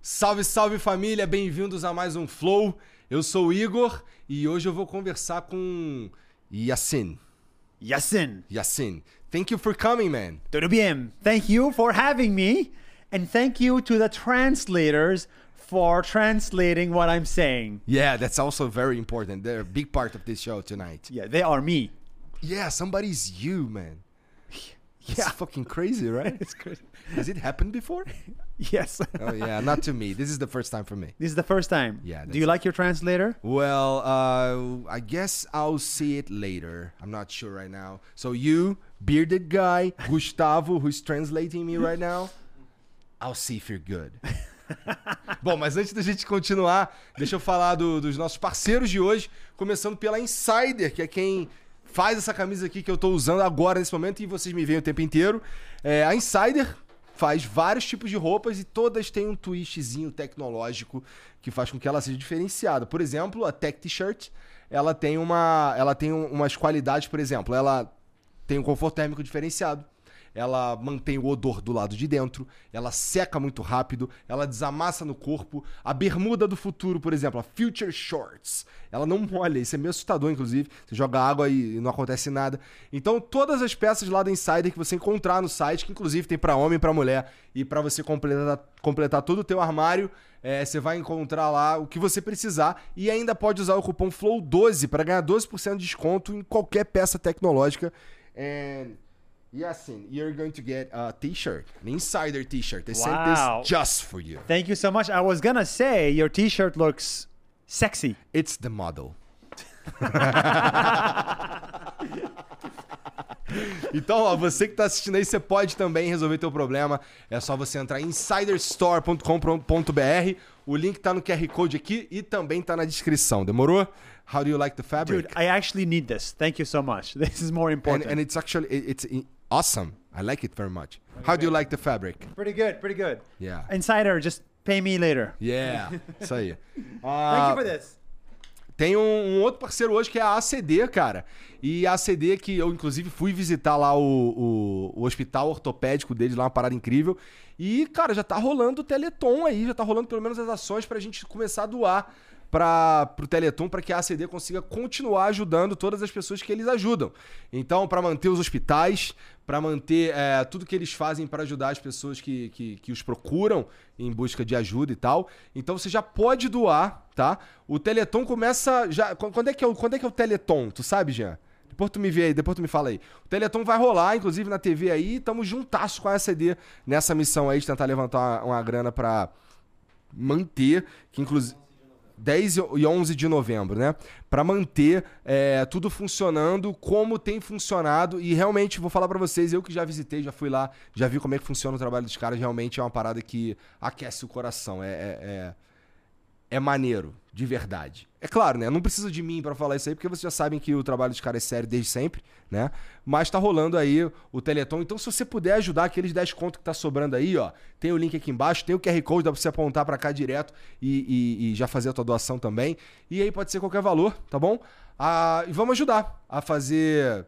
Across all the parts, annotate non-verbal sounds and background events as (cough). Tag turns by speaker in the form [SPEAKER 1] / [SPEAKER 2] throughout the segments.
[SPEAKER 1] Salve, salve família, bem-vindos a mais um Flow. Eu sou o Igor e hoje eu vou conversar com Yassin.
[SPEAKER 2] Yasin,
[SPEAKER 1] Yassin, thank you for coming, man.
[SPEAKER 2] tudo bem? Thank you for having me, and thank you to the translators for translating what I'm saying.
[SPEAKER 1] Yeah, that's also very important. They're a big part of this show tonight.
[SPEAKER 2] Yeah, they are me.
[SPEAKER 1] Yeah, somebody's you, man. It's
[SPEAKER 2] Yeah.
[SPEAKER 1] fucking crazy, (laughs) right?
[SPEAKER 2] It's crazy.
[SPEAKER 1] Has it happened before?
[SPEAKER 2] (laughs) Yes.
[SPEAKER 1] Oh yeah, not to me. This is the first time for me.
[SPEAKER 2] (laughs) This is the first time.
[SPEAKER 1] Yeah,
[SPEAKER 2] Do
[SPEAKER 1] that's
[SPEAKER 2] you like your translator?
[SPEAKER 1] Well, uh, I guess I'll see it later. I'm not sure right now. So you, bearded guy, Gustavo, who's translating me right now, I'll see if you're good. (laughs) Bom, mas antes da gente continuar, deixa eu falar do- dos nossos parceiros de hoje, começando pela Insider, que é quem faz essa camisa aqui que eu tô usando agora nesse momento e vocês me veem o tempo inteiro. É, a Insider faz vários tipos de roupas e todas têm um twistzinho tecnológico que faz com que ela seja diferenciada. Por exemplo, a Tech T-shirt, ela tem uma, ela tem um- umas qualidades, por exemplo, ela tem um conforto térmico diferenciado. Ela mantém o odor do lado de dentro, ela seca muito rápido, ela desamassa no corpo. A bermuda do futuro, por exemplo, a Future Shorts, ela não molha, isso é meio assustador, inclusive. Você joga água e não acontece nada. Então, todas as peças lá da Insider que você encontrar no site, que inclusive tem pra homem, pra mulher, e pra você completar, completar todo o teu armário, é, você vai encontrar lá o que você precisar e ainda pode usar o cupom FLOW12 para ganhar 12% de desconto em qualquer peça tecnológica. And Yasin, you're going to get a t-shirt, an insider t-shirt. They
[SPEAKER 2] Wow.
[SPEAKER 1] sent this just for you.
[SPEAKER 2] Thank you so much. I was gonna say your T-shirt looks sexy.
[SPEAKER 1] It's the model. (laughs) Então, ó, você que tá assistindo aí, você pode também resolver teu problema. É só você entrar em insiderstore.com.br. O link tá no QR Code aqui e também tá na descrição. Demorou? How do you like the fabric?
[SPEAKER 2] Dude, I actually need this. Thank you so much. (laughs) This is more
[SPEAKER 1] and,
[SPEAKER 2] important.
[SPEAKER 1] and it's actually it- it's i- awesome. I like it very much. How do you like the fabric?
[SPEAKER 2] pretty good. Pretty good.
[SPEAKER 1] Yeah.
[SPEAKER 2] Insider, just pay me later. (laughs)
[SPEAKER 1] Yeah. Isso aí.
[SPEAKER 2] Thank
[SPEAKER 1] Ah,
[SPEAKER 2] you for this.
[SPEAKER 1] Tem um, um outro parceiro hoje que é a ACD, cara. E a ACD, que eu inclusive fui visitar lá o, o, o hospital ortopédico deles, lá uma parada incrível. E, cara, já tá rolando o Teleton aí, já tá rolando pelo menos as ações pra gente começar a doar para pro Teleton, pra que a ACD consiga continuar ajudando todas as pessoas que eles ajudam. Então, pra manter os hospitais, pra manter é, tudo que eles fazem pra ajudar as pessoas que, que, que os procuram em busca de ajuda e tal. Então, você já pode doar tá? O Teleton começa já. qu- Quando é que é o, quando é, que é o Teleton? Tu sabe, Jean? Depois tu me vê aí, depois tu me fala aí. O Teleton vai rolar, inclusive, na TV aí. Estamos juntasso com a ACD nessa missão aí de tentar levantar uma, uma grana pra manter, que inclusive 10 e 11 de novembro, né? Pra manter é, tudo funcionando como tem funcionado e realmente vou falar pra vocês, eu que já visitei, já fui lá, já vi como é que funciona o trabalho dos caras, realmente é uma parada que aquece o coração, é, é- é, é maneiro, de verdade. É claro, né? Não precisa de mim pra falar isso aí, porque vocês já sabem que o trabalho dos caras é sério desde sempre, né? Mas tá rolando aí o Teleton. Então, se você puder ajudar aqueles 10 conto que tá sobrando aí, ó, tem o link aqui embaixo, tem o QR Code, dá pra você apontar pra cá direto e, e- e já fazer a tua doação também. E aí pode ser qualquer valor, tá bom? Ah, e vamos ajudar a fazer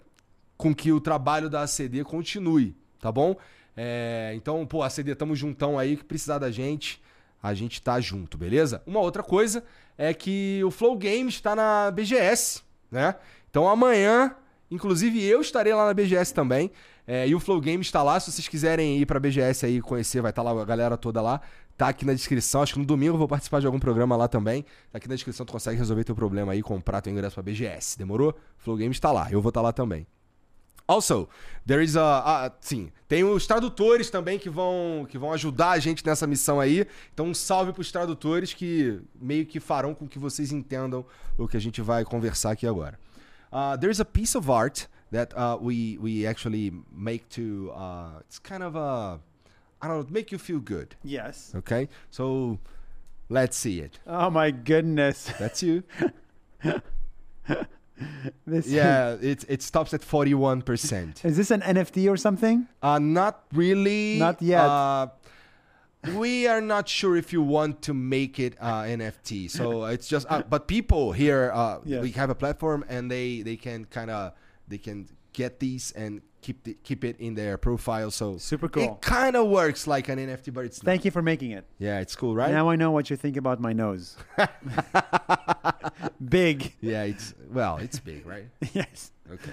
[SPEAKER 1] com que o trabalho da ACD continue, tá bom? É, então, pô, ACD, tamo juntão aí, que precisar da gente, a gente tá junto, beleza? Uma outra coisa é que o Flow Games tá na BGS, né? Então amanhã, inclusive eu estarei lá na BGS também, é, e o Flow Games tá lá, se vocês quiserem ir pra BGS aí conhecer, vai estar lá a galera toda lá, tá aqui na descrição, acho que no domingo eu vou participar de algum programa lá também, tá aqui na descrição tu consegue resolver teu problema aí, comprar teu ingresso pra BGS, demorou? Flow Games tá lá, eu vou estar lá também. Also, there is a, ah, sim, tem os tradutores também que vão que vão ajudar a gente nessa missão aí. Então, um salve pros tradutores que meio que farão com que vocês entendam o que a gente vai conversar aqui agora. Uh, there is a piece of art that uh, we we actually make to uh, it's kind of a I don't know, make you feel good,
[SPEAKER 2] Yes.
[SPEAKER 1] okay? So, let's see it.
[SPEAKER 2] Oh my goodness. (laughs)
[SPEAKER 1] That's you.
[SPEAKER 2] This
[SPEAKER 1] yeah, it it stops at 41%.
[SPEAKER 2] (laughs) Is this an NFT or something?
[SPEAKER 1] Uh, not really.
[SPEAKER 2] Not yet.
[SPEAKER 1] Uh, we are not sure if you want to make it uh, NFT.
[SPEAKER 2] (laughs)
[SPEAKER 1] So it's just, uh, but people here, uh,
[SPEAKER 2] Yes.
[SPEAKER 1] we have a platform and they they can kind of they can get these and keep the, keep it in their profile. So
[SPEAKER 2] Super cool.
[SPEAKER 1] It kind of works like an NFT, but it's not.
[SPEAKER 2] Thank you for making it.
[SPEAKER 1] Yeah, it's cool, right?
[SPEAKER 2] Now I know what you think about my (laughs) nose. Big.
[SPEAKER 1] Yeah, it's well, it's big, right?
[SPEAKER 2] Yes.
[SPEAKER 1] Ok.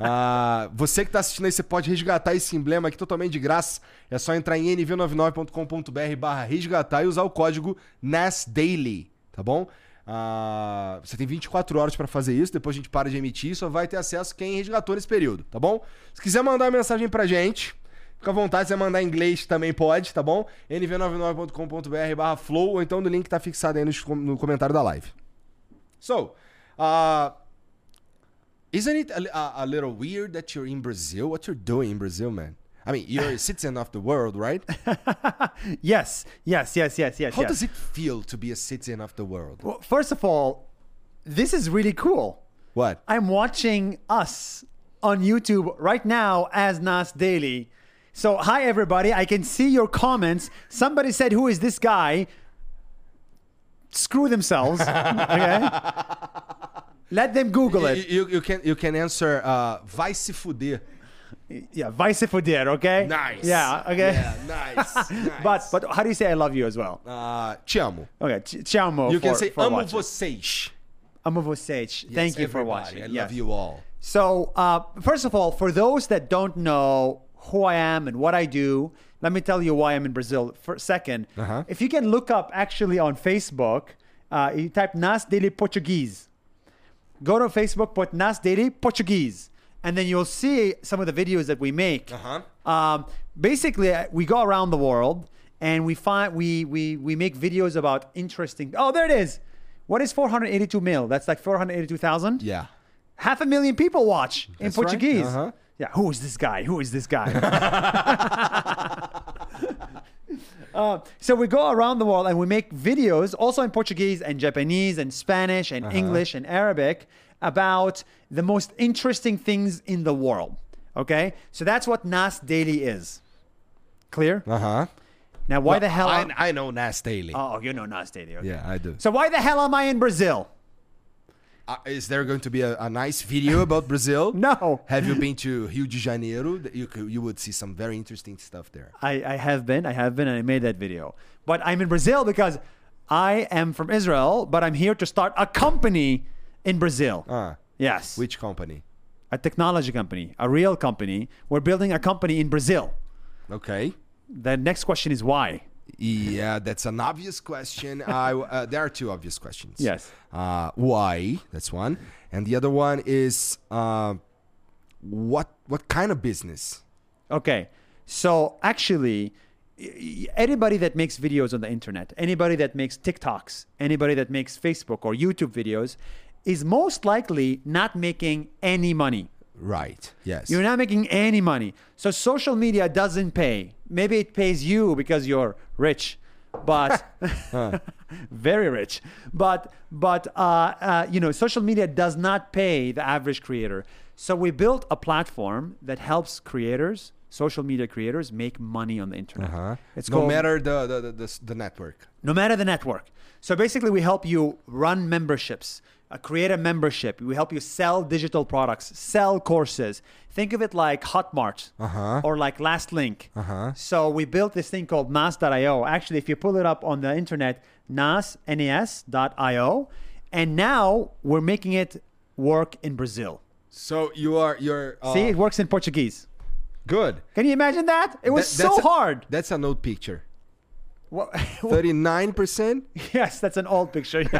[SPEAKER 1] Ah, você que está assistindo aí, você pode resgatar esse emblema aqui totalmente de graça. É só entrar em nv99.com.br barra resgatar e usar o código NASDAILY, tá bom? Ah, você tem 24 horas para fazer isso, depois a gente para de emitir, só vai ter acesso quem resgatou nesse período, tá bom? Se quiser mandar uma mensagem pra gente, fica à vontade, se quiser mandar em inglês também pode, tá bom? nv99.com.br barra flow ou então no link que tá fixado aí nos com- no comentário da live. So, uh, isn't it a, a, a little weird that you're in Brazil? What you're doing in Brazil, man? I mean, you're (laughs) a citizen of the world, (laughs) right?
[SPEAKER 2] Yes. Yes. Yes. Yes. Yes.
[SPEAKER 1] How
[SPEAKER 2] yes.
[SPEAKER 1] does it feel to be a citizen of the world?
[SPEAKER 2] Well, first of all, this is really cool.
[SPEAKER 1] What?
[SPEAKER 2] I'm watching us on YouTube right now as Nas Daily. So, hi everybody. I can see your comments. Somebody said, "Who is this guy?" Screw themselves. (laughs) Okay. Let them Google
[SPEAKER 1] You,
[SPEAKER 2] it.
[SPEAKER 1] you, you can you can answer uh, vai se fuder.
[SPEAKER 2] Yeah, vice fudir. Okay.
[SPEAKER 1] Nice.
[SPEAKER 2] Yeah. Okay.
[SPEAKER 1] Yeah, nice. nice.
[SPEAKER 2] (laughs) But but how do you say I love you as well?
[SPEAKER 1] uh, te amo.
[SPEAKER 2] Okay, ch- ciao mo.
[SPEAKER 1] You
[SPEAKER 2] for,
[SPEAKER 1] can say
[SPEAKER 2] for
[SPEAKER 1] amo
[SPEAKER 2] watching.
[SPEAKER 1] vocês.
[SPEAKER 2] Amo vocês. Thank
[SPEAKER 1] Yes,
[SPEAKER 2] you for
[SPEAKER 1] everybody.
[SPEAKER 2] watching.
[SPEAKER 1] I
[SPEAKER 2] Yes.
[SPEAKER 1] love you all.
[SPEAKER 2] So, uh, first of all, for those that don't know who I am and what I do, let me tell you why I'm in Brazil. For second,
[SPEAKER 1] Uh-huh.
[SPEAKER 2] if you can look up actually on Facebook, uh, you type Nas Daily Portuguese. Go to Facebook, put Nas Daily Portuguese, and then you'll see some of the videos that we make.
[SPEAKER 1] Uh-huh.
[SPEAKER 2] Um, basically, uh, we go around the world and we find we we we make videos about interesting. Oh, there it is. What is 482 mil? That's like 482,000
[SPEAKER 1] Yeah.
[SPEAKER 2] half a million people watch in
[SPEAKER 1] That's right.
[SPEAKER 2] Portuguese.
[SPEAKER 1] Uh-huh.
[SPEAKER 2] Yeah, who is this guy? Who is this
[SPEAKER 1] (laughs)
[SPEAKER 2] guy? Uh, so we go around the world and we make videos also in Portuguese and Japanese and Spanish and
[SPEAKER 1] Uh-huh.
[SPEAKER 2] English and Arabic about the most interesting things in the world. Okay, so that's what Nas Daily is. Clear?
[SPEAKER 1] Uh-huh.
[SPEAKER 2] Now, why the hell?
[SPEAKER 1] I,
[SPEAKER 2] am-
[SPEAKER 1] I know Nas Daily.
[SPEAKER 2] oh, you know Nas Daily. Okay.
[SPEAKER 1] yeah, I do.
[SPEAKER 2] So why the hell am I in Brazil?
[SPEAKER 1] Uh, is there going to be a, a nice video about Brazil?
[SPEAKER 2] (laughs) No.
[SPEAKER 1] Have you been to Rio de Janeiro? That You, could- you would see some very interesting stuff there.
[SPEAKER 2] I, I have been, I have been, and I made that video. But I'm in Brazil because I am from Israel, but I'm here to start a company in Brazil.
[SPEAKER 1] Ah,
[SPEAKER 2] yes,
[SPEAKER 1] which company?
[SPEAKER 2] a technology company, a real company. We're building a company in Brazil.
[SPEAKER 1] Okay.
[SPEAKER 2] The next question is why?
[SPEAKER 1] Yeah, that's an obvious question. I, uh, there are two obvious questions.
[SPEAKER 2] Yes.
[SPEAKER 1] Uh, why? That's one. And the other one is uh, what what kind of business?
[SPEAKER 2] Okay. So actually, y- y- anybody that makes videos on the internet, anybody that makes TikToks, anybody that makes Facebook or YouTube videos, is most likely not making any money.
[SPEAKER 1] Right. Yes.
[SPEAKER 2] You're not making any money. So social media doesn't pay. Maybe it pays you because you're rich, but (laughs) very rich. But but uh, uh, you know, social media does not pay the average creator. So we built a platform that helps creators, social media creators, make money on the internet.
[SPEAKER 1] huh?
[SPEAKER 2] It's
[SPEAKER 1] no
[SPEAKER 2] called
[SPEAKER 1] matter the the, the, the the network.
[SPEAKER 2] no matter the network. So basically, we help you run memberships, uh, create a membership. We help you sell digital products, sell courses. Think of it like Hotmart
[SPEAKER 1] Uh-huh.
[SPEAKER 2] or like Last Link. So we built this thing called Nas.io. Actually, if you pull it up on the internet, Nas, N-A-S.io. And now we're making it work in Brazil.
[SPEAKER 1] So you are you're uh,
[SPEAKER 2] See, it works in Portuguese.
[SPEAKER 1] good.
[SPEAKER 2] Can you imagine that? It was
[SPEAKER 1] That-
[SPEAKER 2] so
[SPEAKER 1] that's a-
[SPEAKER 2] hard.
[SPEAKER 1] That's an old picture.
[SPEAKER 2] Wha-
[SPEAKER 1] Thirty nine percent.
[SPEAKER 2] (laughs) yes, that's an old picture.
[SPEAKER 1] (laughs)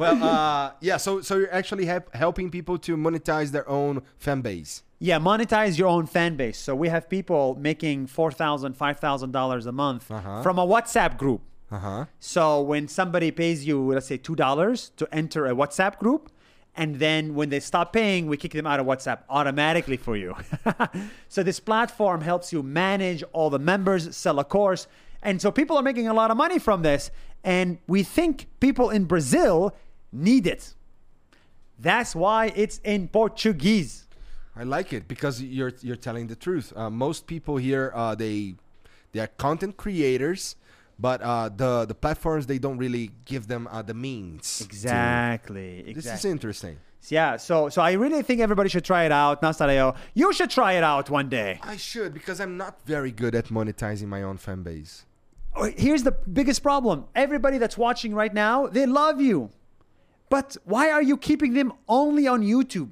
[SPEAKER 2] Yes.
[SPEAKER 1] Well, uh, yeah. So, so you're actually help, helping people to monetize their own fan base.
[SPEAKER 2] Yeah, monetize your own fan base. So we have people making $4,000, $5,000 a month from a WhatsApp group.
[SPEAKER 1] Uh huh.
[SPEAKER 2] So when somebody pays you, let's say $2 to enter a WhatsApp group, and then when they stop paying, we kick them out of WhatsApp automatically for you. (laughs) so this platform helps you manage all the members, sell a course. And so people are making a lot of money from this. And we think people in Brazil need it. That's why it's in Portuguese.
[SPEAKER 1] I like it because you're you're telling the truth. Uh, most people here, uh, they they are content creators, but uh, the the platforms they don't really give them uh, the means. to-
[SPEAKER 2] Exactly.
[SPEAKER 1] This
[SPEAKER 2] exactly.
[SPEAKER 1] is interesting.
[SPEAKER 2] Yeah, so so I really think everybody should try it out. Nast.io, you should try it out one day.
[SPEAKER 1] I should because I'm not very good at monetizing my own fan base.
[SPEAKER 2] Oh, Here's the biggest problem: everybody that's watching right now, they love you, but why are you keeping them only on YouTube?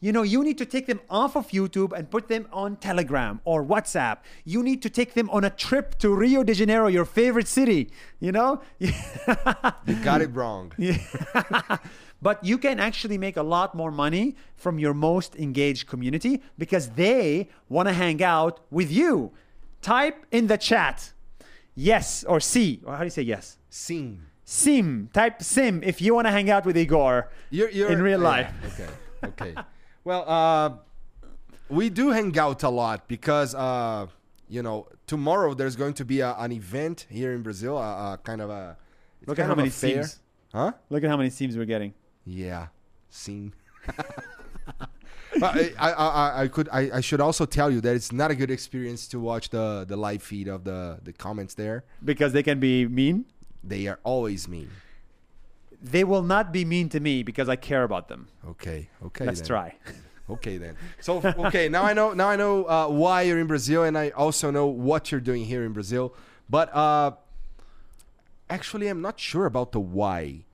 [SPEAKER 2] You know, you need to take them off of YouTube and put them on Telegram or WhatsApp. You need to take them on a trip to Rio de Janeiro, your favorite city. You know, (laughs)
[SPEAKER 1] You got it wrong.
[SPEAKER 2] but you can actually make a lot more money from your most engaged community because they want to hang out with you. Type in the chat yes or C, or how do you say yes?
[SPEAKER 1] Sim.
[SPEAKER 2] Sim. Type sim if you want to hang out with Igor
[SPEAKER 1] You're, you're
[SPEAKER 2] in real
[SPEAKER 1] yeah,
[SPEAKER 2] life.
[SPEAKER 1] okay. (laughs) Okay. well, uh, we do hang out a lot because uh, you know tomorrow there's going to be a, an event here in Brazil, a, a kind of a it's
[SPEAKER 2] Look at
[SPEAKER 1] kind
[SPEAKER 2] how
[SPEAKER 1] of a
[SPEAKER 2] many
[SPEAKER 1] fair.
[SPEAKER 2] sims.
[SPEAKER 1] huh?
[SPEAKER 2] Look at how many sims we're getting.
[SPEAKER 1] Yeah, sim. (laughs) But I, I, I, I could I, I should also tell you that it's not a good experience to watch the, the live feed of the, the comments there.
[SPEAKER 2] Because they can be mean.
[SPEAKER 1] They are always mean.
[SPEAKER 2] They will not be mean to me because I care about them.
[SPEAKER 1] Okay, okay.
[SPEAKER 2] Let's
[SPEAKER 1] then.
[SPEAKER 2] try.
[SPEAKER 1] Okay then. So okay, now I know now I know uh, why you're in Brazil, and I also know what you're doing here in Brazil. But uh, actually, I'm not sure about the why,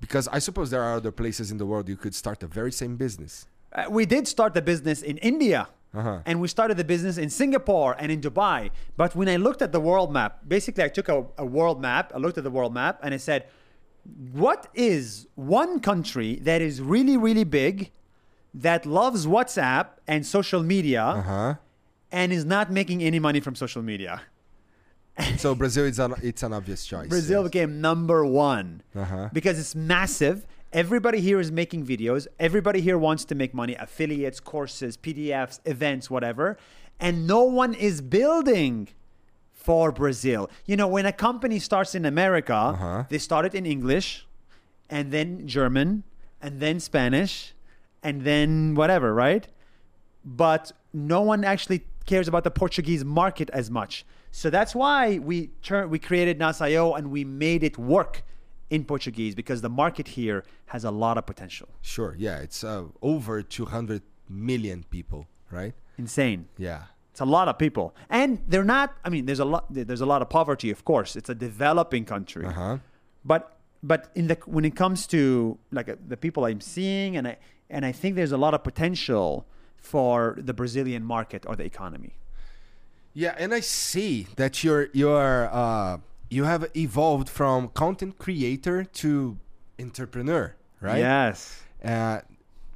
[SPEAKER 1] because I suppose there are other places in the world you could start the very same business.
[SPEAKER 2] Uh, we did start the business in India.
[SPEAKER 1] Uh-huh.
[SPEAKER 2] And we started the business in Singapore and in Dubai. But when I looked at the world map, basically I took a, a world map, I looked at the world map, and I said, what is one country that is really, really big, that loves WhatsApp and social media,
[SPEAKER 1] Huh?
[SPEAKER 2] and is not making any money from social media?
[SPEAKER 1] So Brazil is an it's an obvious choice.
[SPEAKER 2] Brazil became number one
[SPEAKER 1] Uh-huh.
[SPEAKER 2] because it's massive. Everybody here is making videos. Everybody here wants to make money affiliates, courses, PDFs, events, whatever. And no one is building for Brazil. You know, when a company starts in America, they start it in English and then German and then Spanish and then whatever, right? but no one actually cares about the Portuguese market as much. So that's why we turn, we created Nas.io and we made it work in Portuguese because the market here has a lot of potential.
[SPEAKER 1] Sure. Yeah, it's uh, over 200 million people, right?
[SPEAKER 2] Insane.
[SPEAKER 1] Yeah.
[SPEAKER 2] It's a lot of people, and they're not. I mean, there's a lot. There's a lot of poverty, of course. It's a developing country.
[SPEAKER 1] Huh?
[SPEAKER 2] but but in the when it comes to like uh, the people I'm seeing and I and I think there's a lot of potential for the Brazilian market or the economy.
[SPEAKER 1] Yeah, and I see that you're you're uh, you have evolved from content creator to entrepreneur, right?
[SPEAKER 2] Yes.
[SPEAKER 1] Uh,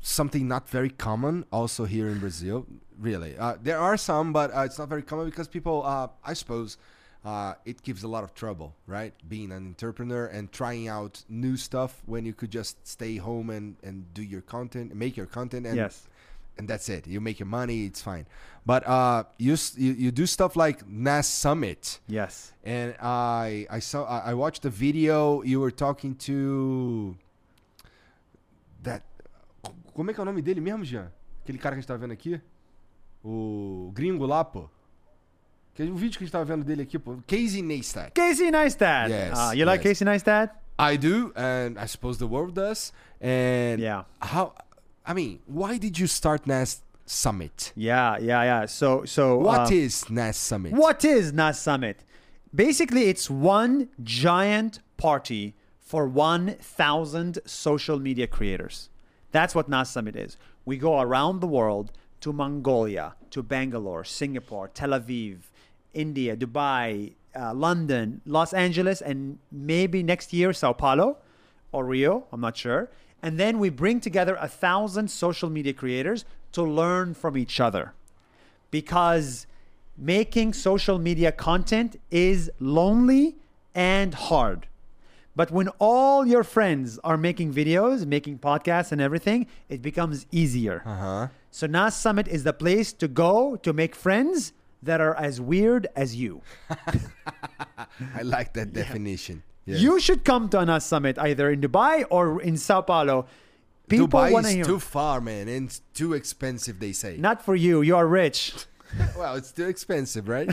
[SPEAKER 1] something not very common also here in Brazil, really. Uh, there are some, but uh, it's not very common because people, uh, I suppose, uh, it gives a lot of trouble, right? Being an entrepreneur and trying out new stuff when you could just stay home and, and do your content, make your content, and
[SPEAKER 2] Yes.
[SPEAKER 1] and that's it. You make your money, it's fine. But uh, you, s- you you do stuff like NAS Summit,
[SPEAKER 2] Yes.
[SPEAKER 1] and I I saw I I watched the video you were talking to that como é que é o nome dele mesmo, Jean? Aquele cara que a gente tá vendo aqui? O gringo lá, pô. Que o vídeo que a gente tava vendo dele aqui, pô, Casey Neistat.
[SPEAKER 2] Casey Neistat.
[SPEAKER 1] Yes,
[SPEAKER 2] Ah, you like
[SPEAKER 1] yes.
[SPEAKER 2] Casey Neistat?
[SPEAKER 1] I do and I suppose the world does. And
[SPEAKER 2] Yeah.
[SPEAKER 1] how I mean, why did you start NAS Summit?
[SPEAKER 2] Yeah, yeah, yeah. So, so
[SPEAKER 1] What
[SPEAKER 2] um,
[SPEAKER 1] is NAS Summit?
[SPEAKER 2] what is NAS Summit? Basically, it's one giant party for 1,000 social media creators. That's what NAS Summit is. We go around the world to Mongolia, to Bangalore, Singapore, Tel Aviv, India, Dubai, uh, London, Los Angeles, and maybe next year, Sao Paulo or Rio, I'm not sure. And then we bring together a thousand social media creators to learn from each other because making social media content is lonely and hard. But when all your friends are making videos, making podcasts, and everything, it becomes easier.
[SPEAKER 1] Huh?
[SPEAKER 2] So, NAS Summit is the place to go to make friends that are as weird as you.
[SPEAKER 1] I like that definition. Yeah.
[SPEAKER 2] You should come to a NAS Summit either in Dubai or in Sao Paulo. People
[SPEAKER 1] Dubai
[SPEAKER 2] want to
[SPEAKER 1] is
[SPEAKER 2] hear.
[SPEAKER 1] too far, man, and it's too expensive. They say.
[SPEAKER 2] Not for you, you are
[SPEAKER 1] (laughs)
[SPEAKER 2] rich.
[SPEAKER 1] well, it's too expensive,
[SPEAKER 2] (laughs)
[SPEAKER 1] right?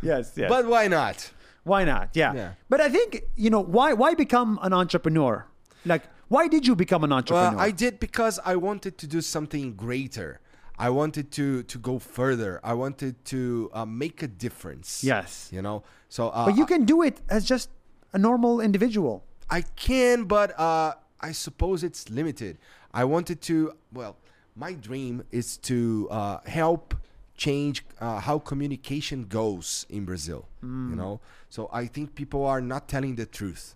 [SPEAKER 2] yes, yes.
[SPEAKER 1] but why not?
[SPEAKER 2] Why not? Yeah.
[SPEAKER 1] Yeah.
[SPEAKER 2] But I think you know why why become an entrepreneur? Like, why did you become an entrepreneur?
[SPEAKER 1] Well, I did because I wanted to do something greater. I wanted to to go further. I wanted to uh, make a difference.
[SPEAKER 2] Yes.
[SPEAKER 1] you know. So, uh,
[SPEAKER 2] but you can do it as just a normal individual.
[SPEAKER 1] I can, but uh, I suppose it's limited. I wanted to. Well, my dream is to uh, help change uh, how communication goes in Brazil. You know, so I think people are not telling the truth,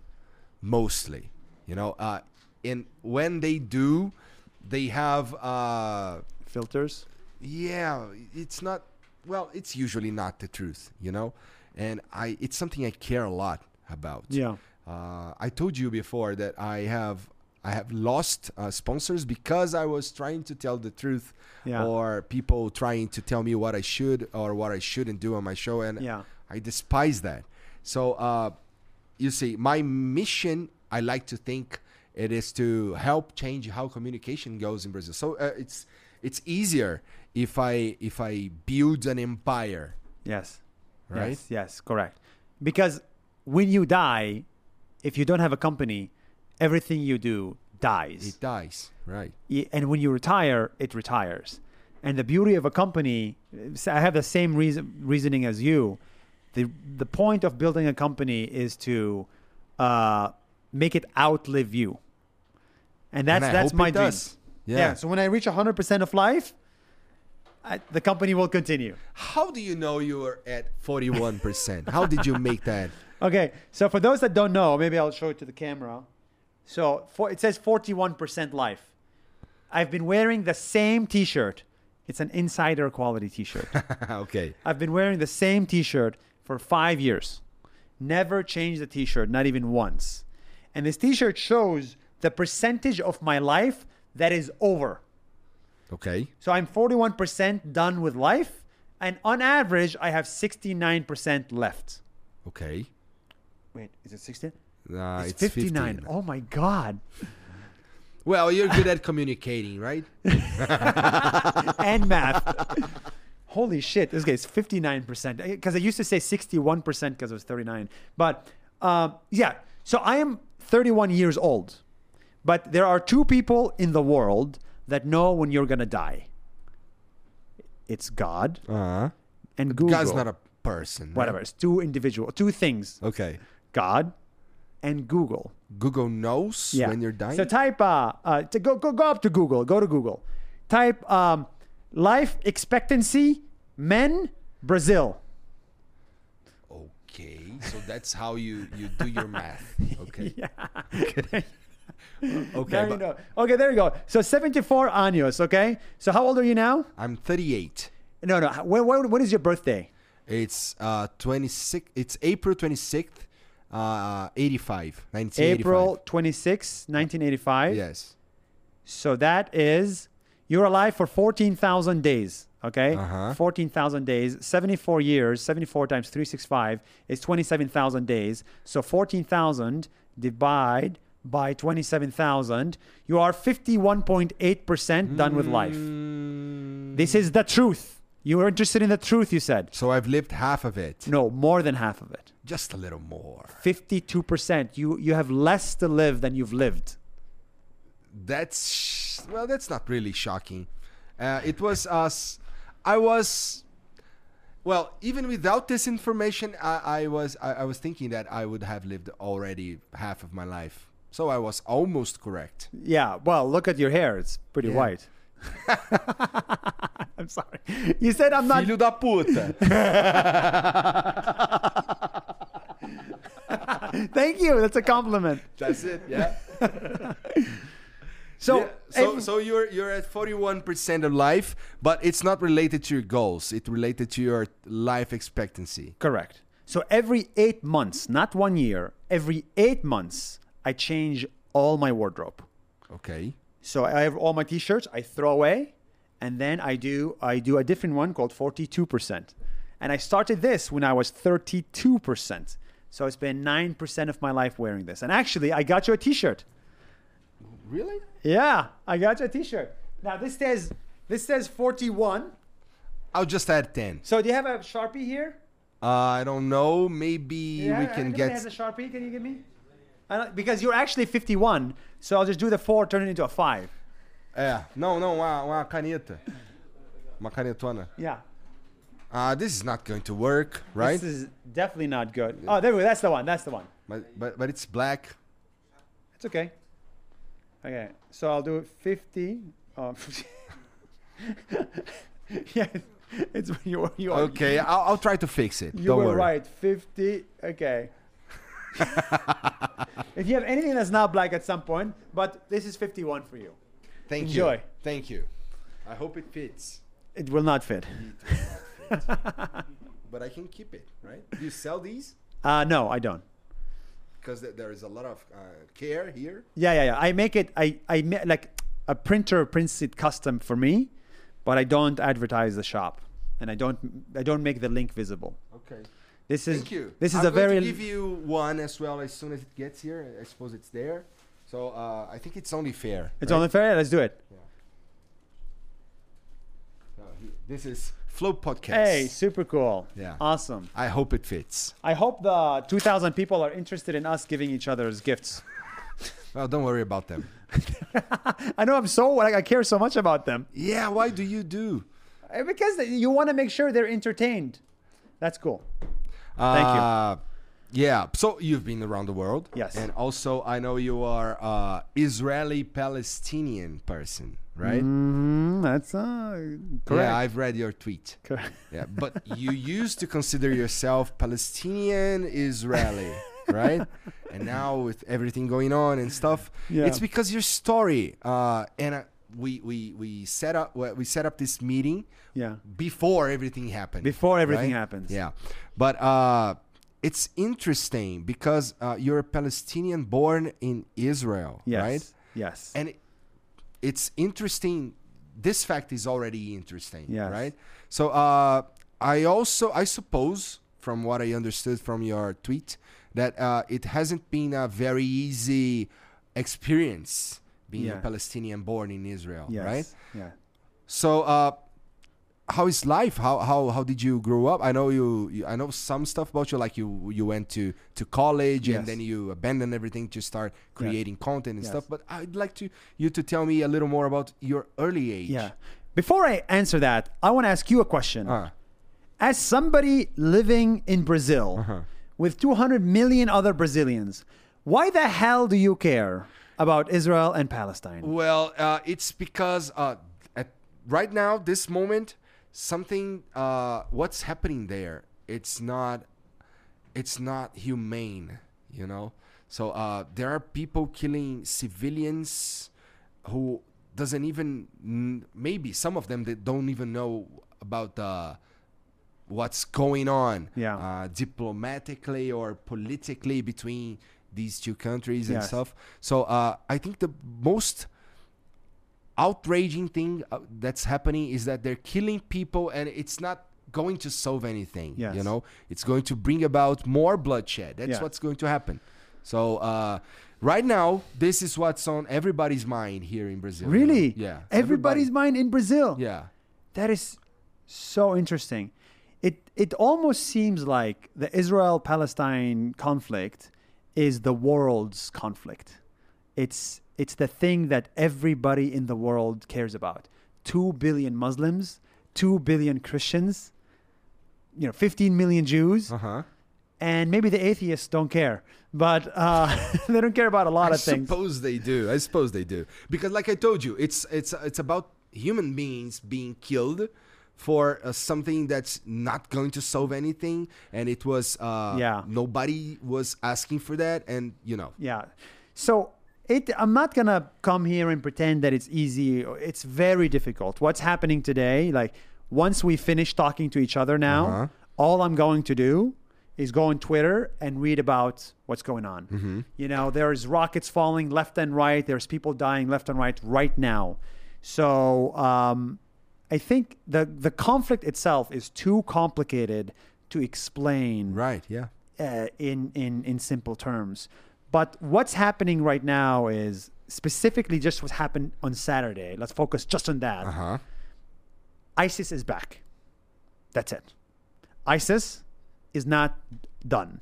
[SPEAKER 1] mostly. You know, uh, and when they do, they have. Uh,
[SPEAKER 2] Filters.
[SPEAKER 1] yeah it's not well it's usually not the truth you know and i it's something i care a lot about
[SPEAKER 2] Yeah.
[SPEAKER 1] uh, i told you before that i have i have lost uh, sponsors because i was trying to tell the truth
[SPEAKER 2] Yeah.
[SPEAKER 1] or people trying to tell me what i should or what i shouldn't do on my show and
[SPEAKER 2] Yeah.
[SPEAKER 1] i despise that so uh, you see my mission i like to think it is to help change how communication goes in brazil so uh, it's it's easier if i if i build an empire
[SPEAKER 2] Yes.
[SPEAKER 1] Right?
[SPEAKER 2] Yes, yes, correct. Because when you die, if you don't have a company, everything you do dies.
[SPEAKER 1] it dies right
[SPEAKER 2] Y- and when you retire, it retires. And the beauty of a company, s- I have the same reason, reasoning as you. The, the point of building a company is to uh, make it outlive you. And that's,
[SPEAKER 1] I
[SPEAKER 2] that's
[SPEAKER 1] hope
[SPEAKER 2] my
[SPEAKER 1] it
[SPEAKER 2] dream.
[SPEAKER 1] does. Yeah.
[SPEAKER 2] So when I reach 100% of life, I, the company will continue.
[SPEAKER 1] how do you know you are at 41% how did you make that (laughs)
[SPEAKER 2] Okay, so for those that don't know, maybe I'll show it to the camera. So for, it says 41% life. I've been wearing the same t shirt. It's an insider quality t shirt.
[SPEAKER 1] okay
[SPEAKER 2] I've been wearing the same t shirt for five years. Never changed the t shirt, not even once. And this t shirt shows the percentage of my life that is over.
[SPEAKER 1] okay
[SPEAKER 2] So I'm 41% done with life. And on average, I have 69% left.
[SPEAKER 1] okay
[SPEAKER 2] Wait, is it 16?
[SPEAKER 1] uh,
[SPEAKER 2] It's 59. Oh my God.
[SPEAKER 1] Well, you're good at communicating, right?
[SPEAKER 2] and math. (laughs) Holy shit, this guy's 59%. Because Uh, I used to say 61% because I was 39. But um, yeah, so I am 31 years old. But there are two people in the world that know when you're going to die it's God
[SPEAKER 1] Uh-huh.
[SPEAKER 2] and Google.
[SPEAKER 1] God's not a person. right?
[SPEAKER 2] Whatever. It's two individual, two things
[SPEAKER 1] Okay.
[SPEAKER 2] God and Google.
[SPEAKER 1] Google knows
[SPEAKER 2] Yeah.
[SPEAKER 1] when you're dying.
[SPEAKER 2] So type uh, uh to go go go up to Google. Go to Google. Type um, life expectancy men Brazil. (laughs)
[SPEAKER 1] okay. So that's how you you do your math. Okay.
[SPEAKER 2] (laughs) Yeah.
[SPEAKER 1] Okay.
[SPEAKER 2] There you
[SPEAKER 1] but
[SPEAKER 2] know. Okay, there you go. So 74 años, okay? So how old are you now?
[SPEAKER 1] I'm 38.
[SPEAKER 2] No, no. When, when, when is your birthday?
[SPEAKER 1] It's uh 26 it's April 26th, uh 85, 1985.
[SPEAKER 2] April 26, 1985.
[SPEAKER 1] Yes.
[SPEAKER 2] So that is you're alive for 14,000 days, okay?
[SPEAKER 1] Uh-huh.
[SPEAKER 2] 14,000 days, 74 years, 74 times 365 is 27,000 days. So 14,000 divide by 27,000, you are 51.8% done with life.
[SPEAKER 1] Hmm.
[SPEAKER 2] This is the truth. You were interested in the truth, you said.
[SPEAKER 1] So I've lived half of it.
[SPEAKER 2] No, more than half of it.
[SPEAKER 1] Just a little more.
[SPEAKER 2] 52%. You you have less to live than you've lived.
[SPEAKER 1] That's sh- well, that's not really shocking. Uh, it was us. I was well, even without this information, I, I was I, I was thinking that I would have lived already half of my life. So I was almost correct.
[SPEAKER 2] Yeah, well, look at your hair. It's pretty
[SPEAKER 1] Yeah. (laughs)
[SPEAKER 2] white. I'm sorry. You said I'm not.
[SPEAKER 1] Filho da puta.
[SPEAKER 2] Thank you. That's a compliment.
[SPEAKER 1] (laughs) That's it. Yeah.
[SPEAKER 2] So,
[SPEAKER 1] Yeah, so,
[SPEAKER 2] ev-
[SPEAKER 1] so you're you're at 41% of life, but it's not related to your goals. It related to your life expectancy.
[SPEAKER 2] correct. So every eight months, not one year, every eight months, I change all my wardrobe.
[SPEAKER 1] Okay.
[SPEAKER 2] So I have all my T-shirts I throw away, and then I do I do a different one called 42%, and I started this when I was 32%. So I spent nine percent of my life wearing this, and actually I got you a T-shirt.
[SPEAKER 1] Really?
[SPEAKER 2] Yeah, I got you a T-shirt. Now this says this says 41.
[SPEAKER 1] I'll just add 10.
[SPEAKER 2] So do you have a sharpie here?
[SPEAKER 1] Uh, I don't know. Maybe we
[SPEAKER 2] Yeah,
[SPEAKER 1] can
[SPEAKER 2] anybody
[SPEAKER 1] get.
[SPEAKER 2] has a sharpie. Can you give me? I don't, because you're actually 51, so I'll just do the four, turn it into a five.
[SPEAKER 1] É, não, não, uma, uma caneta. Uma canetona.
[SPEAKER 2] Yeah.
[SPEAKER 1] Ah, this is not going to work, right?
[SPEAKER 2] This is definitely not good. Oh, there we go. That's the one. That's the one.
[SPEAKER 1] But, but, but it's black.
[SPEAKER 2] It's okay. Okay, so I'll do 50. Oh. (laughs) yeah, it's when you are. You are
[SPEAKER 1] Okay, I'll, I'll try to fix it.
[SPEAKER 2] You
[SPEAKER 1] Don't
[SPEAKER 2] were
[SPEAKER 1] worry.
[SPEAKER 2] right. 50. Okay. if you have anything that's not black at some point, but this is 51 for you.
[SPEAKER 1] (laughs) Thank
[SPEAKER 2] Enjoy.
[SPEAKER 1] you. Thank you. I hope it fits. (laughs)
[SPEAKER 2] It will not fit.
[SPEAKER 1] But I can keep it, right? Do you sell these?
[SPEAKER 2] (laughs) Uh, no, I don't.
[SPEAKER 1] Because th- there is a lot of uh, care here.
[SPEAKER 2] Yeah, yeah, yeah. I make it. I, I ma- like a printer prints it custom for me, but I don't advertise the shop, and I don't. I don't make the link visible.
[SPEAKER 1] Okay.
[SPEAKER 2] This is.
[SPEAKER 1] Thank you.
[SPEAKER 2] This is
[SPEAKER 1] I'm
[SPEAKER 2] a
[SPEAKER 1] going
[SPEAKER 2] very.
[SPEAKER 1] To give you one as well as soon as it gets here. I suppose it's there. So uh, I think it's only fair.
[SPEAKER 2] it's
[SPEAKER 1] right?
[SPEAKER 2] on the fair. Let's do it.
[SPEAKER 1] Uh, this is Flow Podcast.
[SPEAKER 2] Hey, super cool.
[SPEAKER 1] Yeah.
[SPEAKER 2] Awesome.
[SPEAKER 1] I hope it fits.
[SPEAKER 2] I hope the 2,000 people are interested in us giving each other's gifts.
[SPEAKER 1] Well, don't worry about them.
[SPEAKER 2] (laughs) I know I'm so like I care so much about them
[SPEAKER 1] (laughs) yeah, why do you do?
[SPEAKER 2] Uh, because they- you want to make sure they're entertained. That's cool. you.
[SPEAKER 1] Uh, Yeah, so you've been around the world.
[SPEAKER 2] Yes.
[SPEAKER 1] And also, I know you are uh, Israeli Palestinian person, right?
[SPEAKER 2] Mm, that's uh, correct.
[SPEAKER 1] Yeah, I've read your tweet.
[SPEAKER 2] Correct.
[SPEAKER 1] Yeah, but (laughs) you used to consider yourself Palestinian Israeli, (laughs) right? And now with everything going on and stuff,
[SPEAKER 2] Yeah.
[SPEAKER 1] it's because your story. Uh, and uh, we we we set up we we set up this meeting
[SPEAKER 2] (laughs) Yeah.
[SPEAKER 1] before everything happened.
[SPEAKER 2] Before everything happens.
[SPEAKER 1] Yeah, but uh, it's interesting because uh, you're a Palestinian born in Israel,
[SPEAKER 2] Yes.
[SPEAKER 1] right?
[SPEAKER 2] Yes.
[SPEAKER 1] and it- it's interesting this fact is already interesting
[SPEAKER 2] Yes.
[SPEAKER 1] right so uh, i also i suppose from what i understood from your tweet that uh, it hasn't been a very easy experience being
[SPEAKER 2] Yeah.
[SPEAKER 1] a palestinian born in israel
[SPEAKER 2] yes.
[SPEAKER 1] right
[SPEAKER 2] Yeah.
[SPEAKER 1] so uh, how is life how, how how did you grow up i know you, you i know some stuff about you like you you went to to college
[SPEAKER 2] Yes.
[SPEAKER 1] and then you abandoned everything to start creating content and
[SPEAKER 2] Yes.
[SPEAKER 1] stuff but i'd like to you to tell me a little more about your early age
[SPEAKER 2] Yeah. Before I answer that, I want to ask you a question.
[SPEAKER 1] Ah,
[SPEAKER 2] As somebody living in Brazil
[SPEAKER 1] Uh-huh.
[SPEAKER 2] with 200 million other Brazilians, why the hell do you care about Israel and Palestine?
[SPEAKER 1] well uh, it's because uh, at right now this moment something uh, what's happening there it's not it's not humane, you know. So uh, there are people killing civilians who doesn't even kn- maybe some of them that don't even know about uh, what's going on
[SPEAKER 2] Yeah.
[SPEAKER 1] uh, diplomatically or politically between these two countries and
[SPEAKER 2] Yes.
[SPEAKER 1] stuff. So uh, I think the most outraging thing uh, that's happening is that they're killing people and it's not going to solve anything
[SPEAKER 2] Yes.
[SPEAKER 1] you know it's going to bring about more bloodshed that's
[SPEAKER 2] Yeah.
[SPEAKER 1] what's going to happen so uh, right now this is what's on everybody's mind here in brazil you know?
[SPEAKER 2] Really?
[SPEAKER 1] yeah
[SPEAKER 2] Everybody's mind in Brazil.
[SPEAKER 1] Everybody- yeah
[SPEAKER 2] That is so interesting. It it almost seems like the Israel Palestine conflict is the world's conflict. It's it's the thing that everybody in the world cares about. 2 billion Muslims, 2 billion Christians, you know, 15 million Jews,
[SPEAKER 1] uh-huh
[SPEAKER 2] and maybe the atheists don't care, but uh, (laughs) they don't care about a lot
[SPEAKER 1] I
[SPEAKER 2] of things.
[SPEAKER 1] suppose they do. I suppose they do because, like I told you, it's it's it's about human beings being killed for uh, something that's not going to solve anything, and it was uh,
[SPEAKER 2] Yeah.
[SPEAKER 1] nobody was asking for that, and you know,
[SPEAKER 2] Yeah. So it I'm not going to come here and pretend that it's easy. It's very difficult. What's happening today, like once we finish talking to each other now,
[SPEAKER 1] Uh-huh.
[SPEAKER 2] all I'm going to do is go on Twitter and read about what's going on. You know, there's rockets falling left and right. There's people dying left and right right now. So um, I think the the conflict itself is too complicated to explain
[SPEAKER 1] right? Yeah,
[SPEAKER 2] uh, in in in simple terms. But what's happening right now is specifically just what happened on Saturday. Let's focus just on that.
[SPEAKER 1] huh?
[SPEAKER 2] ISIS is back. That's it. ISIS is not done.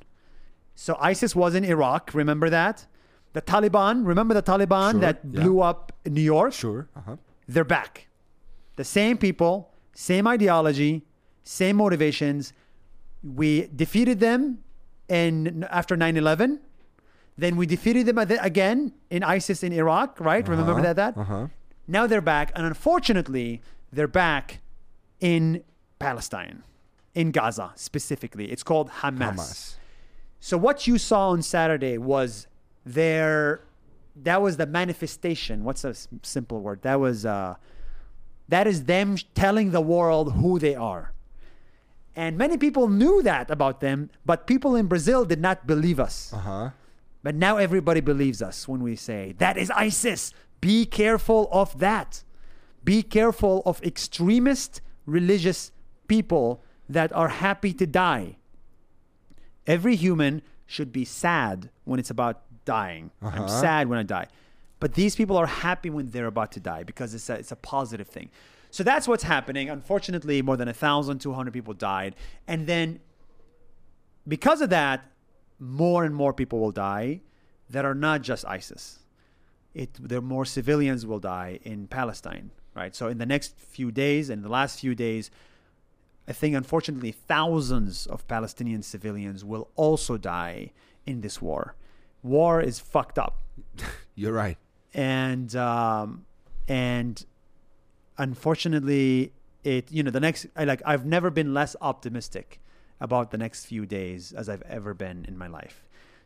[SPEAKER 2] So ISIS was in Iraq. Remember that? The Taliban, remember the Taliban
[SPEAKER 1] Sure,
[SPEAKER 2] that
[SPEAKER 1] yeah.
[SPEAKER 2] blew up New York?
[SPEAKER 1] Sure. Uh-huh.
[SPEAKER 2] They're back. The same people, same ideology, same motivations. We defeated them in after 9/11. Then we defeated them ag- again in ISIS in Iraq, right? Remember that that?
[SPEAKER 1] Uh-huh.
[SPEAKER 2] Now they're back, and unfortunately, they're back in Palestine, in Gaza specifically. It's called Hamas.
[SPEAKER 1] Hamas.
[SPEAKER 2] So what you saw on Saturday was their that was the manifestation. What's a s- simple word? That was uh, that is them sh- telling the world who they are. And many people knew that about them, but people in Brazil did not believe us.
[SPEAKER 1] Uh-huh.
[SPEAKER 2] But now everybody believes us when we say, that is ISIS. Be careful of that. Be careful of extremist religious people that are happy to die. Every human should be sad when it's about dying. I'm sad when I die. But these people are happy when they're about to die because it's a, it's a positive thing. So that's what's happening. Unfortunately, more than 1,200 people died. And then because of that, more and more people will die that are not just ISIS. It, there are more civilians will die in Palestine, right? So in the next few days and the last few days, I think unfortunately thousands of Palestinian civilians will also die in this war. War is fucked up,
[SPEAKER 1] You're right.
[SPEAKER 2] and um, and unfortunately, it you know the next I like I've never been less optimistic about the next few days as I've ever been in my life.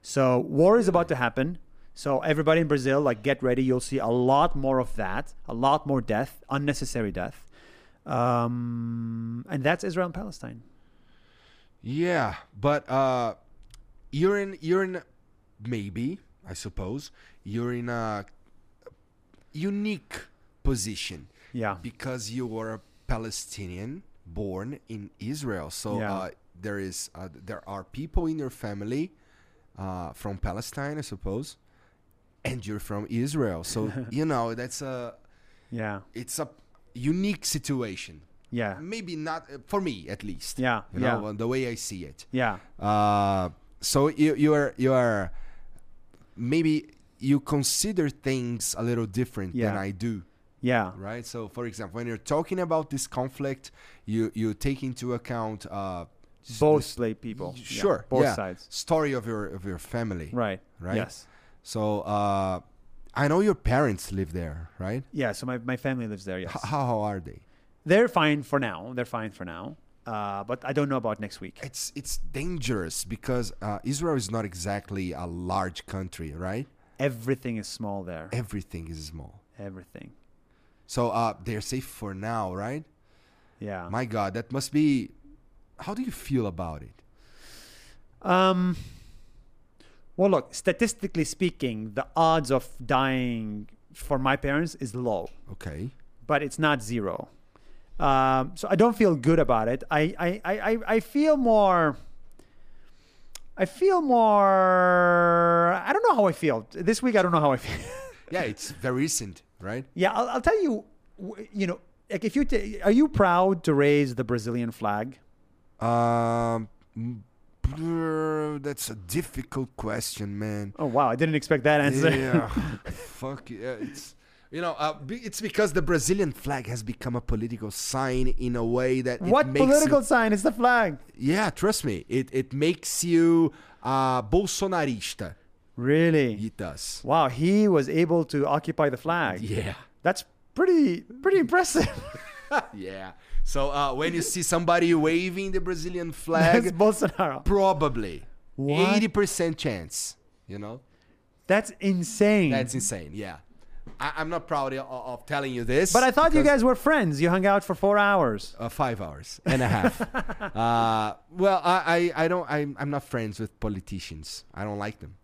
[SPEAKER 2] So war is about to happen. So everybody in Brazil, like get ready. You'll see a lot more of that, a lot more death, unnecessary death, um, and that's Israel and Palestine.
[SPEAKER 1] Yeah, but uh, you're in you're in maybe I suppose you're in a unique position
[SPEAKER 2] Yeah.
[SPEAKER 1] because you are a Palestinian born in Israel. So
[SPEAKER 2] Yeah.
[SPEAKER 1] uh, there is uh, there are people in your family uh, from Palestine, I suppose, and you're from Israel.
[SPEAKER 2] (laughs)
[SPEAKER 1] So you know that's a
[SPEAKER 2] Yeah.
[SPEAKER 1] it's a unique situation.
[SPEAKER 2] Yeah.
[SPEAKER 1] Maybe not uh, for me at least.
[SPEAKER 2] Yeah,
[SPEAKER 1] you
[SPEAKER 2] yeah.
[SPEAKER 1] know the way I see it.
[SPEAKER 2] Yeah.
[SPEAKER 1] Uh, so you you are you are maybe you consider things a little different than
[SPEAKER 2] Yeah.
[SPEAKER 1] I do,
[SPEAKER 2] Yeah.
[SPEAKER 1] right? So for example, when you're talking about this conflict, you you take into account uh, s-
[SPEAKER 2] Both
[SPEAKER 1] s-
[SPEAKER 2] play people. Yeah,
[SPEAKER 1] sure
[SPEAKER 2] Both
[SPEAKER 1] yeah,
[SPEAKER 2] sides.
[SPEAKER 1] story of your of your family,
[SPEAKER 2] Right.
[SPEAKER 1] Right.
[SPEAKER 2] Yes.
[SPEAKER 1] So uh, I know your parents live there, right?
[SPEAKER 2] Yeah. So my, my family lives there. Yes.
[SPEAKER 1] H- how are they?
[SPEAKER 2] They're fine for now. They're fine for now. Uh, but I don't know about next week.
[SPEAKER 1] It's it's dangerous because uh, Israel is not exactly a large country, right?
[SPEAKER 2] Everything is small there.
[SPEAKER 1] Eh. Everything is small.
[SPEAKER 2] Everything.
[SPEAKER 1] So uh, they're safe for now, right?
[SPEAKER 2] Yeah.
[SPEAKER 1] My God, that must be. How do you feel about it?
[SPEAKER 2] Um. Well, look. Statistically speaking, the odds of dying for my parents is low.
[SPEAKER 1] Okay.
[SPEAKER 2] but it's not zero. Um, so I don't feel good about it. I, I, I, I- I feel more. I feel more. I don't know how I feel this week. I don't know how I feel. (laughs)
[SPEAKER 1] Yeah, it's very recent, right?
[SPEAKER 2] yeah, I'll, I'll tell you. w- You know, like if you ta are you proud to raise the Brazilian flag?
[SPEAKER 1] Um, brr, that's a difficult question,
[SPEAKER 2] (laughs)
[SPEAKER 1] man.
[SPEAKER 2] Oh wow, I didn't expect that answer. (laughs)
[SPEAKER 1] Yeah, fuck yeah, it's. You know, uh, be, it's because the Brazilian flag has become a political sign in a way that it
[SPEAKER 2] what
[SPEAKER 1] makes
[SPEAKER 2] political
[SPEAKER 1] You,
[SPEAKER 2] sign is the flag?
[SPEAKER 1] yeah, trust me, it it makes you uh, Bolsonarista.
[SPEAKER 2] Really?
[SPEAKER 1] It does.
[SPEAKER 2] Wow, he was able to occupy the flag.
[SPEAKER 1] Yeah.
[SPEAKER 2] That's pretty pretty impressive.
[SPEAKER 1] (laughs)
[SPEAKER 2] (laughs)
[SPEAKER 1] Yeah. So uh, when you see somebody waving the Brazilian
[SPEAKER 2] That's
[SPEAKER 1] flag,
[SPEAKER 2] Bolsonaro.
[SPEAKER 1] probably
[SPEAKER 2] What?
[SPEAKER 1] eighty percent chance. You know,
[SPEAKER 2] That's insane.
[SPEAKER 1] that's insane. Yeah, I, I'm not proud of, of telling you this,
[SPEAKER 2] but I thought you
[SPEAKER 1] because,
[SPEAKER 2] guys were friends. You hung out for four hours.
[SPEAKER 1] uh, five hours and a
[SPEAKER 2] (laughs)
[SPEAKER 1] half. uh, well, I, I, I don't. I'm, I'm not friends with politicians. I don't like them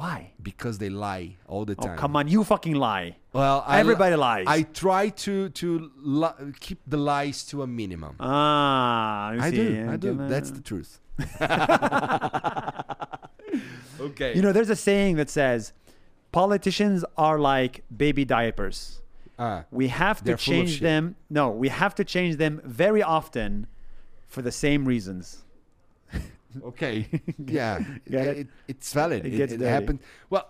[SPEAKER 2] Why?
[SPEAKER 1] because they lie all the
[SPEAKER 2] Oh,
[SPEAKER 1] time.
[SPEAKER 2] come on. You fucking lie.
[SPEAKER 1] Well, I, li-
[SPEAKER 2] Everybody lies.
[SPEAKER 1] I try to to li- keep the lies to a minimum.
[SPEAKER 2] Ah, you
[SPEAKER 1] I
[SPEAKER 2] see, uh,
[SPEAKER 1] do.
[SPEAKER 2] yeah,
[SPEAKER 1] I do.
[SPEAKER 2] come on.
[SPEAKER 1] That's the
[SPEAKER 2] (laughs)
[SPEAKER 1] truth. (laughs) okay.
[SPEAKER 2] You know, there's a saying that says politicians are like baby diapers.
[SPEAKER 1] Ah,
[SPEAKER 2] We have to
[SPEAKER 1] They're full of
[SPEAKER 2] change
[SPEAKER 1] shit.
[SPEAKER 2] them. No, we have to change them very often for the same reasons.
[SPEAKER 1] okay. yeah.
[SPEAKER 2] Get it?
[SPEAKER 1] It's valid.
[SPEAKER 2] It
[SPEAKER 1] It,
[SPEAKER 2] gets
[SPEAKER 1] it
[SPEAKER 2] dirty.
[SPEAKER 1] happened. Well,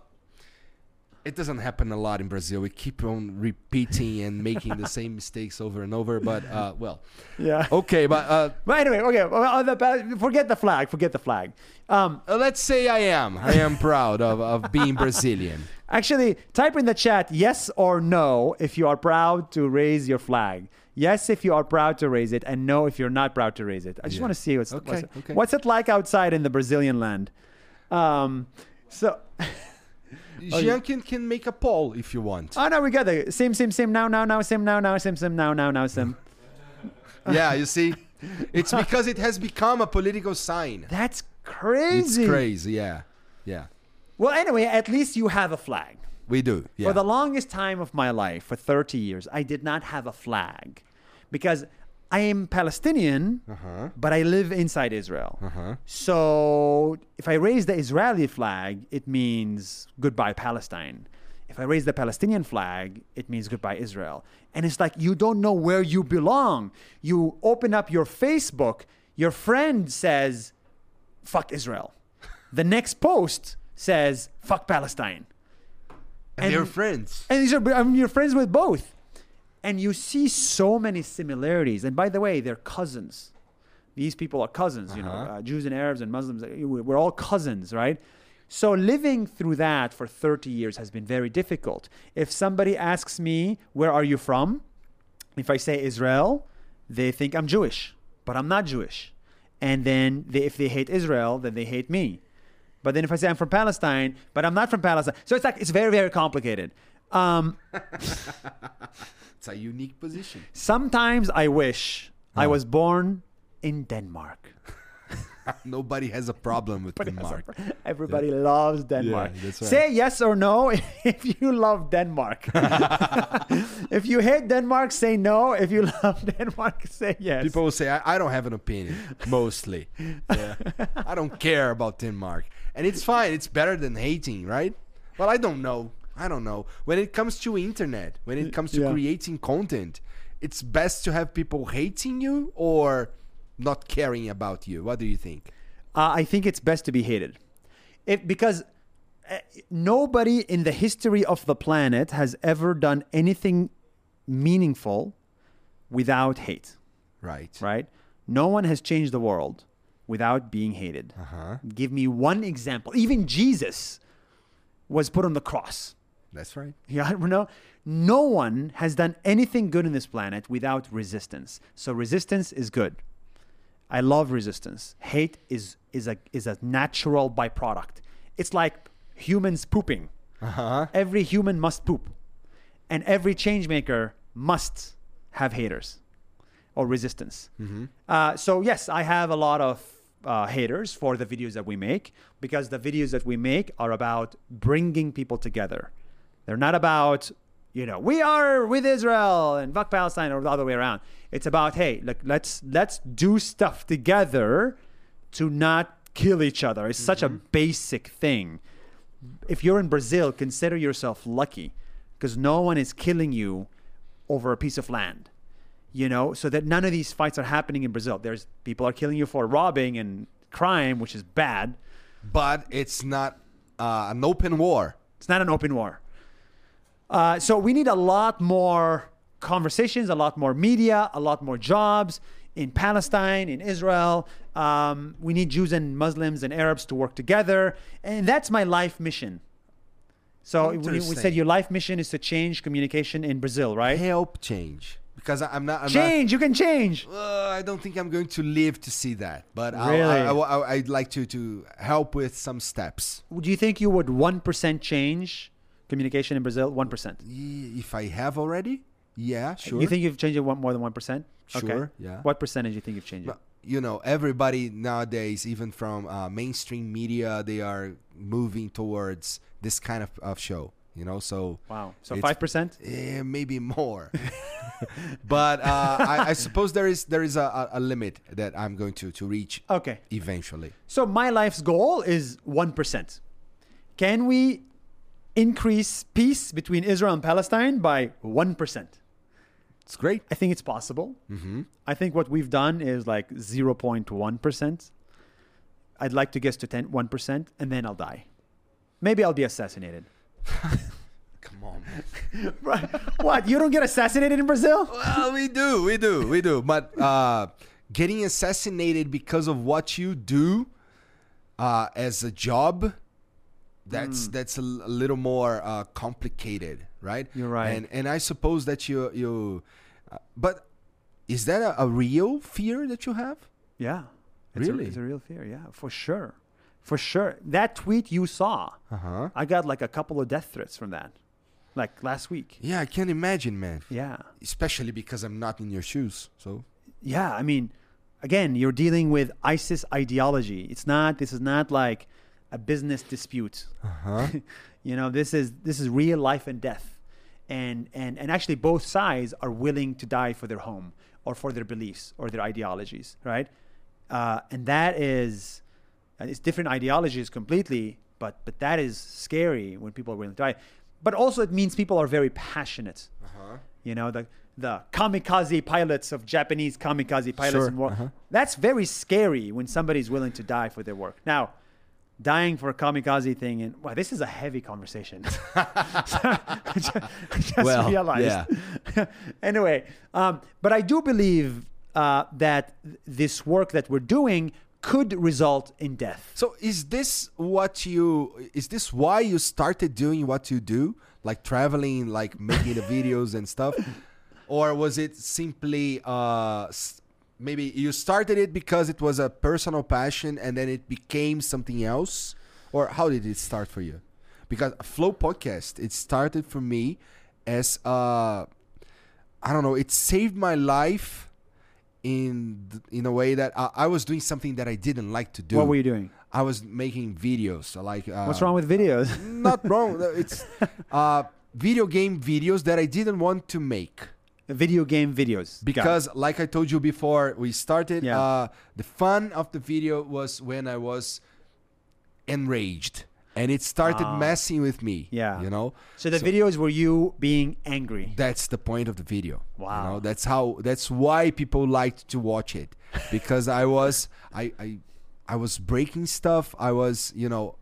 [SPEAKER 1] it doesn't happen a lot in Brazil. We keep on repeating and making the same mistakes over and over. But uh, well,
[SPEAKER 2] Yeah.
[SPEAKER 1] okay. But uh,
[SPEAKER 2] Oh, But anyway, okay. well, on the ba- Forget the flag. Forget the flag. Um,
[SPEAKER 1] uh, let's say I am. I am proud of, of being Brazilian.
[SPEAKER 2] actually, type in the chat yes or no if you are proud to raise your flag. Yes, if you are proud to raise it, and no, if you're not proud to raise it. I just
[SPEAKER 1] Yeah.
[SPEAKER 2] want to see what's,
[SPEAKER 1] Okay,
[SPEAKER 2] what's,
[SPEAKER 1] okay.
[SPEAKER 2] what's it like outside in the Brazilian land. Um, so,
[SPEAKER 1] Jean can, can make a poll if you
[SPEAKER 2] (laughs)
[SPEAKER 1] want.
[SPEAKER 2] oh no, we got the same, same, same, now, now, now, same, now, now, same, same, now, now, now, same.
[SPEAKER 1] yeah, you see, it's because it has become a political sign.
[SPEAKER 2] That's crazy.
[SPEAKER 1] It's crazy. Yeah, yeah.
[SPEAKER 2] Well, anyway, at least you have a flag.
[SPEAKER 1] We do. Yeah.
[SPEAKER 2] For the longest time of my life, for 30 years, I did not have a flag because I am Palestinian, but I live inside Israel. So if I raise the Israeli flag, it means goodbye, Palestine. If I raise the Palestinian flag, it means goodbye, Israel. And it's like you don't know where you belong. You open up your Facebook, your friend says, fuck Israel. The next post says, fuck Palestine
[SPEAKER 1] and they're
[SPEAKER 2] and-
[SPEAKER 1] friends.
[SPEAKER 2] and these are I'm, you're friends with both and you see so many similarities and by the way they're cousins these people are cousins you know uh, jews and arabs and muslims uh, we- we're all cousins right so living through that for 30 years has been very difficult if somebody asks me where are you from if i say israel they think i'm jewish but i'm not jewish and then they, if they hate israel then they hate me but then if I say I'm from Palestine, but I'm not from Palestine, so it's like it's very very complicated. Um,
[SPEAKER 1] It's a unique position.
[SPEAKER 2] sometimes I wish I was born in Denmark.
[SPEAKER 1] Nobody has a problem with
[SPEAKER 2] (laughs)
[SPEAKER 1] Denmark.
[SPEAKER 2] Everybody loves Denmark.
[SPEAKER 1] that's right.
[SPEAKER 2] Say yes or no (laughs) if you love
[SPEAKER 1] (laughs)
[SPEAKER 2] Denmark. (laughs) if you hate Denmark, say no. If you (laughs) love Denmark, say yes.
[SPEAKER 1] People will say, I, I don't have an opinion,
[SPEAKER 2] (laughs)
[SPEAKER 1] mostly. Yeah. I don't care about Denmark. And it's fine. It's better than hating, right? Well, I don't know. I don't know. When it comes to internet, when it comes to
[SPEAKER 2] yeah.
[SPEAKER 1] creating content, it's best to have people hating you or not caring about you. What do you think?
[SPEAKER 2] uh, I think it's best to be hated. It, because uh, nobody in the history of the planet has ever done anything meaningful without hate,
[SPEAKER 1] Right.
[SPEAKER 2] right? No one has changed the world without being hated. Give me one example. Even Jesus was put on the cross.
[SPEAKER 1] That's right.
[SPEAKER 2] (laughs) Yeah, I don't know. No one has done anything good in this planet without resistance. So resistance is good. I love resistance. Hate is is a is a natural byproduct. It's like humans pooping.
[SPEAKER 1] Uh-huh.
[SPEAKER 2] Every human must poop, and every change maker must have haters or resistance. Uh, so yes, I have a lot of uh, haters for the videos that we make because the videos that we make are about bringing people together. They're not about you know we are with Israel and fuck Palestine or the other way around. It's about hey look let's let's do stuff together to not kill each other. It's such a basic thing. If you're in Brazil, consider yourself lucky because no one is killing you over a piece of land you know, so that none of these fights are happening in Brazil. There's people are killing you for robbing and crime, which is bad.
[SPEAKER 1] But it's not uh, an open war.
[SPEAKER 2] It's not an open war. Uh, so we need a lot more conversations, a lot more media, a lot more jobs in Palestine, in Israel. Um, we need Jews and Muslims and Arabs to work together, and that's my life mission. So we, we said
[SPEAKER 1] Interesting.
[SPEAKER 2] your life mission is to change communication in Brazil, right?
[SPEAKER 1] Help change. Because I, I'm not. I'm not
[SPEAKER 2] Change, you can change.
[SPEAKER 1] Uh, I don't think I'm going to live to see that, but
[SPEAKER 2] Really?
[SPEAKER 1] I'll, I, I, would like to, to help with some steps.
[SPEAKER 2] do you think you would 1% change communication in Brazil? 1%.
[SPEAKER 1] Y- If I have already, yeah, sure.
[SPEAKER 2] You think you've changed it one, more than 1%?
[SPEAKER 1] Sure, yeah.
[SPEAKER 2] What percentage do you think you've changed it?
[SPEAKER 1] you know, everybody nowadays, even from uh, mainstream media, they are moving towards this kind of, of show. You know, so
[SPEAKER 2] Wow. So
[SPEAKER 1] it's-
[SPEAKER 2] 5%?
[SPEAKER 1] Eh, maybe more, (laughs) but uh, I, I suppose there is there is a, a- a limit that I'm going to to reach
[SPEAKER 2] Okay.
[SPEAKER 1] eventually.
[SPEAKER 2] So my life's goal is 1%. Can we increase peace between Israel and Palestine by 1%?
[SPEAKER 1] It's great. Mm-hmm.
[SPEAKER 2] I think it's possible. I think what we've done is like 0.1%. I'd like to guess to 10, 1%, and then I'll die. Maybe I'll be assassinated.
[SPEAKER 1] Come on, man.
[SPEAKER 2] Right. what? You don't get assassinated in Brazil?
[SPEAKER 1] Well, we do, we do, we do. But uh, getting assassinated because of what you do uh, as a job,
[SPEAKER 2] Hmm.
[SPEAKER 1] that's that's a, l- a little more uh, complicated, right?
[SPEAKER 2] You're right.
[SPEAKER 1] And and I suppose that you you, uh, but is that a, a real fear that you have?
[SPEAKER 2] Yeah. It's
[SPEAKER 1] Really?
[SPEAKER 2] A, it's a real fear. Yeah, for sure. For sure. That tweet you saw,
[SPEAKER 1] Uh-huh.
[SPEAKER 2] I got like a couple of death threats from that, like last week.
[SPEAKER 1] Yeah, I can't imagine, man.
[SPEAKER 2] Yeah.
[SPEAKER 1] Especially because I'm not in your shoes, so.
[SPEAKER 2] Yeah. I mean, again, you're dealing with ISIS ideology. It's not, this is not like a business dispute. (laughs) you know, this is, this is real life and death. And, and, and actually, both sides are willing to die for their home or for their beliefs or their ideologies, right? Uh, and that is, and it's different ideologies completely but but that is scary when people are willing to die but also it means people are very passionate
[SPEAKER 1] Uh-huh.
[SPEAKER 2] you know the the kamikaze pilots of japanese kamikaze pilots
[SPEAKER 1] Sure,
[SPEAKER 2] in war
[SPEAKER 1] uh-huh.
[SPEAKER 2] that's very scary when somebody's willing to die for their work now dying for a kamikaze thing and wow this is a heavy conversation (laughs) I ju- I just
[SPEAKER 1] Well,
[SPEAKER 2] realized
[SPEAKER 1] yeah.
[SPEAKER 2] (laughs) anyway, um, but I do believe uh, that th- this work that we're doing could result in death.
[SPEAKER 1] So is this what you is this why you started doing what you do? Like traveling, like making the videos and
[SPEAKER 2] (laughs)
[SPEAKER 1] stuff? Or was it simply uh s- maybe you started it because it was a personal passion and then it became something else? Or how did it start for you? Because Flow Podcast, it started for me as uh I don't know, it saved my life in th- in a way that I, I was doing something that I didn't like to do.
[SPEAKER 2] What were you doing?
[SPEAKER 1] I was making videos. so Like uh,
[SPEAKER 2] What's wrong with videos? (laughs)
[SPEAKER 1] Not wrong. uh, It's uh, video game videos that I didn't want to make
[SPEAKER 2] Video game videos. Got it.
[SPEAKER 1] because, like I told you before, we started.
[SPEAKER 2] Yeah.
[SPEAKER 1] Uh, the fun of the video was when I was enraged, and it started
[SPEAKER 2] Ah.
[SPEAKER 1] messing with me.
[SPEAKER 2] Yeah.
[SPEAKER 1] you know.
[SPEAKER 2] so the videos were you being angry.
[SPEAKER 1] That's the point of the video.
[SPEAKER 2] Wow.
[SPEAKER 1] that's how. That's why people liked to watch it because I was (laughs) I, I I was breaking stuff. I was you know,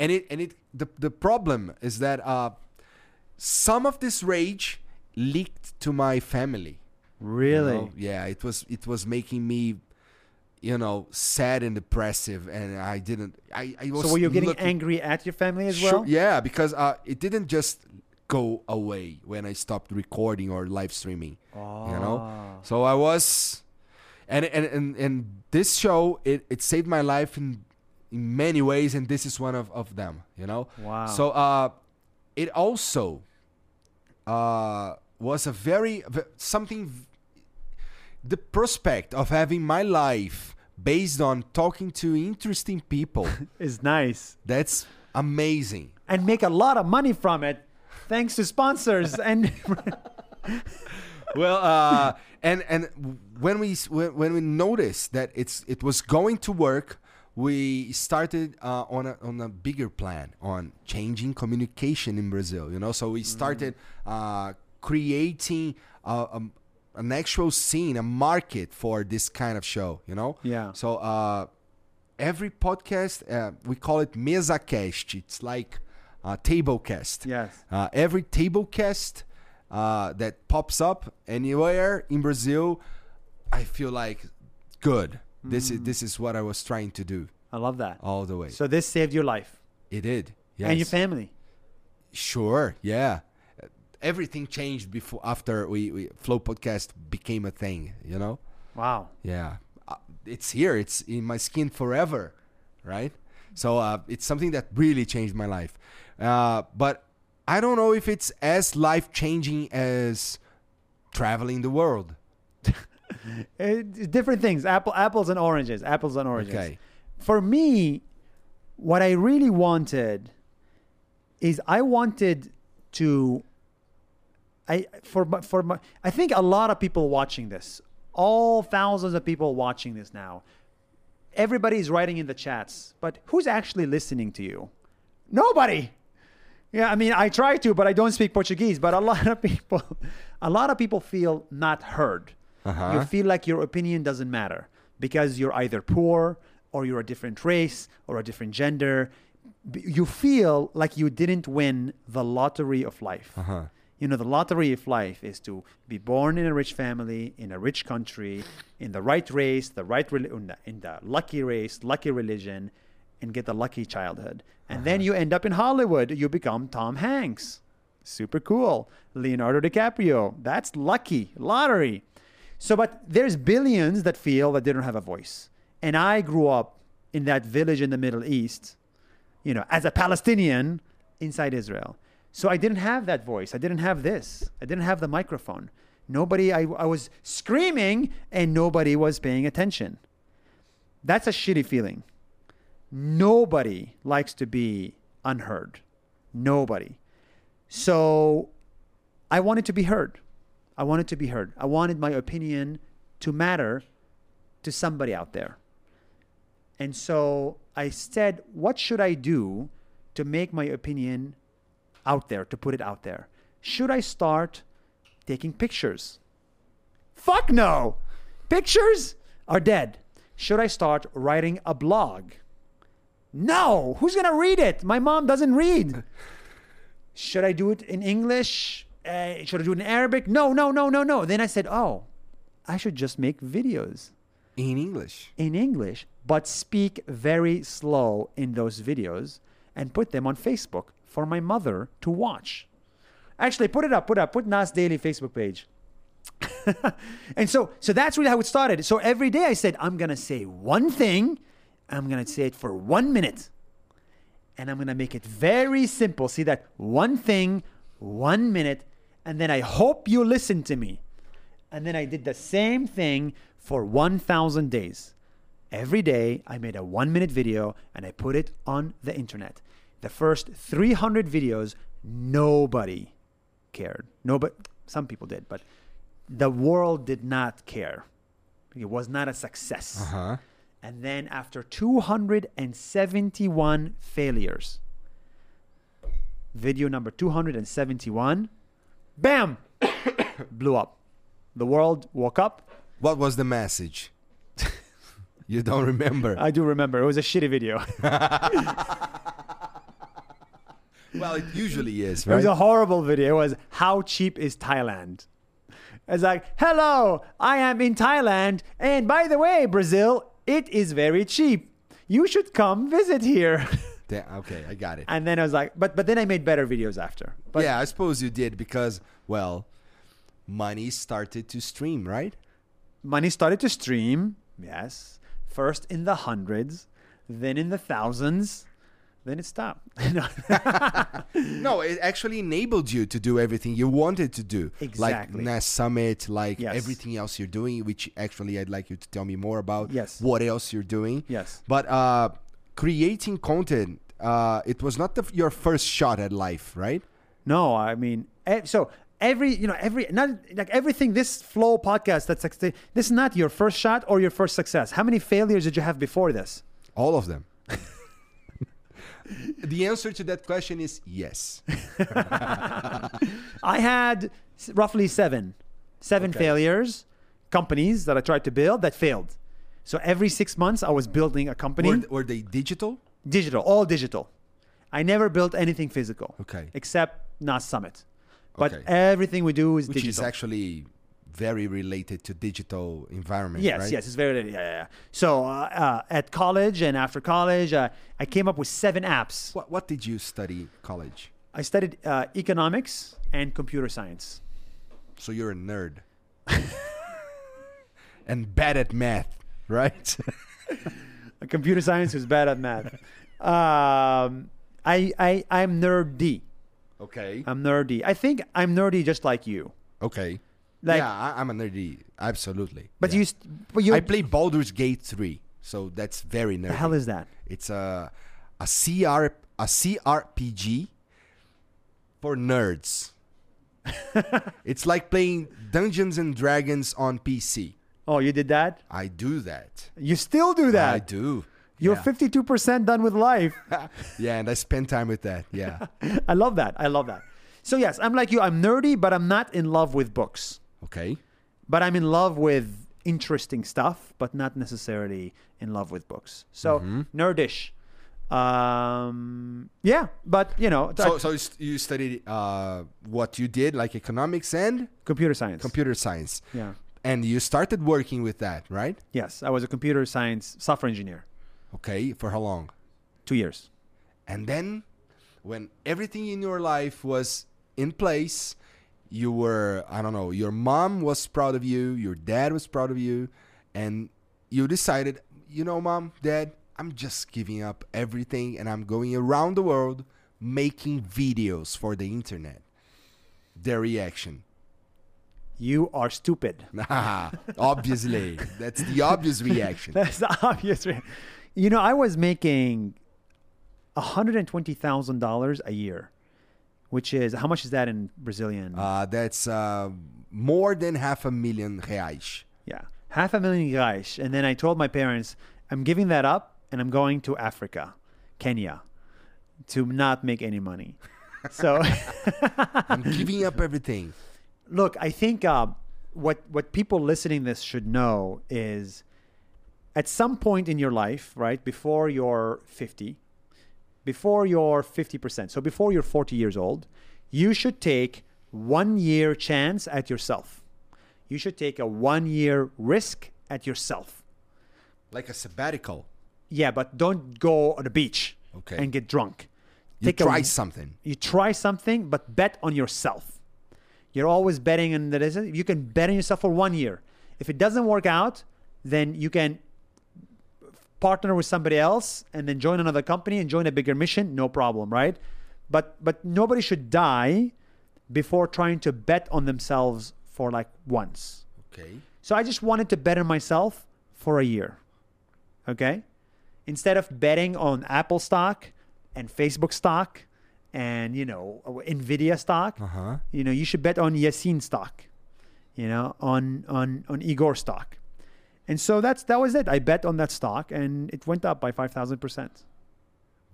[SPEAKER 1] and it and it the the problem is that uh, some of this rage leaked to my family. you
[SPEAKER 2] Really?
[SPEAKER 1] know? Yeah. It was it was making me. You know, sad and depressive, and I didn't. I, I was.
[SPEAKER 2] So were you getting
[SPEAKER 1] looking-
[SPEAKER 2] angry at your family as
[SPEAKER 1] Sure,
[SPEAKER 2] well?
[SPEAKER 1] yeah, because uh, it didn't just go away when I stopped recording or live streaming. You know,
[SPEAKER 2] Ah.
[SPEAKER 1] so I was, and and and, and this show it, it saved my life in in many ways, and this is one of of them. You know.
[SPEAKER 2] Wow.
[SPEAKER 1] So uh, it also uh was a very v- something. v- The prospect of having my life based on talking to interesting
[SPEAKER 2] (laughs)
[SPEAKER 1] people
[SPEAKER 2] Is nice.
[SPEAKER 1] that's amazing.
[SPEAKER 2] And make a lot of money from it thanks to sponsors and (laughs)
[SPEAKER 1] well, uh, and and when we when, when we noticed that it's it was going to work, we started uh, on a on a bigger plan on changing communication in Brazil. You know, so we started uh, creating uh, um, an actual scene, a market for this kind of show. You know,
[SPEAKER 2] Yeah.
[SPEAKER 1] So uh, every podcast uh, we call it mesa cast. It's like a table cast.
[SPEAKER 2] Yes.
[SPEAKER 1] Uh, every tablecast uh, that pops up anywhere in Brazil, I feel like good. This is this is what I was trying to do
[SPEAKER 2] I love that.
[SPEAKER 1] all the way.
[SPEAKER 2] Mm. So this saved your life
[SPEAKER 1] it did. Yes.
[SPEAKER 2] and your family.
[SPEAKER 1] sure. Yeah. Uh, Everything changed before after we, we Flow Podcast became a thing. You know.
[SPEAKER 2] Wow.
[SPEAKER 1] Yeah. Uh, it's here. It's in my skin forever, right? So uh, it's something that really changed my life. Uh, but I don't know if it's as life changing as traveling the world.
[SPEAKER 2] It, Uh, different things. Apple, apples and oranges. Apples and oranges.
[SPEAKER 1] Okay.
[SPEAKER 2] For me, what I really wanted is I wanted to. I for my- for my, I think a lot of people watching this, all thousands of people watching this now. Everybody's writing in the chats, but who's actually listening to you? Nobody. Yeah, I mean, I try to, but I don't speak Portuguese. But a lot of (laughs) people, a lot of people feel not heard. You feel like your opinion doesn't matter because you're either poor or you're a different race or a different gender. b- you feel like you didn't win the lottery of life.
[SPEAKER 1] Uh-huh.
[SPEAKER 2] You know, the lottery of life is to be born in a rich family, in a rich country, in the right race, the right reli- in, the, in the lucky race, lucky religion, and get the lucky childhood. And then you end up in Hollywood. You become Tom Hanks. Super cool. Leonardo DiCaprio. That's lucky lottery. So, but there's billions that feel that they don't have a voice. And I grew up in that village in the Middle East you know, as a Palestinian inside Israel. So I didn't have that voice. I didn't have this. I didn't have the microphone. Nobody, I, I was screaming and nobody was paying attention. That's a shitty feeling. Nobody likes to be unheard. Nobody. So I wanted to be heard. I wanted to be heard. I wanted my opinion to matter to somebody out there. And so I said, what should I do to make my opinion out there, to put it out there? Should I start taking pictures? Fuck no! Pictures are dead. Should I start writing a blog? No! Who's gonna read it? My mom doesn't read. Should I do it in English? Uh, should I do it in Arabic? No, no, no, no, no. Then I said, oh, I should just make videos
[SPEAKER 1] In English.
[SPEAKER 2] in English, but speak very slow in those videos and put them on Facebook for my mother to watch. Actually, put it up, put up, put Nas Daily Facebook page. (laughs) and so, so that's really how it started. So every day I said, I'm gonna say one thing, I'm gonna say it for one minute, and I'm gonna make it very simple. See that one thing, one minute, and then I hope you listen to me. And then I did the same thing for 1,000 days. Every day, I made a one minute video and I put it on the internet. The first 300 videos, nobody cared. Nobody, some people did, but the world did not care. It was not a success.
[SPEAKER 1] Huh?
[SPEAKER 2] And then after 271 failures, video number 271, bam, (coughs) blew up. The world woke up.
[SPEAKER 1] What was the message? (laughs) you don't remember.
[SPEAKER 2] I do remember it was a shitty video. (laughs)
[SPEAKER 1] well, it
[SPEAKER 2] (laughs)
[SPEAKER 1] usually is,
[SPEAKER 2] It was
[SPEAKER 1] right?
[SPEAKER 2] a horrible video. It was how cheap is Thailand? It's like, hello, I am in Thailand, and by the way, Brazil, it is very cheap. You should come visit here. (laughs)
[SPEAKER 1] Da- okay, I got it.
[SPEAKER 2] and then I was like, but but then I made better videos after. But
[SPEAKER 1] yeah, I suppose you did because, well, money started to stream, right?
[SPEAKER 2] money started to stream. Yes, first in the hundreds, then in the thousands, then it stopped. (laughs) No.
[SPEAKER 1] No, it actually enabled you to do everything you wanted to do.
[SPEAKER 2] Exactly.
[SPEAKER 1] Like NAS Summit, like
[SPEAKER 2] Yes.
[SPEAKER 1] everything else you're doing, which actually I'd like you to tell me more about.
[SPEAKER 2] Yes.
[SPEAKER 1] What else you're doing.
[SPEAKER 2] Yes.
[SPEAKER 1] But uh, creating content, uh, it was not the, your first shot at life, right?
[SPEAKER 2] No, I mean, e- so every you know every not like everything. This flow podcast that's suc- this is not your first shot or your first success. How many failures did you have before this?
[SPEAKER 1] All of
[SPEAKER 2] (laughs)
[SPEAKER 1] them. the answer to that question is yes.
[SPEAKER 2] I had s- roughly seven, seven
[SPEAKER 1] Okay.
[SPEAKER 2] failures. Companies that I tried to build that failed. So every six months, I was building a company.
[SPEAKER 1] Were, were they digital?
[SPEAKER 2] digital, all digital. I never built anything physical.
[SPEAKER 1] Okay.
[SPEAKER 2] Except NAS Summit. But
[SPEAKER 1] Okay.
[SPEAKER 2] everything we do is
[SPEAKER 1] Which
[SPEAKER 2] digital.
[SPEAKER 1] is actually very related to digital environment,
[SPEAKER 2] Yes,
[SPEAKER 1] right?
[SPEAKER 2] yes, it's very yeah, yeah. yeah. So uh, uh, at college and after college, uh, I came up with seven apps.
[SPEAKER 1] What, what did you study college?
[SPEAKER 2] I studied uh, economics and computer science.
[SPEAKER 1] So you're a nerd. (laughs) and bad at math, right? (laughs)
[SPEAKER 2] Uh, Computer science was bad at math. (laughs) Um, I I I'm nerdy.
[SPEAKER 1] okay.
[SPEAKER 2] I'm nerdy. I think I'm nerdy just like you.
[SPEAKER 1] Um, okay.
[SPEAKER 2] Like-
[SPEAKER 1] yeah, I, I'm a nerdy. Absolutely.
[SPEAKER 2] But
[SPEAKER 1] Yeah.
[SPEAKER 2] you, st- but you,
[SPEAKER 1] I play Baldur's Gate 3, so that's very nerdy.
[SPEAKER 2] the hell is that?
[SPEAKER 1] It's a a CR a CRPG for
[SPEAKER 2] (laughs)
[SPEAKER 1] nerds. it's like playing Dungeons and Dragons on PC.
[SPEAKER 2] Oh, you did that.
[SPEAKER 1] I do that.
[SPEAKER 2] You still do that.
[SPEAKER 1] I do.
[SPEAKER 2] You're
[SPEAKER 1] yeah.
[SPEAKER 2] 52% done with
[SPEAKER 1] (laughs)
[SPEAKER 2] life.
[SPEAKER 1] yeah, and I spend time with that.
[SPEAKER 2] (laughs)
[SPEAKER 1] Yeah.
[SPEAKER 2] I love that. I love that. So yes, I'm like you. I'm nerdy, but I'm not in love with books.
[SPEAKER 1] Okay.
[SPEAKER 2] but I'm in love with
[SPEAKER 1] Mm-hmm.
[SPEAKER 2] interesting stuff, but not necessarily in love with books. So nerdish. Um, yeah, but you know,
[SPEAKER 1] So, so you st- you studied uh, what you did, like economics and
[SPEAKER 2] computer science.
[SPEAKER 1] computer science.
[SPEAKER 2] yeah.
[SPEAKER 1] And you started working with that, right?
[SPEAKER 2] Yes, I was a computer science software engineer.
[SPEAKER 1] Okay, for how long?
[SPEAKER 2] Two years.
[SPEAKER 1] And then, when everything in your life was in place, you were, I don't know, your mom was proud of you, your dad was proud of you, and you decided, you know, mom, dad, I'm just giving up everything and I'm going around the world making videos for the internet. Their reaction.
[SPEAKER 2] You are stupid.
[SPEAKER 1] (laughs) Obviously. That's the obvious reaction.
[SPEAKER 2] (laughs) That's the obvious. re- You know, I was making $120,000 a year, which is how much is that in Brazilian?
[SPEAKER 1] Uh, that's uh, more than half a million reais.
[SPEAKER 2] yeah, half a million reais. And then I told my parents, I'm giving that up and I'm going to Africa, Kenya, to not make any money. So. (laughs)
[SPEAKER 1] I'm giving up everything.
[SPEAKER 2] look, I think uh, what what people listening this should know is at some point in your life, right, before you're 50, before you're 50%, so before you're 40 years old, you should take one year chance at yourself. You should take a one year risk at yourself.
[SPEAKER 1] Like a sabbatical.
[SPEAKER 2] Yeah, but don't go on the beach
[SPEAKER 1] Okay.
[SPEAKER 2] and get drunk.
[SPEAKER 1] You
[SPEAKER 2] Take a-
[SPEAKER 1] try something.
[SPEAKER 2] you try something, but bet on yourself. You're always betting on that. If you can bet on yourself for one year, if it doesn't work out, then you can partner with somebody else and then join another company and join a bigger mission. No problem, right? But but nobody should die before trying to bet on themselves for like once.
[SPEAKER 1] Okay.
[SPEAKER 2] So I just wanted to better myself for a year. Okay? Instead of betting on Apple stock and Facebook stock and, you know, Nvidia stock,
[SPEAKER 1] Uh-huh.
[SPEAKER 2] you know, you should bet on Yasin stock, you know, on on on Igor stock. And so that's that was it. I bet on that stock and it went up by 5000%.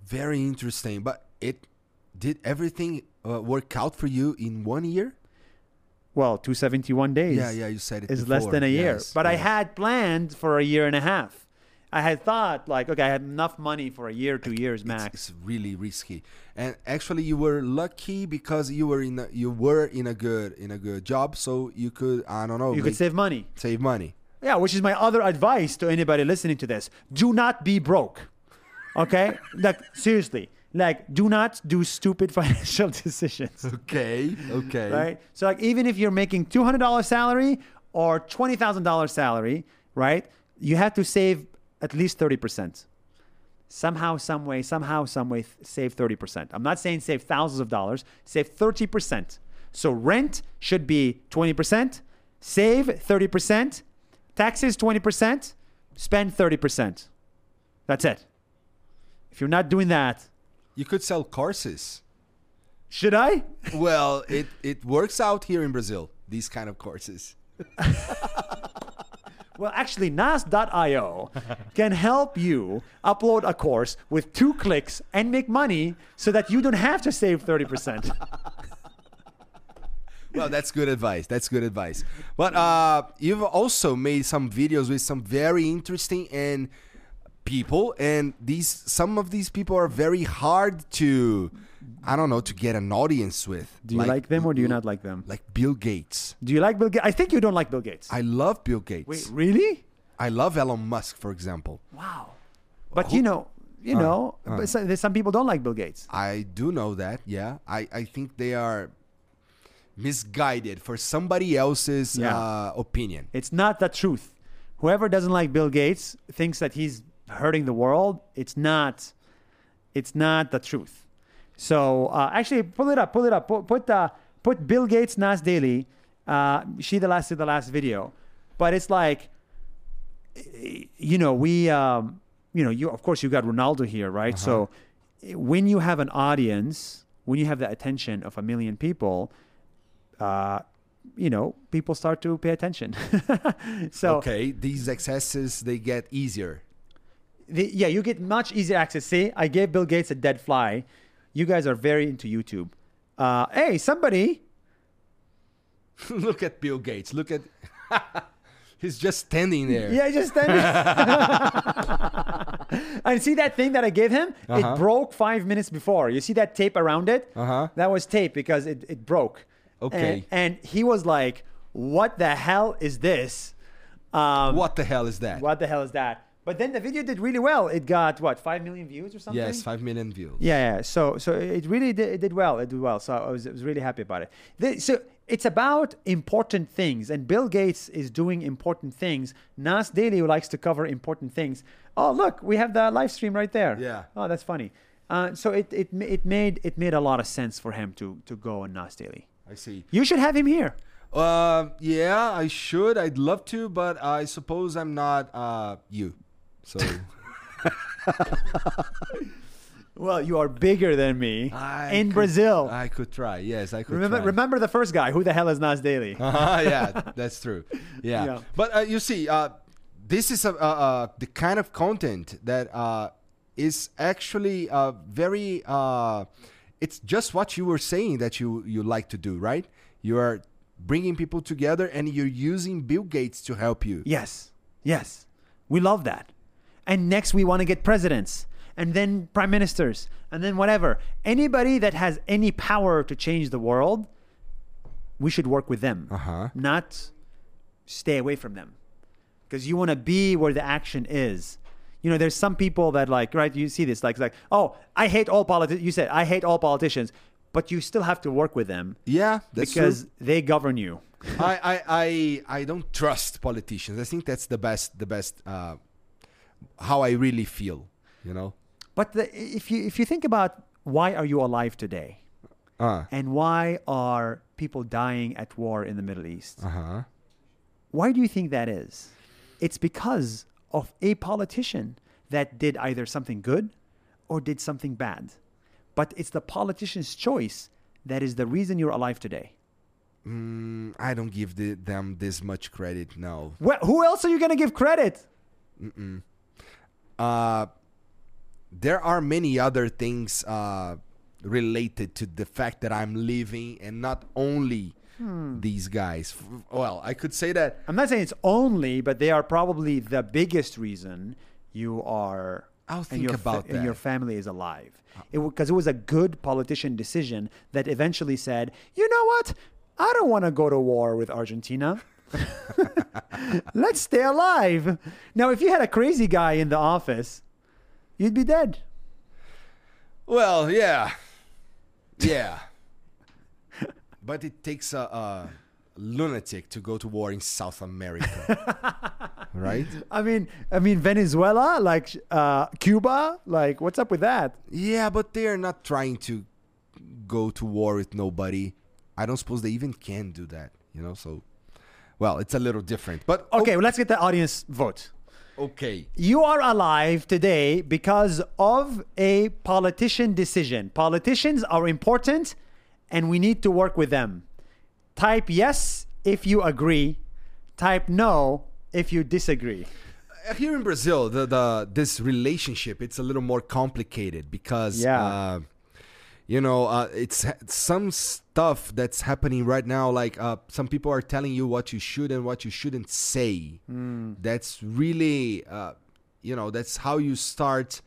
[SPEAKER 1] Very interesting. But it did everything uh, work out for you in one year?
[SPEAKER 2] Well, 271 days.
[SPEAKER 1] yeah, yeah, you said it.
[SPEAKER 2] is less
[SPEAKER 1] before.
[SPEAKER 2] than a year.
[SPEAKER 1] Yes,
[SPEAKER 2] but I
[SPEAKER 1] yes.
[SPEAKER 2] had planned for a year and a half. I had thought like, okay, I had enough money for a year, two years
[SPEAKER 1] It's-
[SPEAKER 2] max.
[SPEAKER 1] It's, really risky. And actually, you were lucky because you were in a, you were in a good in a good job, so you could I don't know
[SPEAKER 2] You
[SPEAKER 1] make-
[SPEAKER 2] could save money.
[SPEAKER 1] save money.
[SPEAKER 2] Yeah, which is my other advice to anybody listening to this. Do not be broke. Okay? (laughs) like seriously. Like do not do stupid (laughs) financial decisions.
[SPEAKER 1] Okay. Okay.
[SPEAKER 2] Right? So like even if you're making two hundred dollar salary or twenty thousand dollar salary, right? You have to save at least thirty percent. Somehow, some way, somehow, some way, th- save thirty percent. I'm not saying save thousands of dollars. Save thirty percent. So rent should be twenty percent. Save thirty percent. Taxes twenty percent. Spend thirty percent. That's it. If you're not doing that,
[SPEAKER 1] You could sell courses.
[SPEAKER 2] should I?
[SPEAKER 1] Well, it it works out here in Brazil. These kind of courses.
[SPEAKER 2] Well, actually, Nas.io can help you upload a course with two clicks and make money so that you don't have to save 30%.
[SPEAKER 1] Well, that's good advice. That's good advice. But uh, you've also made some videos with some very interesting and people, and these some of these people are very hard to, I don't know, to get an audience with.
[SPEAKER 2] Do you like, them or do you not like them?
[SPEAKER 1] Like Bill Gates.
[SPEAKER 2] Do you like Bill Gates? I think you don't like Bill Gates.
[SPEAKER 1] I love Bill Gates.
[SPEAKER 2] Wait, really?
[SPEAKER 1] I love Elon Musk, for example.
[SPEAKER 2] Wow. But you know, you know, but so- there's some people don't like Bill Gates.
[SPEAKER 1] I do know that. Yeah, I I think they are misguided for somebody else's
[SPEAKER 2] Yeah.
[SPEAKER 1] uh, opinion.
[SPEAKER 2] It's not the truth. Whoever doesn't like Bill Gates thinks that he's hurting the world. It's not. It's not the truth. So uh, actually, pull it up. Pull it up. Put put, uh, put Bill Gates Nas Daily. Uh, she the last did the last video, but it's like, you know, we, um, you know, you of course you got Ronaldo here, right? So when you have an audience, when you have the attention of a million people, uh, you know, people start to pay attention. (laughs) so
[SPEAKER 1] Okay, these excesses they get easier. (laughs)
[SPEAKER 2] the, yeah, you get much easier access. See, I gave Bill Gates a dead fly. You guys are very into YouTube. Uh, hey, somebody,
[SPEAKER 1] look at Bill Gates. Look at (laughs) (laughs) he's just standing there.
[SPEAKER 2] yeah, just send me. (laughs) and see that thing that I gave him?
[SPEAKER 1] Uh-huh.
[SPEAKER 2] It broke five minutes before. You see that tape around it?
[SPEAKER 1] Uh-huh.
[SPEAKER 2] That was tape because it, it broke.
[SPEAKER 1] Okay.
[SPEAKER 2] And, and he was like, What the hell is this? Um,
[SPEAKER 1] What the hell is that?
[SPEAKER 2] what the hell is that? But then the video did really well. It got what five million views or something.
[SPEAKER 1] Yes, 5 million views.
[SPEAKER 2] Yeah, yeah. So so it really did, it did well. It did well. So I was, I was really happy about it. The- so it's about important things, and Bill Gates is doing important things. Nas Daily likes to cover important things. Oh, look, we have the live stream right there.
[SPEAKER 1] Yeah.
[SPEAKER 2] Oh, that's funny. Uh, so it, it ma- it made it made a lot of sense for him to to go on Nas Daily.
[SPEAKER 1] I see.
[SPEAKER 2] You should have him here.
[SPEAKER 1] Uh, yeah, I should. I'd love to, but I suppose I'm not uh, you. So
[SPEAKER 2] Well, you are bigger than me
[SPEAKER 1] I
[SPEAKER 2] (laughs) in
[SPEAKER 1] could-
[SPEAKER 2] Brazil.
[SPEAKER 1] I could try. Yes, I could.
[SPEAKER 2] remember
[SPEAKER 1] try.
[SPEAKER 2] remember the first guy. Who the hell is Nas Daily?
[SPEAKER 1] uh (laughs) yeah, that's true. Yeah,
[SPEAKER 2] Yeah.
[SPEAKER 1] but uh, you see, uh, this is a, uh, uh, the kind of content that uh, is actually uh, very. Uh, it's just what you were saying that you you like to do, right? You are bringing people together, and you're using Bill Gates to help you.
[SPEAKER 2] Yes. Yes. We love that. And next, we want to get presidents and then prime ministers and then whatever. Anybody that has any power to change the world, we should work with them,
[SPEAKER 1] Uh-huh.
[SPEAKER 2] not stay away from them. Because you want to be where the action is. You know, there's some people that like, right? You see this, like, like, oh, I hate all politics. You said I hate all politicians, but you still have to work with them
[SPEAKER 1] Yeah, that's true.
[SPEAKER 2] because (laughs) they govern you.
[SPEAKER 1] I, I, I, I don't trust politicians. I think that's the best, the best, uh, how I really feel, you know?
[SPEAKER 2] But the, if you if you think about why are you alive today,
[SPEAKER 1] Uh,
[SPEAKER 2] and why are people dying at war in the Middle East?
[SPEAKER 1] uh-huh.
[SPEAKER 2] Why do you think that is? It's because of a politician that did either something good or did something bad. But it's the politician's choice that is the reason you're alive today.
[SPEAKER 1] Mm, I don't give the, them this much credit now.
[SPEAKER 2] Well, who else are you going to give credit?
[SPEAKER 1] Uh, there are many other things uh, related to the fact that I'm living and not only these guys. F- Well, I could say that
[SPEAKER 2] I'm not saying it's only, but they are probably the biggest reason you are.
[SPEAKER 1] I'll
[SPEAKER 2] and
[SPEAKER 1] think
[SPEAKER 2] your
[SPEAKER 1] about
[SPEAKER 2] And your
[SPEAKER 1] that.
[SPEAKER 2] family is alive. Because it, was a good politician decision that eventually said, you know what? I don't want to go to war with Argentina. (laughs) Let's stay alive. Now, if you had a crazy guy in the office, you'd be dead.
[SPEAKER 1] Well, yeah, yeah, but it takes a, a lunatic to go to war in South America, right?
[SPEAKER 2] I mean, I mean Venezuela, like uh, Cuba, like what's up with that?
[SPEAKER 1] Yeah, but they are not trying to go to war with nobody. I don't suppose they even can do that, you know. So, well, it's a little different, but o-
[SPEAKER 2] Okay, well, let's get the audience vote.
[SPEAKER 1] okay.
[SPEAKER 2] You are alive today because of a politician decision. Politicians are important and we need to work with them. Type yes if you agree, type no if you disagree.
[SPEAKER 1] Uh, Here in Brazil, the, the this relationship it's a little more complicated because
[SPEAKER 2] Yeah.
[SPEAKER 1] uh, you know uh, it's ha- some stuff that's happening right now. Like uh, some people are telling you what you should and what you shouldn't say. That's really uh, you know that's how you start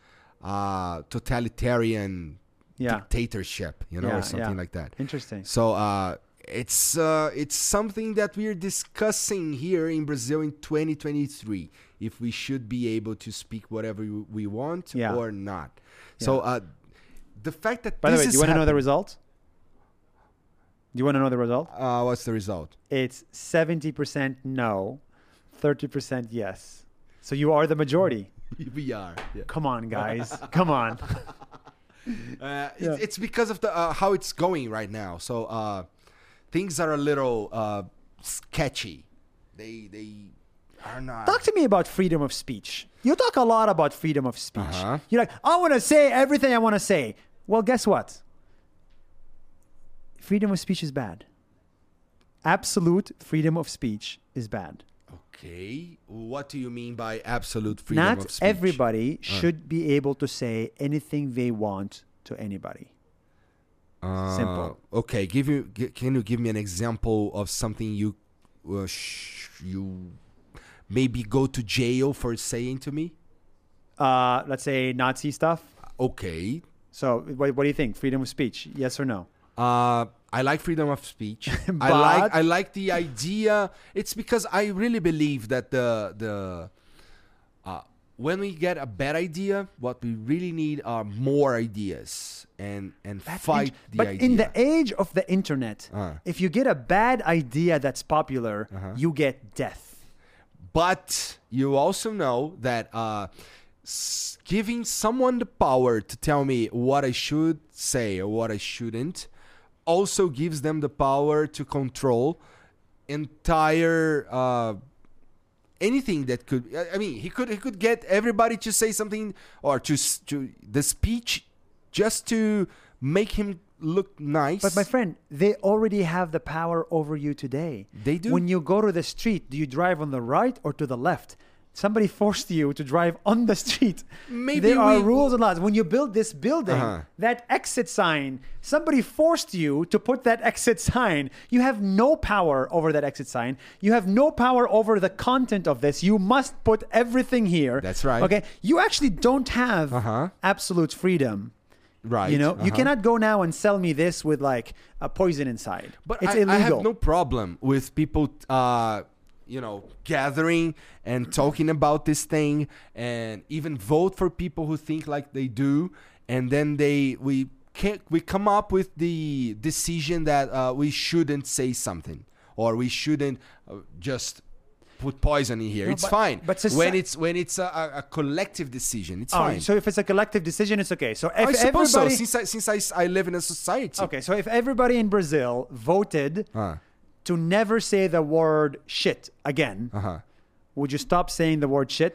[SPEAKER 1] uh, totalitarian
[SPEAKER 2] Yeah.
[SPEAKER 1] dictatorship, you know,
[SPEAKER 2] Yeah,
[SPEAKER 1] or something
[SPEAKER 2] yeah.
[SPEAKER 1] like that.
[SPEAKER 2] Interesting.
[SPEAKER 1] So uh, it's uh, it's something that we are discussing here in Brazil in 2023 if we should be able to speak whatever we- we want
[SPEAKER 2] Yeah.
[SPEAKER 1] or not. So uh, the fact that
[SPEAKER 2] By the
[SPEAKER 1] this
[SPEAKER 2] way, do
[SPEAKER 1] is
[SPEAKER 2] you want to know the
[SPEAKER 1] happen-
[SPEAKER 2] result? Do you want to know the result?
[SPEAKER 1] uh, what's the
[SPEAKER 2] (laughs)
[SPEAKER 1] result?
[SPEAKER 2] It's 70% no, 30% yes. So you are the majority.
[SPEAKER 1] we are. Yeah.
[SPEAKER 2] Come on,
[SPEAKER 1] (laughs)
[SPEAKER 2] guys. Come on.
[SPEAKER 1] Uh,
[SPEAKER 2] Yeah.
[SPEAKER 1] it's, it's because of the uh, how it's going right now. So uh, things are a little uh, sketchy. They they are not.
[SPEAKER 2] Talk to me about freedom of speech. You talk a lot about freedom of speech.
[SPEAKER 1] Uh-huh.
[SPEAKER 2] You're like, I want to say everything I want to say. Well, guess what? Freedom of speech is bad. Absolute freedom of speech is bad.
[SPEAKER 1] Okay. What do you mean by absolute freedom
[SPEAKER 2] Not
[SPEAKER 1] of speech?
[SPEAKER 2] everybody should be able to say anything they want to anybody.
[SPEAKER 1] Uh,
[SPEAKER 2] Simple.
[SPEAKER 1] Okay. Give you. G- can you give me an example of something you, uh, sh- you, maybe go to jail for saying to me?
[SPEAKER 2] uh, let's say Nazi stuff.
[SPEAKER 1] Ok.
[SPEAKER 2] So what, what do you think? Freedom of speech? Yes or no?
[SPEAKER 1] Uh, I like freedom of
[SPEAKER 2] (laughs)
[SPEAKER 1] speech. I
[SPEAKER 2] But-
[SPEAKER 1] like I like the idea. It's because I really believe that the the uh, when we get a bad idea, what we really need are more ideas and and fight
[SPEAKER 2] Int-
[SPEAKER 1] the
[SPEAKER 2] but
[SPEAKER 1] idea.
[SPEAKER 2] in the age of the internet,
[SPEAKER 1] Uh. Uh-huh.
[SPEAKER 2] if you get a bad idea that's popular, you get death.
[SPEAKER 1] But you also know that uh, s- giving someone the power to tell me what I should say or what I shouldn't also gives them the power to control entire uh, anything that could. I- I mean, he could he could get everybody to say something or to s- to the speech just to make him look nice.
[SPEAKER 2] But my friend, they already have the power over you today.
[SPEAKER 1] They do.
[SPEAKER 2] When you go to the street, do you drive on the right or to the left? Somebody (laughs) forced you to drive on the street.
[SPEAKER 1] Maybe
[SPEAKER 2] there are
[SPEAKER 1] we-
[SPEAKER 2] rules and laws. When you build this building,
[SPEAKER 1] Uh-huh.
[SPEAKER 2] that exit sign, somebody forced you to put that exit sign. You have no power over that exit sign. You have no power over the content of this. You must put everything here.
[SPEAKER 1] That's right.
[SPEAKER 2] Okay. You actually don't have
[SPEAKER 1] Uh-huh.
[SPEAKER 2] absolute freedom.
[SPEAKER 1] right?
[SPEAKER 2] You know, you
[SPEAKER 1] uh-huh.
[SPEAKER 2] cannot go now and sell me this with like a poison inside.
[SPEAKER 1] But
[SPEAKER 2] it's
[SPEAKER 1] I,
[SPEAKER 2] illegal.
[SPEAKER 1] I have no problem with people, uh, you know, gathering and talking about this thing, and even vote for people who think like they do, and then they we can't we come up with the decision that uh, we shouldn't say something or we shouldn't uh, just put poison in here. it's
[SPEAKER 2] but-
[SPEAKER 1] fine.
[SPEAKER 2] but soci-
[SPEAKER 1] when it's when it's a, a- a collective decision, it's
[SPEAKER 2] All right,
[SPEAKER 1] fine.
[SPEAKER 2] so if it's a collective decision, it's okay. So if
[SPEAKER 1] I suppose
[SPEAKER 2] everybody,
[SPEAKER 1] so. Since I since I, s- I live in a society.
[SPEAKER 2] okay, so if everybody in Brazil voted
[SPEAKER 1] Uh,
[SPEAKER 2] to never say the word shit again,
[SPEAKER 1] uh-huh.
[SPEAKER 2] would you stop saying the word shit?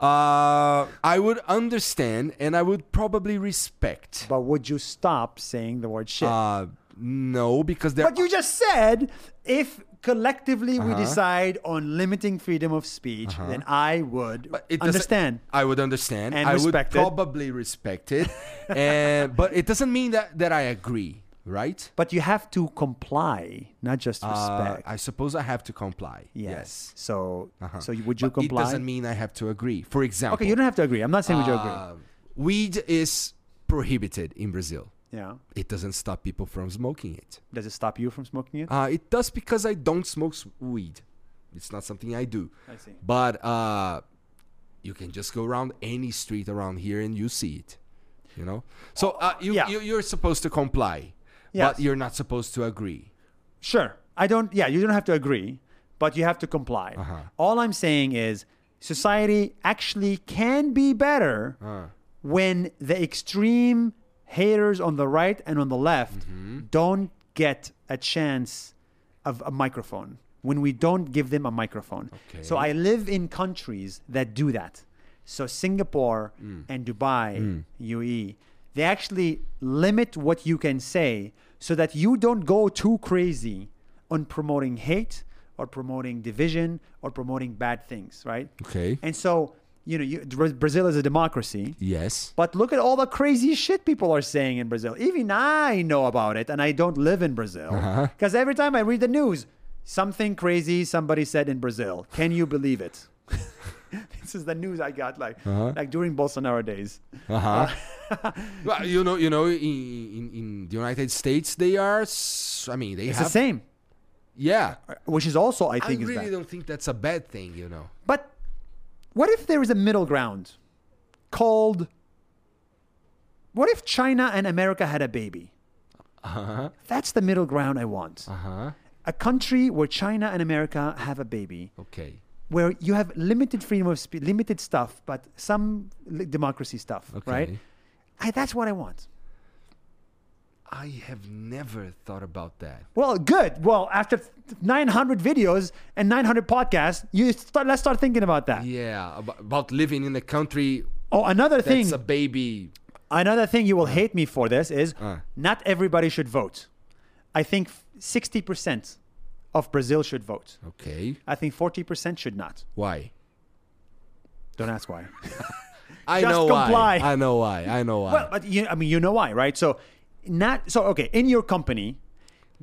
[SPEAKER 1] Uh, I would understand, and I would probably respect.
[SPEAKER 2] But would you stop saying the word shit?
[SPEAKER 1] Uh, no, because there.
[SPEAKER 2] but you just said if collectively we
[SPEAKER 1] Uh-huh.
[SPEAKER 2] decide on limiting freedom of speech, then I would
[SPEAKER 1] But it doesn't-
[SPEAKER 2] understand.
[SPEAKER 1] I would understand.
[SPEAKER 2] And
[SPEAKER 1] I would
[SPEAKER 2] respect it.
[SPEAKER 1] probably respect
[SPEAKER 2] (laughs)
[SPEAKER 1] it, and but it doesn't mean that that I agree, right?
[SPEAKER 2] But you have to comply, not just
[SPEAKER 1] Uh,
[SPEAKER 2] respect.
[SPEAKER 1] I suppose I have to comply.
[SPEAKER 2] Yes.
[SPEAKER 1] Yes.
[SPEAKER 2] So,
[SPEAKER 1] Uh-huh.
[SPEAKER 2] so you- would you
[SPEAKER 1] But
[SPEAKER 2] comply?
[SPEAKER 1] It doesn't mean I have to agree. For example,
[SPEAKER 2] okay, you don't have to agree. I'm not saying would you agree.
[SPEAKER 1] uh, weed is prohibited in Brazil.
[SPEAKER 2] Yeah.
[SPEAKER 1] It doesn't stop people from smoking it.
[SPEAKER 2] Does it stop you from smoking it?
[SPEAKER 1] Uh, it does because I don't smoke s- weed. It's not something I do.
[SPEAKER 2] I see.
[SPEAKER 1] But uh, you can just go around any street around here and you see it. You know? So uh, you,
[SPEAKER 2] yeah.
[SPEAKER 1] you, you're supposed to comply,
[SPEAKER 2] Yes.
[SPEAKER 1] but you're not supposed to agree.
[SPEAKER 2] Sure. I don't. Yeah, you don't have to agree, but you have to comply.
[SPEAKER 1] Uh-huh.
[SPEAKER 2] All I'm saying is society actually can be better
[SPEAKER 1] Uh.
[SPEAKER 2] when the extreme haters on the right and on the left don't get a chance of a microphone. When we don't give them a microphone. So I live in countries that do that. So Singapore and Dubai, UAE, they actually limit what you can say so that you don't go too crazy on promoting hate or promoting division or promoting bad things, right?
[SPEAKER 1] Okay.
[SPEAKER 2] And so, you know, you, Bra- Brazil is a democracy.
[SPEAKER 1] Yes.
[SPEAKER 2] But look at all the crazy shit people are saying in Brazil. Even I know about it, and I don't live in Brazil. Because every time I read the news, something crazy somebody said in Brazil. Can you believe it? (laughs) this is the news I got like like during Bolsonaro days. Uh,
[SPEAKER 1] Uh-huh. (laughs) well, you know, you know, in, in, in the United States, they are. s- I mean, they
[SPEAKER 2] (laughs) It's
[SPEAKER 1] have.
[SPEAKER 2] the same,
[SPEAKER 1] Yeah.
[SPEAKER 2] which is also I
[SPEAKER 1] I
[SPEAKER 2] think is
[SPEAKER 1] really
[SPEAKER 2] bad.
[SPEAKER 1] don't think that's a bad thing, you know.
[SPEAKER 2] But what if there is a middle ground called what if China and America had a baby?
[SPEAKER 1] Uh-huh.
[SPEAKER 2] That's the middle ground I want.
[SPEAKER 1] Uh-huh.
[SPEAKER 2] A country where China and America have a baby,
[SPEAKER 1] Okay.
[SPEAKER 2] where you have limited freedom of speech, limited stuff, but some li- democracy stuff, right?
[SPEAKER 1] Okay.
[SPEAKER 2] I, that's what I want.
[SPEAKER 1] I have never thought about that.
[SPEAKER 2] Well, good. Well, after 900 videos and 900 podcasts, you start, let's start thinking about that.
[SPEAKER 1] Yeah, ab- about living in a country
[SPEAKER 2] Oh, another
[SPEAKER 1] that's
[SPEAKER 2] thing,
[SPEAKER 1] a baby.
[SPEAKER 2] another thing you will hate me for this is
[SPEAKER 1] Uh.
[SPEAKER 2] not everybody should vote. I think 60% of Brazil should vote.
[SPEAKER 1] Okay,
[SPEAKER 2] I think 40% should not.
[SPEAKER 1] why?
[SPEAKER 2] Don't ask why.
[SPEAKER 1] I
[SPEAKER 2] Just
[SPEAKER 1] know
[SPEAKER 2] comply.
[SPEAKER 1] why. I know why. I know why.
[SPEAKER 2] (laughs) Well, but you, I mean, you know why, right? So, not so okay. In your company,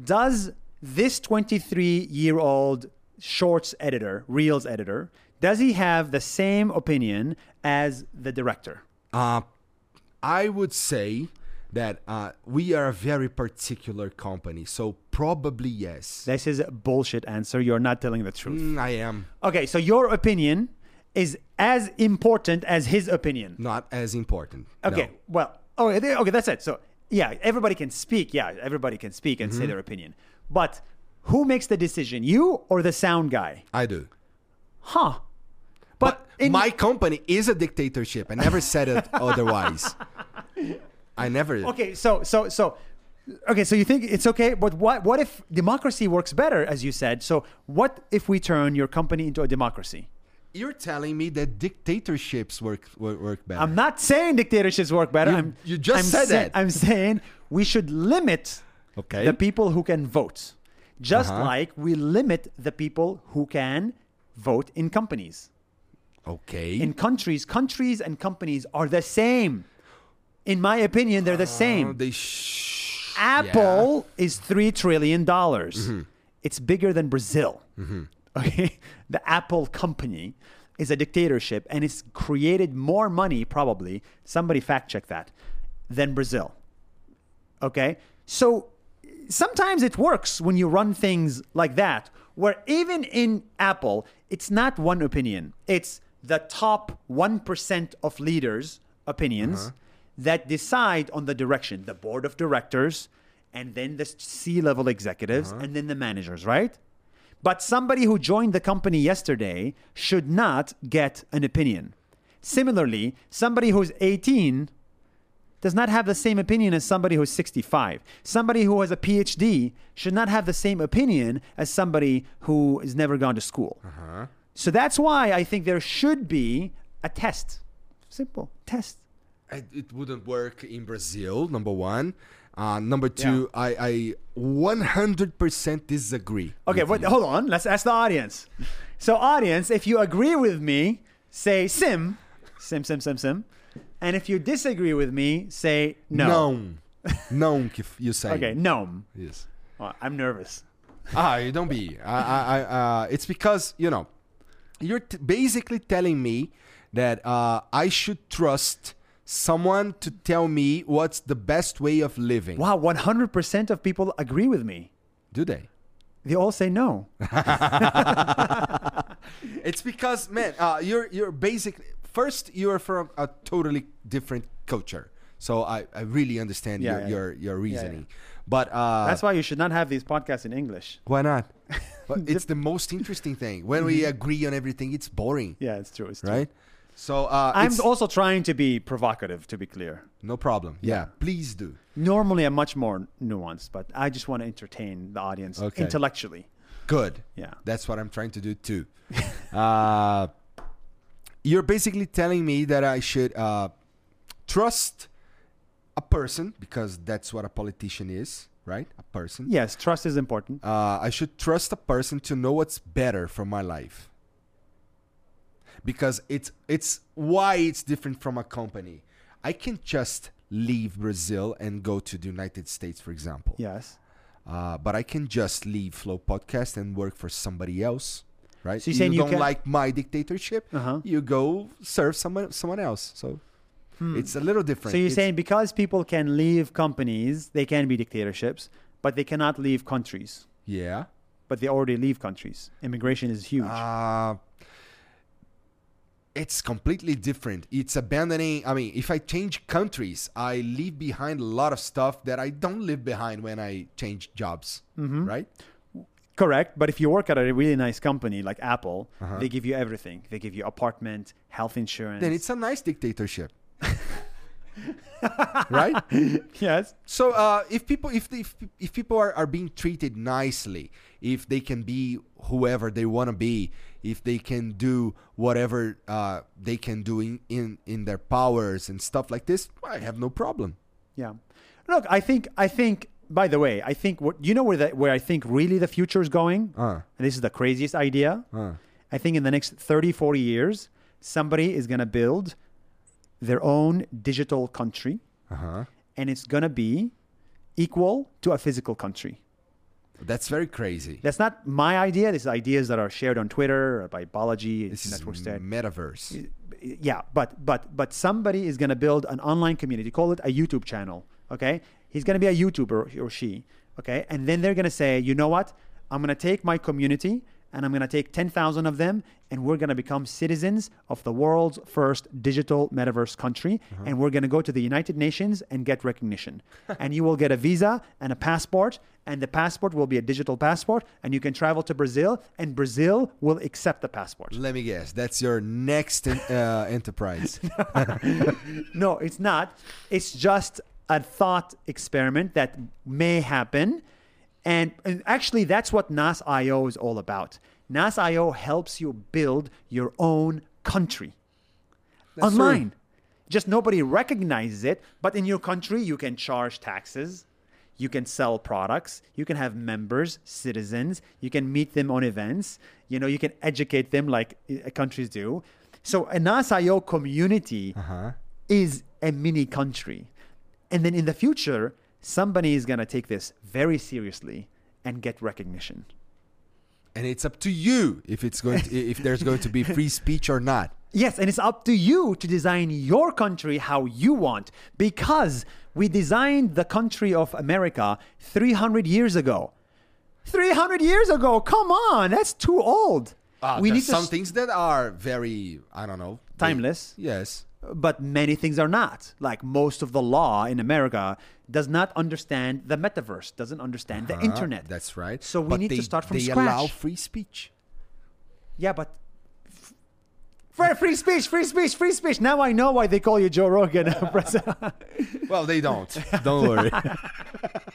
[SPEAKER 2] does this 23 year old shorts editor, reels editor, Does he have the same opinion as the director?
[SPEAKER 1] Uh, I would say that uh, we are a very particular company, so probably yes.
[SPEAKER 2] This is a bullshit answer. You're not telling the truth.
[SPEAKER 1] Mm, I am
[SPEAKER 2] Okay, so your opinion is as important as his opinion.
[SPEAKER 1] not as important. no.
[SPEAKER 2] Okay. Well. Okay. there- Okay. That's it. So yeah, everybody can speak. Yeah, everybody can speak and
[SPEAKER 1] Mm-hmm.
[SPEAKER 2] say their opinion. But who makes the decision? You or the sound guy?
[SPEAKER 1] I do.
[SPEAKER 2] Huh.
[SPEAKER 1] But my company is a dictatorship. I never said
[SPEAKER 2] (laughs)
[SPEAKER 1] it otherwise. I never.
[SPEAKER 2] okay. So so so. Okay, so you think it's okay, but what what if democracy works better, as you said? So what if we turn your company into a democracy?
[SPEAKER 1] You're telling me that dictatorships work work, work better.
[SPEAKER 2] I'm not saying dictatorships work better.
[SPEAKER 1] You-
[SPEAKER 2] I'm,
[SPEAKER 1] you just
[SPEAKER 2] I'm
[SPEAKER 1] said
[SPEAKER 2] say-
[SPEAKER 1] that.
[SPEAKER 2] I'm saying we should limit
[SPEAKER 1] Okay.
[SPEAKER 2] the people who can vote, just
[SPEAKER 1] Uh-huh.
[SPEAKER 2] like we limit the people who can vote in companies.
[SPEAKER 1] okay.
[SPEAKER 2] In countries, countries and companies are the same. In my opinion, they're the
[SPEAKER 1] Oh,
[SPEAKER 2] same.
[SPEAKER 1] they sh-
[SPEAKER 2] Apple is three trillion dollars.
[SPEAKER 1] Mm-hmm.
[SPEAKER 2] It's bigger than Brazil. (laughs) Okay, the Apple company is a dictatorship, and it's created more money probably. Somebody fact check that than Brazil. Okay, so sometimes it works when you run things like that, where even in Apple, it's not one opinion; it's the top one percent of leaders' opinions that decide on the direction. The board of directors, and then the C-level executives, and then the managers, right? But somebody who joined the company yesterday should not get an opinion. Similarly, somebody who's 18 does not have the same opinion as somebody who's 65. Somebody who has a PhD should not have the same opinion as somebody who has never gone to school. So that's why I think there should be a test. Simple test.
[SPEAKER 1] yeah. It, it wouldn't work in Brazil. Number one. Uh, number two, I, I 100% disagree.
[SPEAKER 2] Okay,
[SPEAKER 1] with
[SPEAKER 2] but
[SPEAKER 1] you.
[SPEAKER 2] hold on. Let's ask the audience. So, audience, if you agree with me, say sim, sim, sim, sim, sim. And if you disagree with me, say no.
[SPEAKER 1] Não.
[SPEAKER 2] (laughs)
[SPEAKER 1] Não que f- you say.
[SPEAKER 2] Okay, gnome.
[SPEAKER 1] Yes.
[SPEAKER 2] Oh, I'm nervous.
[SPEAKER 1] Ah, you don't be. I, I, I, uh, it's because you know, you're t- basically telling me that uh, I should trust someone to tell me what's the best way of living.
[SPEAKER 2] Wow, 100% of people agree with me.
[SPEAKER 1] Do they?
[SPEAKER 2] They all say no.
[SPEAKER 1] It's because, man, uh, you're you're basically first you're from a totally different culture, so I, I really understand
[SPEAKER 2] Yeah,
[SPEAKER 1] your,
[SPEAKER 2] yeah,
[SPEAKER 1] your your
[SPEAKER 2] yeah.
[SPEAKER 1] reasoning, but uh,
[SPEAKER 2] That's why you should not have these podcasts in English.
[SPEAKER 1] why not?
[SPEAKER 2] (laughs)
[SPEAKER 1] But it's the most interesting thing. When we agree on everything, it's boring,
[SPEAKER 2] Mm-hmm. Yeah, it's true. It's true.
[SPEAKER 1] right? So uh,
[SPEAKER 2] I'm
[SPEAKER 1] it's-
[SPEAKER 2] also trying to be provocative, to be clear.
[SPEAKER 1] No problem. Yeah, please do.
[SPEAKER 2] Normally, I'm much more nuanced, but I just want to entertain the audience
[SPEAKER 1] Okay.
[SPEAKER 2] intellectually.
[SPEAKER 1] Good.
[SPEAKER 2] Yeah.
[SPEAKER 1] That's what I'm trying to do too. (laughs) uh, you're basically telling me that I should uh, trust a person because that's what a politician is, right? A person.
[SPEAKER 2] Yes, trust is important.
[SPEAKER 1] Uh, I should trust a person to know what's better for my life. Because it's it's why it's different from a company. I can just leave Brazil and go to the United States, for example.
[SPEAKER 2] Yes.
[SPEAKER 1] uh, but I can just leave Flow Podcast and work for somebody else, right?
[SPEAKER 2] So you're saying you
[SPEAKER 1] don't
[SPEAKER 2] can-
[SPEAKER 1] like my dictatorship,
[SPEAKER 2] Uh-huh.
[SPEAKER 1] you go serve someone someone else. So it's a little different.
[SPEAKER 2] Hmm. So you're
[SPEAKER 1] It's-
[SPEAKER 2] saying because people can leave companies, they can be dictatorships, but they cannot leave countries.
[SPEAKER 1] yeah?
[SPEAKER 2] But they already leave countries. Immigration is huge.
[SPEAKER 1] Uh, it's completely different. It's abandoning. I mean, if I change countries, I leave behind a lot of stuff that I don't leave behind when I change jobs,
[SPEAKER 2] Mm-hmm.
[SPEAKER 1] right?
[SPEAKER 2] Correct. But if you work at a really nice company like Apple, they give you everything. They give you apartment, health insurance.
[SPEAKER 1] Uh-huh. Then it's a nice dictatorship, (laughs)
[SPEAKER 2] (laughs)
[SPEAKER 1] right?
[SPEAKER 2] (laughs) yes.
[SPEAKER 1] So uh, if people if, they, if if people are, are being treated nicely, if they can be whoever they want to be, if they can do whatever uh, they can do in, in in their powers and stuff like this, I have no problem.
[SPEAKER 2] Yeah. Look, I think I think by the way, I think what you know where the, where I think really the future is going?
[SPEAKER 1] Uh.
[SPEAKER 2] And this is the craziest idea.
[SPEAKER 1] Uh.
[SPEAKER 2] I think in the next 30 40 years, somebody is going to build their own digital country
[SPEAKER 1] Uh huh.
[SPEAKER 2] and it's going to be equal to a physical country.
[SPEAKER 1] That's very crazy.
[SPEAKER 2] That's not my idea. These are ideas that are shared on Twitter or by Balaji and
[SPEAKER 1] This is
[SPEAKER 2] Network State.
[SPEAKER 1] metaverse.
[SPEAKER 2] yeah, but but but somebody is going to build an online community. Call it a YouTube channel. Okay, he's going to be a YouTuber or she. Okay, and then they're going to say, you know what? I'm going to take my community and I'm going to take ten thousand of them, and we're going to become citizens of the world's first digital metaverse country, and we're going to go to the United Nations and get recognition. and you will get a visa and a passport, and the passport will be a digital passport, and you can travel to Brazil, and Brazil will accept the passport.
[SPEAKER 1] Let me guess. That's your next en- uh, (laughs) enterprise.
[SPEAKER 2] No, it's not. It's just a thought experiment that may happen. And, and actually, that's what NAS IO is all about. NAS IO helps you build your own country
[SPEAKER 1] That's true.
[SPEAKER 2] online. Just nobody recognizes it, but in your country, you can charge taxes, you can sell products, you can have members, citizens, you can meet them on events, you know, you can educate them like uh, countries do. So a NASIO community
[SPEAKER 1] Uh-huh.
[SPEAKER 2] is a mini country. And then in the future, somebody is going to take this very seriously and get recognition.
[SPEAKER 1] and it's up to you if it's going to, if there's going to be free speech or not.
[SPEAKER 2] Yes, and it's up to you to design your country how you want because we designed the country of America 300 years ago. 300 years ago? Come on, that's too old.
[SPEAKER 1] Ah,
[SPEAKER 2] we
[SPEAKER 1] there's
[SPEAKER 2] need
[SPEAKER 1] some
[SPEAKER 2] to,
[SPEAKER 1] things that are very I don't know they-
[SPEAKER 2] Timeless.
[SPEAKER 1] Yes.
[SPEAKER 2] but many things are not. Like most of the law in America does not understand the metaverse, doesn't understand the
[SPEAKER 1] Uh-huh,
[SPEAKER 2] internet.
[SPEAKER 1] That's right.
[SPEAKER 2] So we
[SPEAKER 1] But
[SPEAKER 2] need to
[SPEAKER 1] they-
[SPEAKER 2] start from
[SPEAKER 1] they
[SPEAKER 2] scratch.
[SPEAKER 1] allow free speech.
[SPEAKER 2] Yeah, but f- free, free speech, free speech, free speech. Now I know why they call you Joe Rogan. (laughs)
[SPEAKER 1] Well, they don't. Don't worry.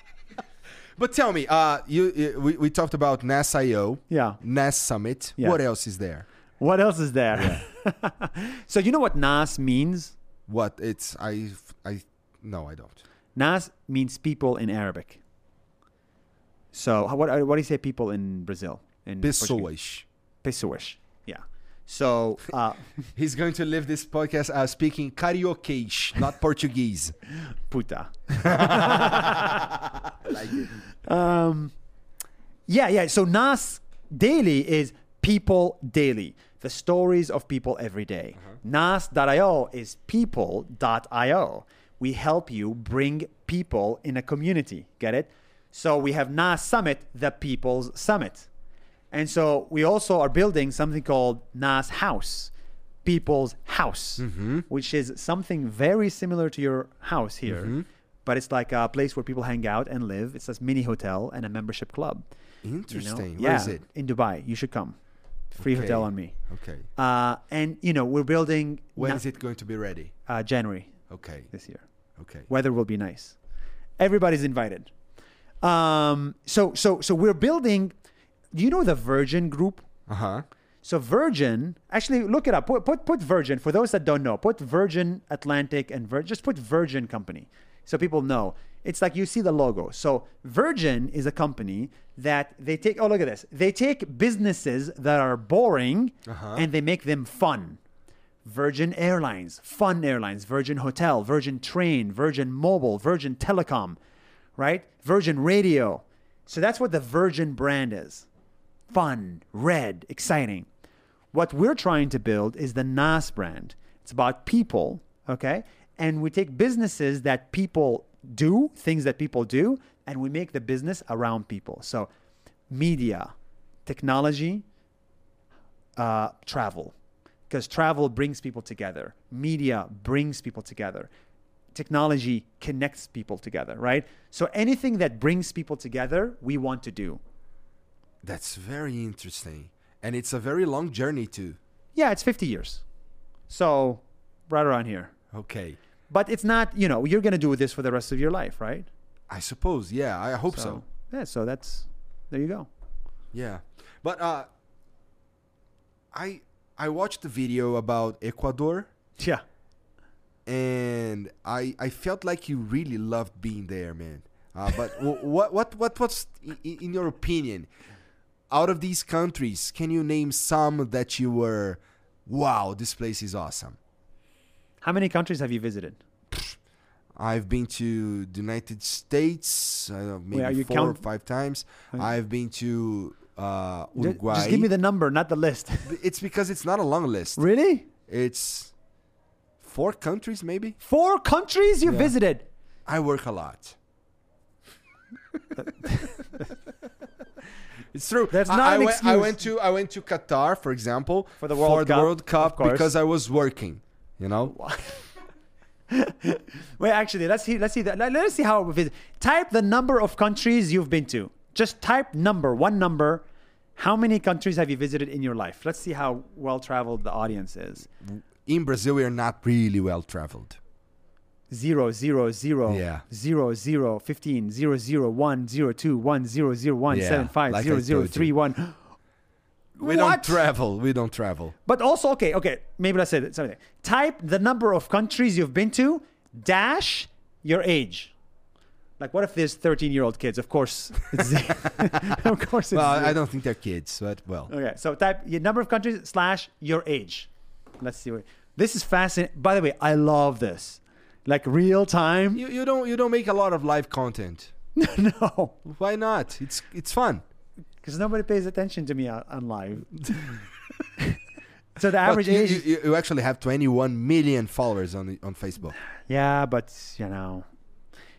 [SPEAKER 1] (laughs) but tell me, uh, you, you we, we talked about NASIO.
[SPEAKER 2] Yeah.
[SPEAKER 1] NAS Summit.
[SPEAKER 2] Yeah.
[SPEAKER 1] What else is there?
[SPEAKER 2] What else is there? (laughs) so you know what NAS means?
[SPEAKER 1] What it's I I no I don't.
[SPEAKER 2] NAS means people in Arabic. So how- what what do you say people in Brazil? In Portuguese?
[SPEAKER 1] Pessoas.
[SPEAKER 2] Pessoas. Yeah. So uh,
[SPEAKER 1] He's going to leave this podcast uh, speaking carioquês, not Portuguese.
[SPEAKER 2] puta.
[SPEAKER 1] like it.
[SPEAKER 2] Um, yeah, yeah. So Nas Daily is people daily, the stories of people every day.
[SPEAKER 1] Uh-huh.
[SPEAKER 2] Nas.io is people.io. We help you bring people in a community. Get it? So we have Nas Summit, the People's Summit. And so we also are building something called Nas House, People's House,
[SPEAKER 1] Mm-hmm.
[SPEAKER 2] which is something very similar to your house here,
[SPEAKER 1] Mm-hmm.
[SPEAKER 2] but it's like a place where people hang out and live. It's this mini hotel and a membership club. (laughs) you know?
[SPEAKER 1] Interesting.
[SPEAKER 2] Yeah,
[SPEAKER 1] Where is it?
[SPEAKER 2] in Dubai. You should come. Free
[SPEAKER 1] Okay.
[SPEAKER 2] hotel on me.
[SPEAKER 1] Okay.
[SPEAKER 2] Uh, and you know we're building.
[SPEAKER 1] When is
[SPEAKER 2] Na-
[SPEAKER 1] it going to be ready?
[SPEAKER 2] Uh, January
[SPEAKER 1] Okay.
[SPEAKER 2] this year
[SPEAKER 1] Okay.
[SPEAKER 2] weather will be nice everybody's invited um so so so we're building do you know the virgin group
[SPEAKER 1] Uh huh.
[SPEAKER 2] so virgin actually look it up put put, put virgin for those that don't know put virgin atlantic and Vir- just put virgin company so people know it's like you see the logo so virgin is a company that they take oh look at this they take businesses that are boring and they make them fun Virgin Airlines, Fun Airlines, Virgin Hotel, Virgin Train, Virgin Mobile, Virgin Telecom, right? Virgin Radio. So that's what the Virgin brand is fun, red, exciting. What we're trying to build is the NAS brand. It's about people, okay? And we take businesses that people do, things that people do, and we make the business around people. So media, technology, uh, travel because travel brings people together media brings people together technology connects people together right so anything that brings people together we want to do
[SPEAKER 1] That's very interesting, and it's a very long journey too.
[SPEAKER 2] yeah it's 50 years so right around here
[SPEAKER 1] Okay.
[SPEAKER 2] but it's not you know you're going to do this for the rest of your life right
[SPEAKER 1] I suppose. Yeah. I hope so.
[SPEAKER 2] yeah so that's there you go
[SPEAKER 1] Yeah. But uh, I I watched the video about Ecuador,
[SPEAKER 2] yeah
[SPEAKER 1] and I I felt like you really loved being there, man. Uh, but wh- (laughs) what what what what's i- i- in your opinion? Out of these countries, can you name some that you were? Wow, this place is awesome.
[SPEAKER 2] how many countries have you visited
[SPEAKER 1] I've been to the United States uh, maybe
[SPEAKER 2] are you
[SPEAKER 1] four or
[SPEAKER 2] count-
[SPEAKER 1] five times. I've been to uh,
[SPEAKER 2] Ju-
[SPEAKER 1] Uruguay.
[SPEAKER 2] Just give me the number, not the list. (laughs)
[SPEAKER 1] It's because it's not a long list.
[SPEAKER 2] really?
[SPEAKER 1] It's four countries maybe.
[SPEAKER 2] Four countries you visited.
[SPEAKER 1] I work a
[SPEAKER 2] (laughs)
[SPEAKER 1] lot. it's true.
[SPEAKER 2] That's
[SPEAKER 1] I-
[SPEAKER 2] not
[SPEAKER 1] I,
[SPEAKER 2] an
[SPEAKER 1] went, I
[SPEAKER 2] excuse.
[SPEAKER 1] went to I went to Qatar, for example,
[SPEAKER 2] For the World Cup, of
[SPEAKER 1] Cup
[SPEAKER 2] course.
[SPEAKER 1] because I was working. You know,
[SPEAKER 2] Wait, actually, let's see. Let's see that. Let- Let's see how it is. Type the number of countries you've been to. Just type number, one number. How many countries have you visited in your life? Let's see how well traveled the audience is.
[SPEAKER 1] in Brazil we are not really well traveled.
[SPEAKER 2] Zero, zero, zero,
[SPEAKER 1] Yeah.
[SPEAKER 2] zero, zero, 15, zero, zero, one, zero, two, one, zero, zero, one,
[SPEAKER 1] Yeah,
[SPEAKER 2] seven, five,
[SPEAKER 1] like
[SPEAKER 2] zero,
[SPEAKER 1] I
[SPEAKER 2] zero,
[SPEAKER 1] told
[SPEAKER 2] three,
[SPEAKER 1] you.
[SPEAKER 2] one.
[SPEAKER 1] We
[SPEAKER 2] What?
[SPEAKER 1] don't travel. We don't travel.
[SPEAKER 2] (laughs) But also, okay, okay, maybe let's say that something. Type the number of countries you've been to, dash your age. Like, what if there's 13 year old kids? Of course, it's (laughs) zero. of course, it's
[SPEAKER 1] Well, I
[SPEAKER 2] zero.
[SPEAKER 1] don't think they're kids, but well,
[SPEAKER 2] Okay, so type your number of countries slash your age. Let's see. What, this is fascinating. By the way, I love this. Like real time. (laughs)
[SPEAKER 1] you, you don't you don't make a lot of live content.
[SPEAKER 2] no,
[SPEAKER 1] Why not? It's it's fun.
[SPEAKER 2] because nobody pays attention to me on, on live. (laughs) so the average
[SPEAKER 1] But you,
[SPEAKER 2] age.
[SPEAKER 1] you, you- you actually have 21 million followers on on Facebook.
[SPEAKER 2] yeah, but you know,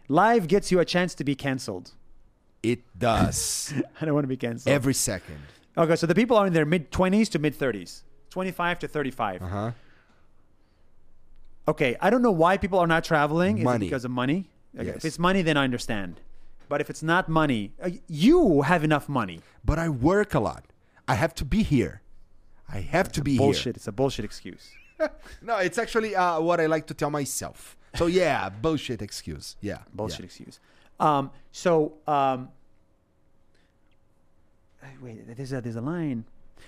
[SPEAKER 2] live gets you a chance to be canceled. (laughs)
[SPEAKER 1] It does
[SPEAKER 2] I don't want to be canceled.
[SPEAKER 1] every second.
[SPEAKER 2] okay, so the people are in their mid 20s to mid 30s, 25 to 35.
[SPEAKER 1] Uh huh.
[SPEAKER 2] Okay, I don't know why people are not traveling. Is
[SPEAKER 1] Money.
[SPEAKER 2] it because of money? Okay, If
[SPEAKER 1] Yes.
[SPEAKER 2] it's money, then I understand. But if it's not money, uh, you have enough money.
[SPEAKER 1] But I work a lot. I have to be here. I have to be
[SPEAKER 2] Bullshit. It's a bullshit excuse.
[SPEAKER 1] here. No, it's actually uh, what I like to tell myself. So
[SPEAKER 2] (laughs)
[SPEAKER 1] yeah, bullshit excuse. Yeah,
[SPEAKER 2] Bullshit
[SPEAKER 1] yeah.
[SPEAKER 2] excuse. Um, so, um, uh, wait, there's a, there's a line.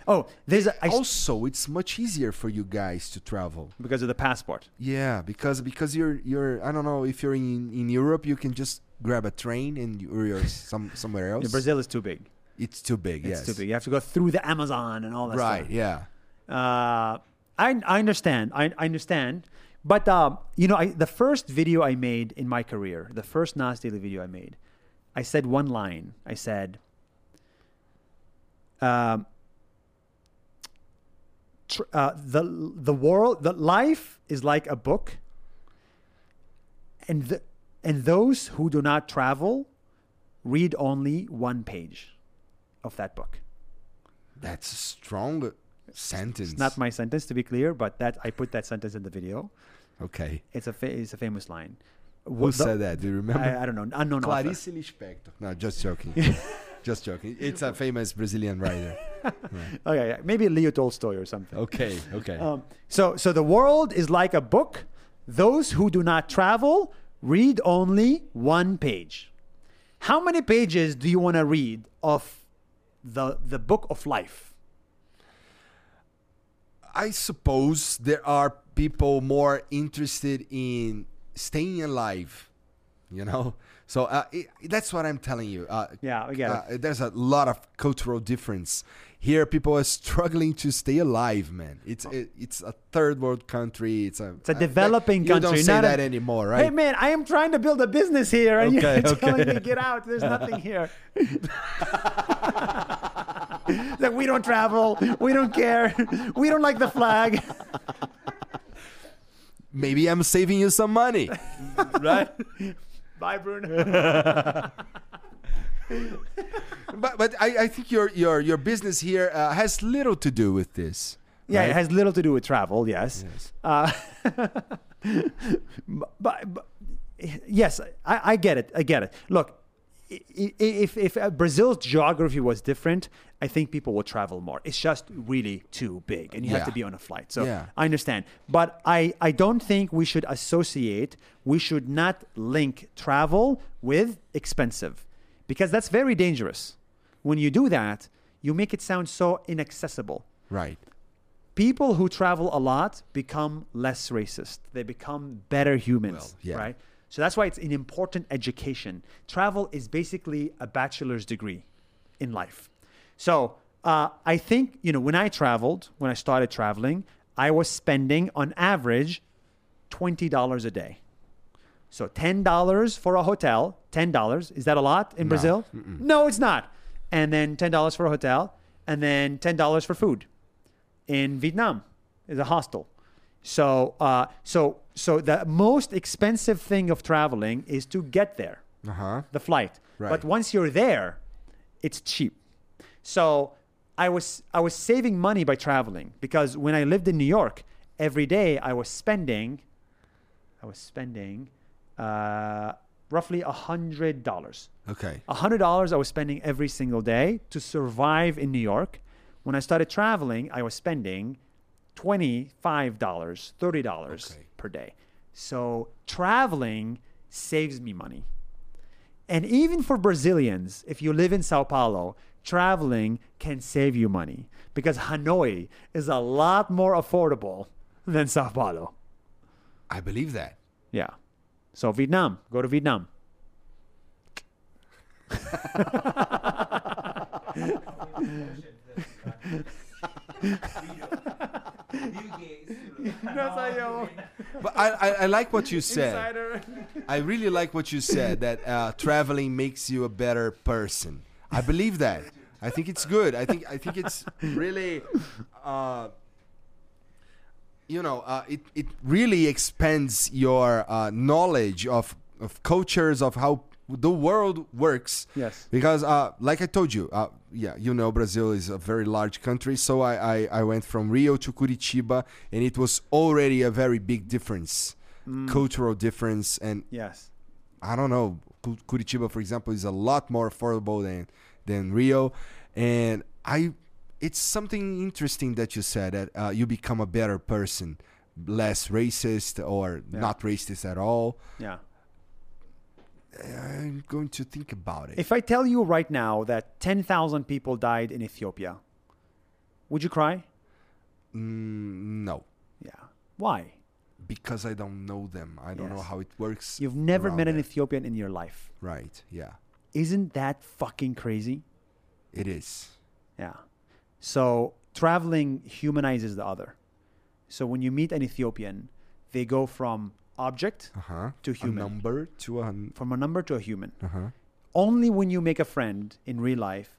[SPEAKER 2] Oh, there's a. I s-
[SPEAKER 1] Also, it's much easier for you guys to travel.
[SPEAKER 2] because of the passport.
[SPEAKER 1] Yeah, because because you're you're I don't know if you're in in Europe you can just grab a train and you- or you're some somewhere else.
[SPEAKER 2] Yeah, Brazil is too big.
[SPEAKER 1] it's too big.
[SPEAKER 2] It's
[SPEAKER 1] yes,
[SPEAKER 2] too big. You have to go through the Amazon and all that stuff.
[SPEAKER 1] Right. Yeah.
[SPEAKER 2] uh, I, I understand. I, I understand. But um, you know, I, the first video I made in my career, the first Nas Daily video I made, I said one line. I said, um, tr- uh, "the the world, the life is like a book, and the, and those who do not travel read only one page of that book."
[SPEAKER 1] That's a strong sentence.
[SPEAKER 2] It's not my sentence, to be clear, but that I put that sentence in the video.
[SPEAKER 1] okay.
[SPEAKER 2] It's a fa- it's a famous line.
[SPEAKER 1] Who said that? Do you remember?
[SPEAKER 2] I, I don't know. Uh, Unknown author.
[SPEAKER 1] Clarice Lispector. No, just joking. (laughs) just joking. It's a famous Brazilian
[SPEAKER 2] (laughs)
[SPEAKER 1] writer.
[SPEAKER 2] Okay, Oh, yeah, maybe Leo Tolstoy or something.
[SPEAKER 1] Okay. Okay.
[SPEAKER 2] Um, so so the world is like a book. Those who do not travel read only one page. How many pages do you want to read of the the book of life?
[SPEAKER 1] I suppose there are people more interested in staying alive, you know. So uh, it, that's what I'm telling you. Uh,
[SPEAKER 2] Yeah, I get it.
[SPEAKER 1] uh, There's a lot of cultural difference here. People are struggling to stay alive, man. It's it, it's a third world country. It's a
[SPEAKER 2] Oh. It's a developing
[SPEAKER 1] you
[SPEAKER 2] country.
[SPEAKER 1] don't say
[SPEAKER 2] not a-
[SPEAKER 1] that anymore, right?
[SPEAKER 2] Hey man, I am trying to build a business here, and
[SPEAKER 1] Okay,
[SPEAKER 2] you're (laughs) telling
[SPEAKER 1] okay.
[SPEAKER 2] me get out. There's nothing
[SPEAKER 1] (laughs)
[SPEAKER 2] here. like we don't travel, we don't care, we don't like the flag.
[SPEAKER 1] Maybe I'm saving you some
[SPEAKER 2] (laughs)
[SPEAKER 1] money.
[SPEAKER 2] Right? (laughs) Bye, Bruno.
[SPEAKER 1] (laughs) But but I, I think your your your business here uh, has little to do with this.
[SPEAKER 2] Yeah,
[SPEAKER 1] right?
[SPEAKER 2] it has little to do with travel. Yes.
[SPEAKER 1] Yes.
[SPEAKER 2] Uh, (laughs) but, but yes, I, I get it. I get it. Look, i- i- if if uh, Brazil's geography was different, I think people would travel more. It's just really too big, and you have to
[SPEAKER 1] Yeah.
[SPEAKER 2] be on a flight. So
[SPEAKER 1] Yeah.
[SPEAKER 2] I understand, but I I don't think we should associate. We should not link travel with expensive, because that's very dangerous. When you do that, you make it sound so inaccessible
[SPEAKER 1] Right.
[SPEAKER 2] people who travel a lot become less racist. They become better humans,
[SPEAKER 1] Well, yeah.
[SPEAKER 2] right? So that's why it's an important education. Travel is basically a bachelor's degree in life. So uh, I think, you know, when I traveled, when I started traveling, I was spending on average $20 a day. So $10 for a hotel, $10, is that a lot in Brazil? No, it's not. And then $10 for a hotel, and then $10 for food in Vietnam is a hostel. So, uh, so, so the most expensive thing of traveling is to get there,
[SPEAKER 1] Uh huh.
[SPEAKER 2] the flight.
[SPEAKER 1] Right.
[SPEAKER 2] But once you're there, it's cheap. So, I was I was saving money by traveling because when I lived in New York, every day I was spending, I was spending, uh, roughly a hundred dollars.
[SPEAKER 1] Okay.
[SPEAKER 2] Oh. $100 I was spending every single day to survive in New York. When I started traveling, I was spending $25, $30
[SPEAKER 1] Okay.
[SPEAKER 2] per day. So traveling saves me money. And even for Brazilians, if you live in Sao Paulo, traveling can save you money because Hanoi is a lot more affordable than Sao Paulo.
[SPEAKER 1] I believe that.
[SPEAKER 2] Yeah. So Vietnam, go to Vietnam.
[SPEAKER 1] But I, I, I like what you said. I really like what you said that uh, traveling makes you a better person. I believe that. I think it's good. I think I think it's really, uh, you know, uh, it it really expands your uh, knowledge of of cultures of how the world works.
[SPEAKER 2] Yes.
[SPEAKER 1] Because, uh, like I told you, uh, yeah, you know, Brazil is a very large country. So I, I, I went from Rio to Curitiba, and it was already a very big difference, cultural difference. And
[SPEAKER 2] Yes.
[SPEAKER 1] I don't know, Cu- Curitiba, for example, is a lot more affordable than than Rio. And I, it's something interesting that you said that uh, you become a better person, less racist or not racist at all.
[SPEAKER 2] Yeah.
[SPEAKER 1] I'm going to think about it.
[SPEAKER 2] If I tell you right now that 10,000 people died in Ethiopia, would you cry?
[SPEAKER 1] Mm, no.
[SPEAKER 2] Yeah. Why?
[SPEAKER 1] because I don't know them. I don't know
[SPEAKER 2] Yes.
[SPEAKER 1] how it works.
[SPEAKER 2] You've never
[SPEAKER 1] around
[SPEAKER 2] met an
[SPEAKER 1] that.
[SPEAKER 2] Ethiopian in your life.
[SPEAKER 1] Right. Yeah.
[SPEAKER 2] Isn't that fucking crazy?
[SPEAKER 1] It is.
[SPEAKER 2] Yeah. So traveling humanizes the other. So when you meet an Ethiopian, they go from object
[SPEAKER 1] Uh huh.
[SPEAKER 2] to
[SPEAKER 1] A
[SPEAKER 2] human,
[SPEAKER 1] number to a.
[SPEAKER 2] from a number to a human.
[SPEAKER 1] Uh huh.
[SPEAKER 2] only when you make a friend in real life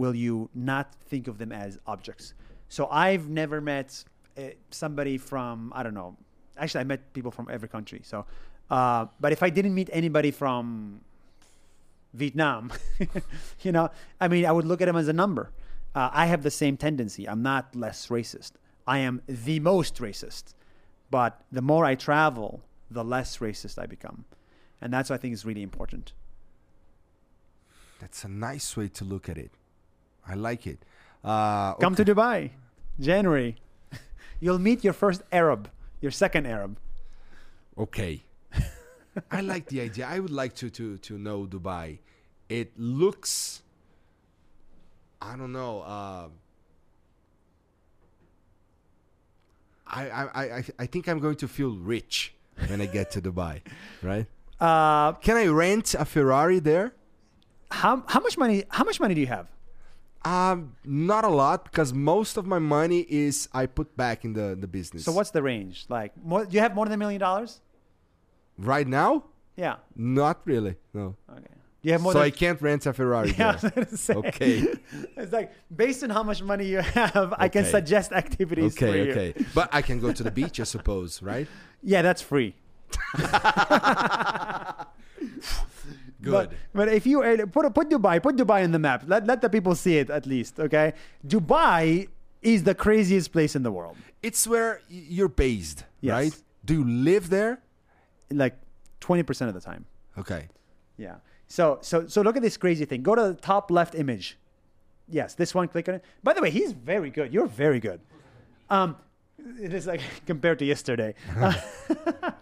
[SPEAKER 2] will you not think of them as objects. So I've never met uh, somebody from I don't know. Actually, I met people from every country. So, uh, but if I didn't meet anybody from Vietnam, (laughs) you know, I mean, I would look at them as a number. Uh, I have the same tendency. I'm not less racist. I am the most racist. But the more I travel, the less racist I become, and that's what I think is really important.
[SPEAKER 1] That's a nice way to look at it. I like it. Uh,
[SPEAKER 2] Come to Dubai, January. (laughs) You'll meet your first Arab, your second Arab.
[SPEAKER 1] Okay. I like the idea. I would like to to to know Dubai. It looks. I don't know. Uh, I, I I- I I think I'm going to feel rich when I get to Dubai, (laughs) right?
[SPEAKER 2] Uh,
[SPEAKER 1] Can I rent a Ferrari there?
[SPEAKER 2] how, how much money? How much money do you have?
[SPEAKER 1] Um, not a lot because most of my money is I put back in the the business.
[SPEAKER 2] So what's the range? Like, more, do you have more than a million dollars?
[SPEAKER 1] Right now,
[SPEAKER 2] Yeah.
[SPEAKER 1] not really. No.
[SPEAKER 2] Okay. Do you have more
[SPEAKER 1] so
[SPEAKER 2] than?
[SPEAKER 1] I can't rent a Ferrari
[SPEAKER 2] (laughs) yeah, I was
[SPEAKER 1] there.
[SPEAKER 2] gonna say.
[SPEAKER 1] Okay.
[SPEAKER 2] (laughs) It's like based on how much money you have, I can
[SPEAKER 1] Okay.
[SPEAKER 2] suggest activities for
[SPEAKER 1] Okay,
[SPEAKER 2] you.
[SPEAKER 1] okay. (laughs) But I can go to the beach, I suppose, right?
[SPEAKER 2] Yeah, that's free.
[SPEAKER 1] Good.
[SPEAKER 2] But, but if you uh, put put Dubai, put Dubai on the map. Let let the people see it at least. Okay. Dubai is the craziest place in the world.
[SPEAKER 1] it's where y- you're based,
[SPEAKER 2] Yes.
[SPEAKER 1] right? Do you live there?
[SPEAKER 2] Like twenty percent of the time.
[SPEAKER 1] Okay.
[SPEAKER 2] Yeah. So so so look at this crazy thing. Go to the top left image. Yes, this one. Click on it. By the way, he's very good. You're very good. Um, it is like (laughs) compared to yesterday. (laughs)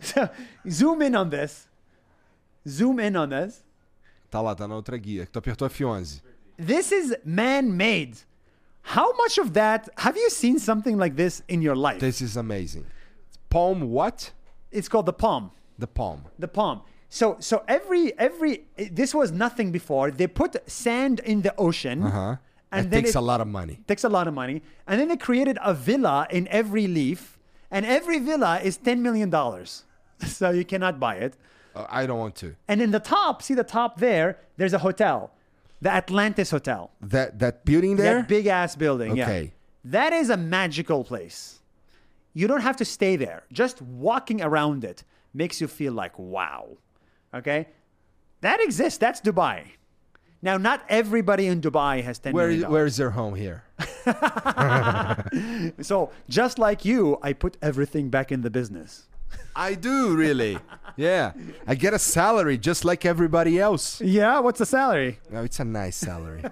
[SPEAKER 2] so zoom in on this. Zoom in on this.
[SPEAKER 1] Tá lá, tá na outra guia, que tu apertou F11.
[SPEAKER 2] This is man-made. How much of that have you seen something like this in your life?
[SPEAKER 1] This is amazing. Palm what?
[SPEAKER 2] It's called the palm.
[SPEAKER 1] The palm.
[SPEAKER 2] the palm. So so every every this was nothing before. They put sand in the ocean,
[SPEAKER 1] Huh?
[SPEAKER 2] and
[SPEAKER 1] Uh-huh. that
[SPEAKER 2] then
[SPEAKER 1] takes
[SPEAKER 2] it
[SPEAKER 1] a lot of money.
[SPEAKER 2] takes a lot of money. And then they created a villa in every leaf, and every villa is ten million dollars. (laughs) so you cannot buy it.
[SPEAKER 1] Uh, I don't want to.
[SPEAKER 2] And in the top, see the top there, there's a hotel, the Atlantis Hotel.
[SPEAKER 1] That that building there.
[SPEAKER 2] That big ass building. Yeah.
[SPEAKER 1] Okay.
[SPEAKER 2] That is a magical place. You don't have to stay there. Just walking around it makes you feel like wow. Okay? That exists. That's Dubai. Now, not everybody in Dubai has ten
[SPEAKER 1] where
[SPEAKER 2] million
[SPEAKER 1] is,
[SPEAKER 2] dollars.
[SPEAKER 1] where is their home here?
[SPEAKER 2] So, just like you, I put everything back in the business.
[SPEAKER 1] (laughs) I do (laughs) really. yeah, I get a salary just like everybody else.
[SPEAKER 2] Yeah, what's the salary?
[SPEAKER 1] No, it's a nice salary.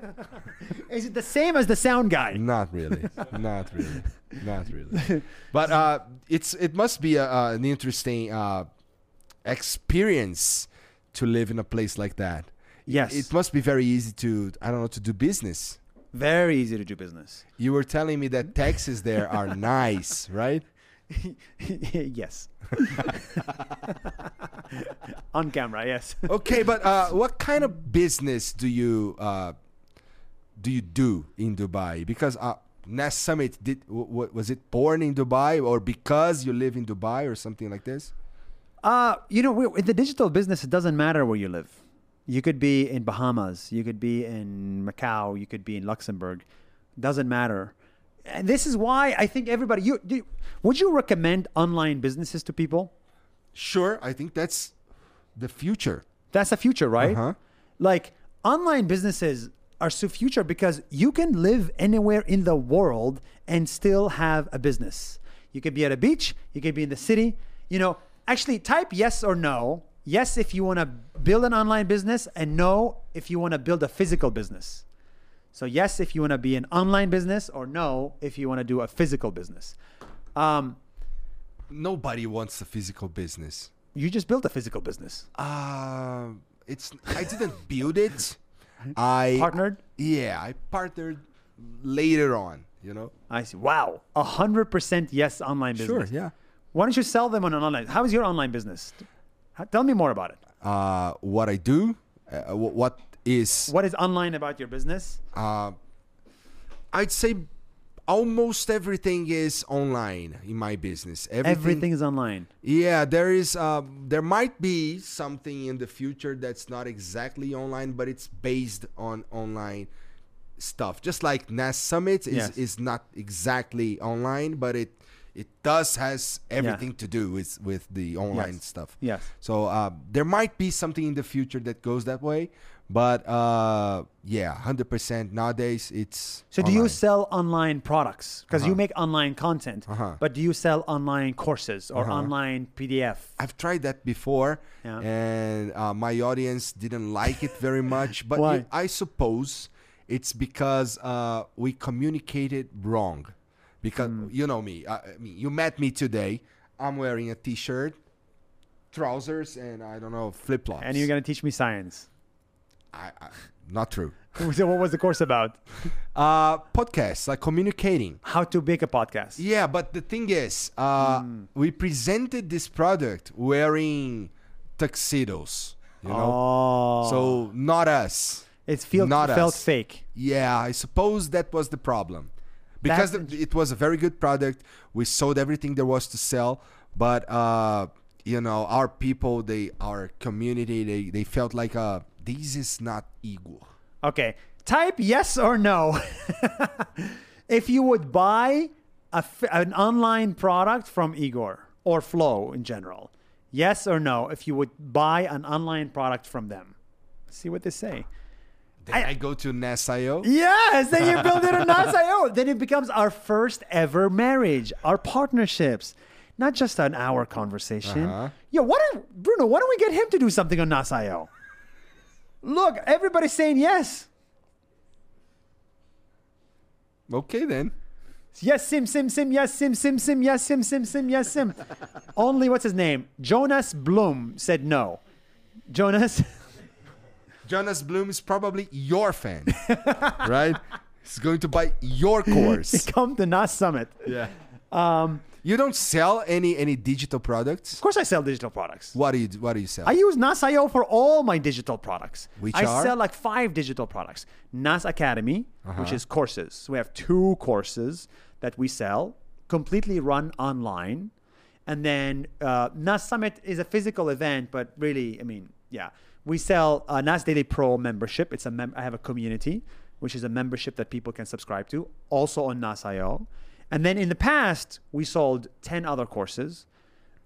[SPEAKER 2] Is it the same as the sound guy?
[SPEAKER 1] Not (laughs) really. Not really. Not (laughs) really. But uh, it's it must be a, uh, an interesting uh, experience to live in a place like that.
[SPEAKER 2] Yes.
[SPEAKER 1] It must be very easy to I don't know to do business.
[SPEAKER 2] Very easy to do
[SPEAKER 1] (laughs)
[SPEAKER 2] business. (laughs)
[SPEAKER 1] You were telling me that taxes there (laughs) are nice, right?
[SPEAKER 2] yes. (laughs) On camera, yes.
[SPEAKER 1] Okay, but uh, what kind of business do you uh, do you do in Dubai? Because uh, Nest Summit did w- w- was it born in Dubai or because you live in Dubai or something like this?
[SPEAKER 2] Uh, you know, we- in the digital business, it doesn't matter where you live. You could be in Bahamas, you could be in Macau, you could be in Luxembourg. Doesn't matter. And this is why I think everybody. You, do you- would you recommend online businesses to people?
[SPEAKER 1] Sure, I think that's the future.
[SPEAKER 2] That's the future, right?
[SPEAKER 1] Uh-huh.
[SPEAKER 2] Like online businesses are so future because you can live anywhere in the world and still have a business. You could be at a beach, you could be in the city. You know, actually type yes or no. Yes if you want to build an online business and no if you want to build a physical business. So yes if you want to be an online business or no if you want to do a physical business. Um,
[SPEAKER 1] Nobody wants a physical business.
[SPEAKER 2] you just built a physical business.
[SPEAKER 1] Uh, (laughs) it's I didn't build (laughs) it. I
[SPEAKER 2] Partnered?
[SPEAKER 1] Yeah, I partnered later on. You know.
[SPEAKER 2] I see. Wow. 100% yes online business.
[SPEAKER 1] yeah.
[SPEAKER 2] Why don't you sell them on an online? How is your online business? H- Tell me more about it.
[SPEAKER 1] Uh, what I do, uh, wh- what is
[SPEAKER 2] What is online about your business?
[SPEAKER 1] uh, I'd say almost everything is online in my business. Everything,
[SPEAKER 2] Everything is online.
[SPEAKER 1] Yeah, there is. Um, there might be something in the future that's not exactly online, but it's based on online stuff. Just like NAS Summit is
[SPEAKER 2] Yes.
[SPEAKER 1] is not exactly online, but it it does has everything to do with with the online
[SPEAKER 2] Yes.
[SPEAKER 1] stuff.
[SPEAKER 2] Yes.
[SPEAKER 1] So uh, there might be something in the future that goes that way, but uh, yeah, hundred percent nowadays it's.
[SPEAKER 2] So, do you
[SPEAKER 1] online.
[SPEAKER 2] sell online products? Because you make online content,
[SPEAKER 1] Uh-huh.
[SPEAKER 2] but do you sell online courses or online PDF?
[SPEAKER 1] I've tried that before,
[SPEAKER 2] Yeah.
[SPEAKER 1] and uh, my audience didn't like it very much. But
[SPEAKER 2] Why?
[SPEAKER 1] you- I suppose it's because uh, we communicated wrong. Because
[SPEAKER 2] Hmm.
[SPEAKER 1] you know me, I, I mean, you met me today. I'm wearing a t-shirt, trousers, and I don't know flip flops.
[SPEAKER 2] And you're going to teach me
[SPEAKER 1] (laughs)
[SPEAKER 2] science.
[SPEAKER 1] I, I, not true.
[SPEAKER 2] so, what was the course about?
[SPEAKER 1] Uh, podcasts like communicating.
[SPEAKER 2] How to make a podcast.
[SPEAKER 1] Yeah, but the thing is, uh,
[SPEAKER 2] Hmm.
[SPEAKER 1] we presented this product wearing tuxedos. You know.
[SPEAKER 2] Oh.
[SPEAKER 1] So not us.
[SPEAKER 2] it's feel,
[SPEAKER 1] not
[SPEAKER 2] felt
[SPEAKER 1] us.
[SPEAKER 2] fake.
[SPEAKER 1] Yeah, I suppose that was the problem. Because
[SPEAKER 2] That's
[SPEAKER 1] the- it was a very good product, we sold everything there was to sell, but uh, you know, our people, they our community, they they felt like uh this is not equal.
[SPEAKER 2] Okay. Type yes or no. (laughs) if you would buy a f an online product from Igor or Flow in general. Yes or no if you would buy an online product from them. See what they say.
[SPEAKER 1] Then I, go to Nasio.
[SPEAKER 2] Yes, then you build it on (laughs) NASIO. Then it becomes our first ever marriage, our partnerships, not just an hour conversation.
[SPEAKER 1] Uh-huh.
[SPEAKER 2] Yo, what if, Bruno, why don't we get him to do something on NASIO? Look, everybody's saying yes.
[SPEAKER 1] Okay then.
[SPEAKER 2] Yes, Sim, Sim, Sim, yes, Sim, Sim, Sim, yes, Sim, Sim, Sim, yes, Sim. Only what's his name? Jonas Bloom said no. Jonas, (laughs)
[SPEAKER 1] Jonas Bloom is probably your
[SPEAKER 2] (laughs)
[SPEAKER 1] fan. right? He's going to buy your
[SPEAKER 2] (laughs)
[SPEAKER 1] course.
[SPEAKER 2] come to NAS Summit. Of
[SPEAKER 1] yeah. Um, you don't sell any any digital products?
[SPEAKER 2] course, I sell digital products.
[SPEAKER 1] What do you what do you sell?
[SPEAKER 2] I use NAS.io for all my digital products.
[SPEAKER 1] Which
[SPEAKER 2] I
[SPEAKER 1] are? Uh-huh.
[SPEAKER 2] sell like five digital products. NAS Academy, which is courses. So we have two courses that we sell, completely run online. And then uh, NAS Summit is a physical event, but really, I mean, yeah, we sell a NAS Daily Pro membership. It's a mem- I have a community, which is a membership that people can subscribe to, also on NAS.io. And then in the past, we sold 10 other courses.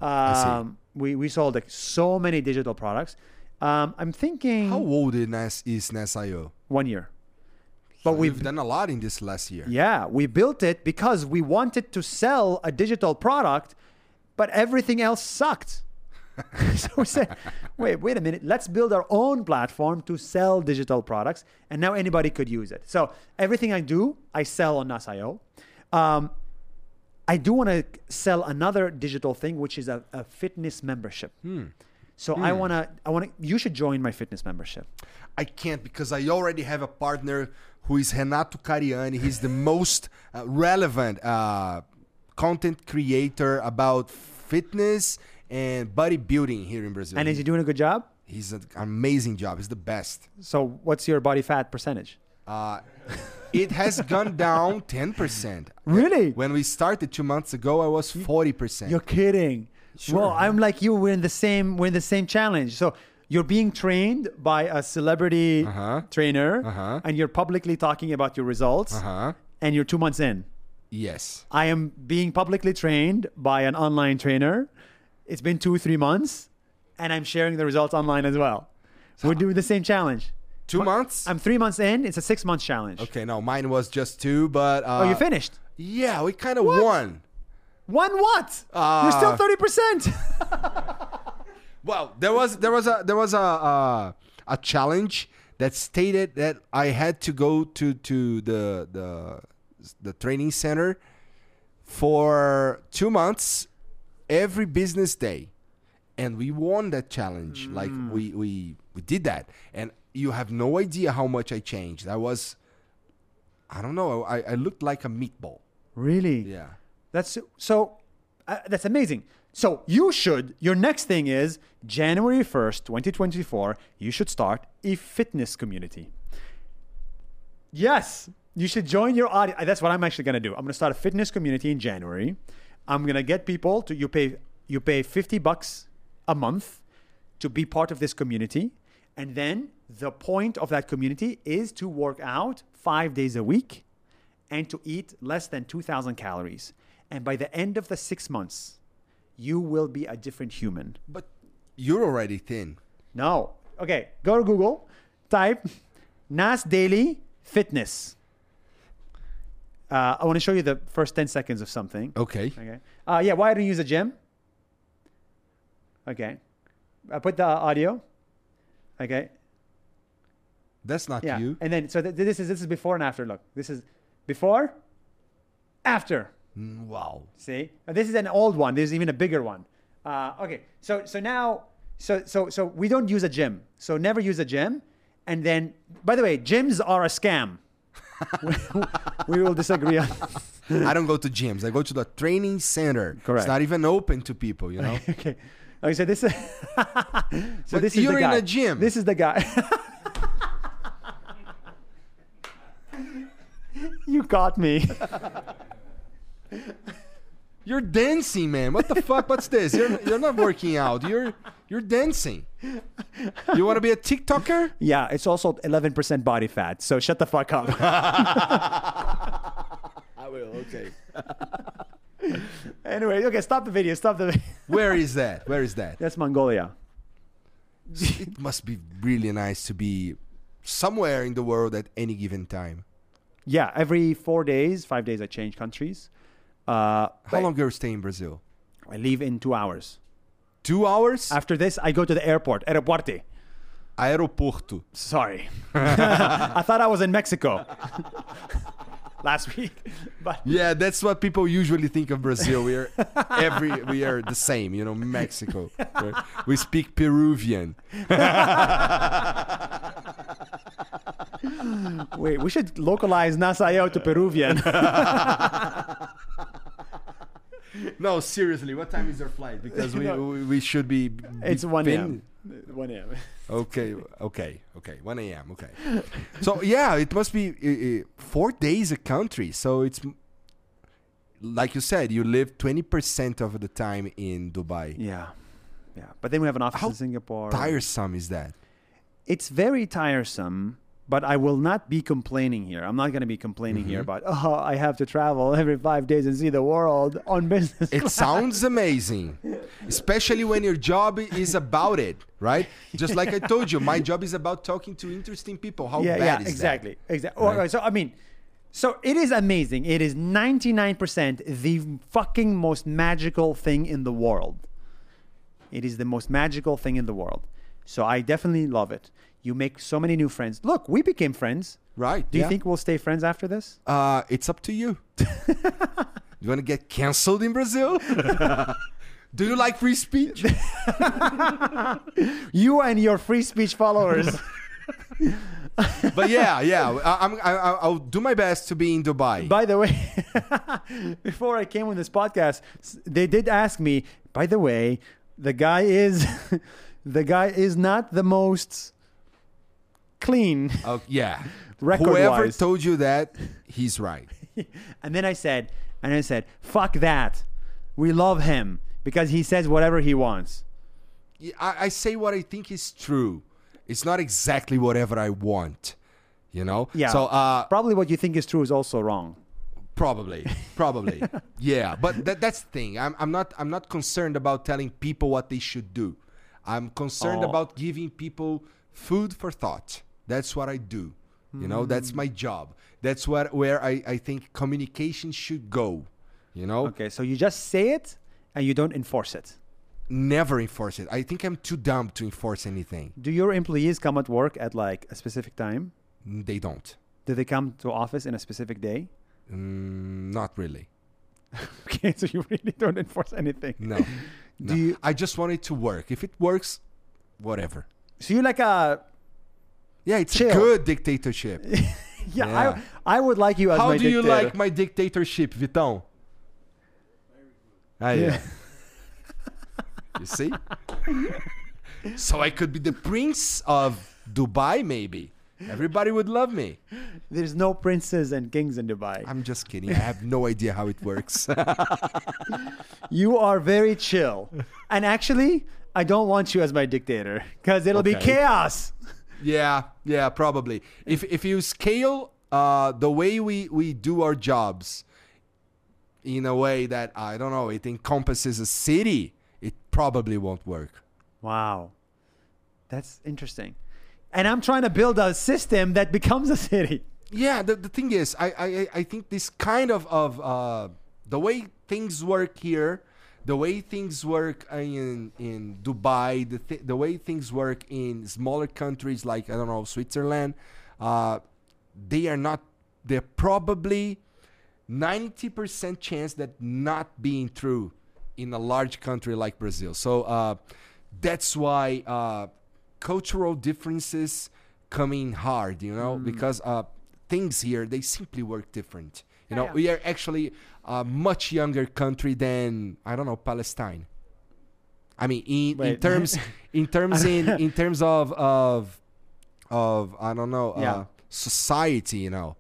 [SPEAKER 2] Um, we, we sold like, so many digital products. Um, I'm thinking
[SPEAKER 1] How old is NAS, is NAS.io?
[SPEAKER 2] one year. But we've
[SPEAKER 1] We've done a lot in this last year.
[SPEAKER 2] Yeah, we built it because we wanted to sell a digital product, but everything else sucked. (laughs) so we said, wait, wait a minute, let's build our own platform to sell digital products. And now anybody could use it. So everything I do, I sell on NAS.io. Um, I do want to sell another digital thing, which is a, a fitness membership. So I want to, I want to, you should join my fitness membership.
[SPEAKER 1] I can't because I already have a partner who is Renato Cariani. He's the most uh, relevant uh, content creator about fitness and bodybuilding here in Brazil.
[SPEAKER 2] And is he doing a good job?
[SPEAKER 1] He's an amazing job. He's the best.
[SPEAKER 2] So what's your body fat percentage?
[SPEAKER 1] Uh, it has gone down (laughs) 10%.
[SPEAKER 2] Really?
[SPEAKER 1] When we started two months ago, I was 40%.
[SPEAKER 2] You're kidding. Well, I'm like you. We're in the same. We're in the same challenge. So you're being trained by a celebrity trainer,
[SPEAKER 1] Uh-huh.
[SPEAKER 2] and you're publicly talking about your results,
[SPEAKER 1] Uh-huh.
[SPEAKER 2] and you're two months in.
[SPEAKER 1] Yes.
[SPEAKER 2] I am being publicly trained by an online trainer. It's been two, three months, and I'm sharing the results online as well. we're doing the same challenge.
[SPEAKER 1] Two months?
[SPEAKER 2] I'm three months in. It's a six month challenge.
[SPEAKER 1] okay, no, mine was just two, but. Uh,
[SPEAKER 2] Oh, you finished.
[SPEAKER 1] Yeah, we kind of won.
[SPEAKER 2] One what? you're
[SPEAKER 1] Ah.
[SPEAKER 2] still thirty percent. (laughs)
[SPEAKER 1] Well, there was there was a there was a uh, a challenge that stated that I had to go to to the the the training center for two months every business day, and we won that challenge. Like we we we did that, and you have no idea how much I changed. I was, I don't know, I I looked like a meatball.
[SPEAKER 2] Really?
[SPEAKER 1] Yeah.
[SPEAKER 2] That's so. Uh, that's amazing. So you should. Your next thing is January first, twenty twenty four. You should start a fitness community. Yes, you should join your audience. That's what I'm actually gonna do. I'm gonna start a fitness community in January. I'm gonna get people to you pay you pay fifty bucks a month to be part of this community, and then the point of that community is to work out five days a week and to eat less than 2,000 calories. And by the end of the six months, you will be a different human.
[SPEAKER 1] But you're already thin.
[SPEAKER 2] No. Okay, go to Google, type NAS Daily Fitness. Uh, I want to show you the first 10 seconds of something.
[SPEAKER 1] Okay.
[SPEAKER 2] Okay. Uh, yeah, why don't you use a gym? Okay. I put the audio. Okay.
[SPEAKER 1] That's not
[SPEAKER 2] Yeah.
[SPEAKER 1] you.
[SPEAKER 2] And then, so th- this is this is before and after. Look, this is before, after.
[SPEAKER 1] Mm, Wow.
[SPEAKER 2] See, Uh, this is an old one. There's even a bigger one. Uh, okay, so so now, so so so we don't use a gym. So never use a gym. And then, by the way, gyms are a scam. (laughs) we, we will disagree on. (laughs)
[SPEAKER 1] I don't go to gyms. I go to the training center.
[SPEAKER 2] Correct.
[SPEAKER 1] It's not even open to people,
[SPEAKER 2] (laughs)
[SPEAKER 1] you know?
[SPEAKER 2] okay. Okay, so this (laughs) is so
[SPEAKER 1] But
[SPEAKER 2] this is
[SPEAKER 1] you're
[SPEAKER 2] the
[SPEAKER 1] in
[SPEAKER 2] guy.
[SPEAKER 1] a gym.
[SPEAKER 2] This is the guy. (laughs) you got me. (laughs)
[SPEAKER 1] you're dancing, man. What the fuck? What's this? You're, you're not working out. You're you're dancing. You want to be a TikToker?
[SPEAKER 2] Yeah, it's also 11% body fat. So shut the fuck up. (laughs)
[SPEAKER 1] I will. Okay.
[SPEAKER 2] anyway, okay, stop the video. Stop the (laughs) video.
[SPEAKER 1] Where is that? Where is that?
[SPEAKER 2] That's Mongolia.
[SPEAKER 1] It must be really nice to be somewhere in the world at any given time.
[SPEAKER 2] Yeah, every four days, five days, I change countries. Uh,
[SPEAKER 1] How long are you staying in Brazil?
[SPEAKER 2] I leave in two hours.
[SPEAKER 1] Two hours?
[SPEAKER 2] After this, I go to the airport, Aeropuerto.
[SPEAKER 1] Aeroporto.
[SPEAKER 2] Sorry. (laughs) I thought I was in Mexico (laughs) last week. (laughs) But
[SPEAKER 1] Yeah, that's what people usually think of Brazil. We
[SPEAKER 2] (laughs)
[SPEAKER 1] are every we are the same, you know, Mexico. right? We speak Peruvian.
[SPEAKER 2] wait, we should localize Nasayo to Peruvian.
[SPEAKER 1] No, seriously, what time is your flight? Because we
[SPEAKER 2] (laughs) No.
[SPEAKER 1] we, we should be. be
[SPEAKER 2] it's 1 a.m.
[SPEAKER 1] pin-
[SPEAKER 2] 1 a.m.
[SPEAKER 1] Okay, okay, okay. 1 a.m. Okay. So yeah, it must be uh, uh, four days a country. So it's m- like you said, you live 20% of the time in Dubai.
[SPEAKER 2] Yeah. Yeah. But then we have an office
[SPEAKER 1] How
[SPEAKER 2] in Singapore.
[SPEAKER 1] Tiresome is
[SPEAKER 2] (laughs)
[SPEAKER 1] that?
[SPEAKER 2] it's very tiresome, but I will not be complaining here. I'm not going to be complaining here about, oh, I have to travel every five days and see the world on business.
[SPEAKER 1] It sounds amazing, especially when your job is about it, right? Just like I told you, my job is about talking to interesting people. How
[SPEAKER 2] yeah,
[SPEAKER 1] bad
[SPEAKER 2] yeah,
[SPEAKER 1] is
[SPEAKER 2] exactly. Exactly. So, I mean, so it is amazing. It is 99% the fucking most magical thing in the world. It is the most magical thing in the world. So I definitely love it. You make so many new friends. Look, we became friends.
[SPEAKER 1] that? Right.
[SPEAKER 2] Do
[SPEAKER 1] yeah.
[SPEAKER 2] you think we'll stay friends after this?
[SPEAKER 1] Uh, it's up to
[SPEAKER 2] (laughs)
[SPEAKER 1] you. you want to get canceled in Brazil?
[SPEAKER 2] (laughs)
[SPEAKER 1] Do you like free speech?
[SPEAKER 2] You and your free speech
[SPEAKER 1] (laughs)
[SPEAKER 2] followers.
[SPEAKER 1] but yeah, yeah, I, I'm, I, I'll do my best to be in Dubai.
[SPEAKER 2] By the way, (laughs) before I came on this podcast, s- they did ask me. By the way, the guy is, (laughs) the guy is not the most clean
[SPEAKER 1] Oh, yeah. Whoever
[SPEAKER 2] record-wise.
[SPEAKER 1] told you that, he's right.
[SPEAKER 2] (laughs) and then I said, and I said, fuck that. We love him because he says whatever he wants.
[SPEAKER 1] Yeah, I, I say what I think is true. It's not exactly whatever I want, you know.
[SPEAKER 2] Yeah.
[SPEAKER 1] So uh,
[SPEAKER 2] probably what you think is true is also wrong.
[SPEAKER 1] probably,
[SPEAKER 2] (laughs)
[SPEAKER 1] probably, yeah. But that, that's the thing. I'm, I'm not I'm not concerned about telling people what they should do. I'm concerned
[SPEAKER 2] Oh.
[SPEAKER 1] about giving people food for thought. That's what I do. You know,
[SPEAKER 2] Hmm.
[SPEAKER 1] that's my job. That's what where I, I think communication should go. You know,
[SPEAKER 2] Okay, so you just say it and you don't enforce it.
[SPEAKER 1] never enforce it. I think I'm too dumb to enforce anything.
[SPEAKER 2] Do your employees come at work at like a specific time?
[SPEAKER 1] They don't.
[SPEAKER 2] Do they come to office in a specific day?
[SPEAKER 1] Mm, not really.
[SPEAKER 2] Okay, (laughs) so you really don't enforce anything. (laughs)
[SPEAKER 1] No.
[SPEAKER 2] Do
[SPEAKER 1] Mm, no.
[SPEAKER 2] you-
[SPEAKER 1] I just want it to work. If it works, whatever.
[SPEAKER 2] So you're like a
[SPEAKER 1] Yeah, it's
[SPEAKER 2] Chill.
[SPEAKER 1] a good dictatorship.
[SPEAKER 2] yeah.
[SPEAKER 1] Yeah.
[SPEAKER 2] I, I would like you as
[SPEAKER 1] How
[SPEAKER 2] my
[SPEAKER 1] do you
[SPEAKER 2] dictator.
[SPEAKER 1] like my dictatorship, Vitão? Ah, yeah. (laughs) you see? so I could be the prince of Dubai, maybe. Everybody would love me.
[SPEAKER 2] There's no princes and kings in Dubai.
[SPEAKER 1] I'm just kidding. I have no idea how it works.
[SPEAKER 2] You are very chill,
[SPEAKER 1] (laughs)
[SPEAKER 2] and actually, I don't want you as my dictator because it'll be
[SPEAKER 1] Okay.
[SPEAKER 2] chaos.
[SPEAKER 1] (laughs) Yeah, yeah, probably. If if you scale uh, the way we we do our jobs in a way that I don't know, it encompasses a city, it probably won't work.
[SPEAKER 2] Wow, that's interesting. And I'm trying to build a system that becomes a city.
[SPEAKER 1] Yeah, the, the thing is, I, I I- I think this kind of of uh, the way things work here, the way things work in in Dubai, the th- the way things work in smaller countries like I don't know Switzerland, uh, they are not. They're probably ninety percent chance that not being true in a large country like Brazil. So uh, that's why uh, cultural differences come in hard, you
[SPEAKER 2] Mm.
[SPEAKER 1] know, because uh, things here they simply work different. You know, we are actually a much younger country than I don't know Palestine. I mean, in, in
[SPEAKER 2] Wait. (laughs)
[SPEAKER 1] terms, in terms, in in terms of of of I don't know
[SPEAKER 2] Yeah. Uh,
[SPEAKER 1] uh, society, you know,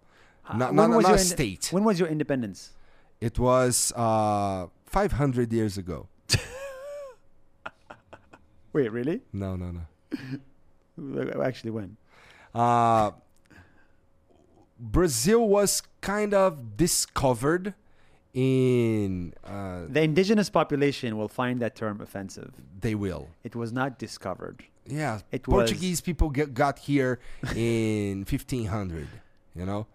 [SPEAKER 1] not
[SPEAKER 2] When
[SPEAKER 1] not, not a
[SPEAKER 2] your inde-
[SPEAKER 1] state.
[SPEAKER 2] When was your independence?
[SPEAKER 1] It was uh, 500 years ago.
[SPEAKER 2] Wait, really?
[SPEAKER 1] No, no, no.
[SPEAKER 2] Actually, when?
[SPEAKER 1] Uh, Brazil was kind of discovered in. Uh,
[SPEAKER 2] The indigenous population will find that term offensive.
[SPEAKER 1] they will.
[SPEAKER 2] It was not discovered.
[SPEAKER 1] Yeah.
[SPEAKER 2] It was-
[SPEAKER 1] Portuguese people get, got here in (laughs) 1500, you know?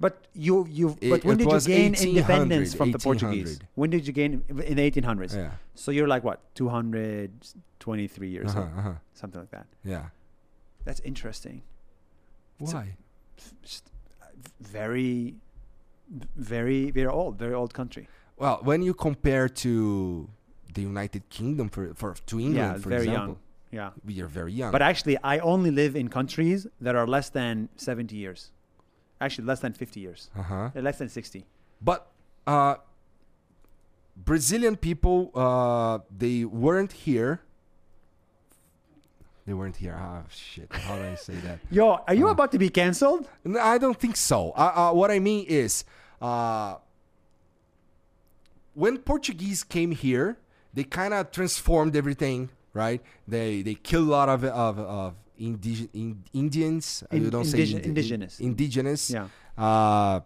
[SPEAKER 2] But you, you.
[SPEAKER 1] It-
[SPEAKER 2] but when
[SPEAKER 1] it
[SPEAKER 2] did you
[SPEAKER 1] was
[SPEAKER 2] gain
[SPEAKER 1] 1800,
[SPEAKER 2] independence from the Portuguese?
[SPEAKER 1] 1800.
[SPEAKER 2] When did you gain in the 1800s?
[SPEAKER 1] Yeah.
[SPEAKER 2] So you're like what, 223 years
[SPEAKER 1] Uh-huh,
[SPEAKER 2] old,
[SPEAKER 1] uh-huh.
[SPEAKER 2] something like that.
[SPEAKER 1] Yeah.
[SPEAKER 2] That's interesting.
[SPEAKER 1] Why?
[SPEAKER 2] Just uh, very, very, very old, very old country.
[SPEAKER 1] Well, when you compare to the United Kingdom, for, for to England,
[SPEAKER 2] yeah,
[SPEAKER 1] for
[SPEAKER 2] very
[SPEAKER 1] example,
[SPEAKER 2] young. Yeah.
[SPEAKER 1] we are very young.
[SPEAKER 2] But actually, I only live in countries that are less than 70 years. Actually, less than 50 years.
[SPEAKER 1] uh-huh.
[SPEAKER 2] Uh, Less than 60.
[SPEAKER 1] But uh, Brazilian people, uh, they weren't here. They weren't here. Ah, shit. How do I say that?
[SPEAKER 2] Yo, are
[SPEAKER 1] Uh-huh.
[SPEAKER 2] you about to be canceled?
[SPEAKER 1] No, I don't think so. Uh, uh, what I mean is, uh, when Portuguese came here, they kind of transformed everything, right? They they killed a lot of of, of indige- in, Indians. Uh,
[SPEAKER 2] In-
[SPEAKER 1] you don't
[SPEAKER 2] indige-
[SPEAKER 1] say indi-
[SPEAKER 2] indigenous.
[SPEAKER 1] Indigenous.
[SPEAKER 2] Yeah.
[SPEAKER 1] Uh,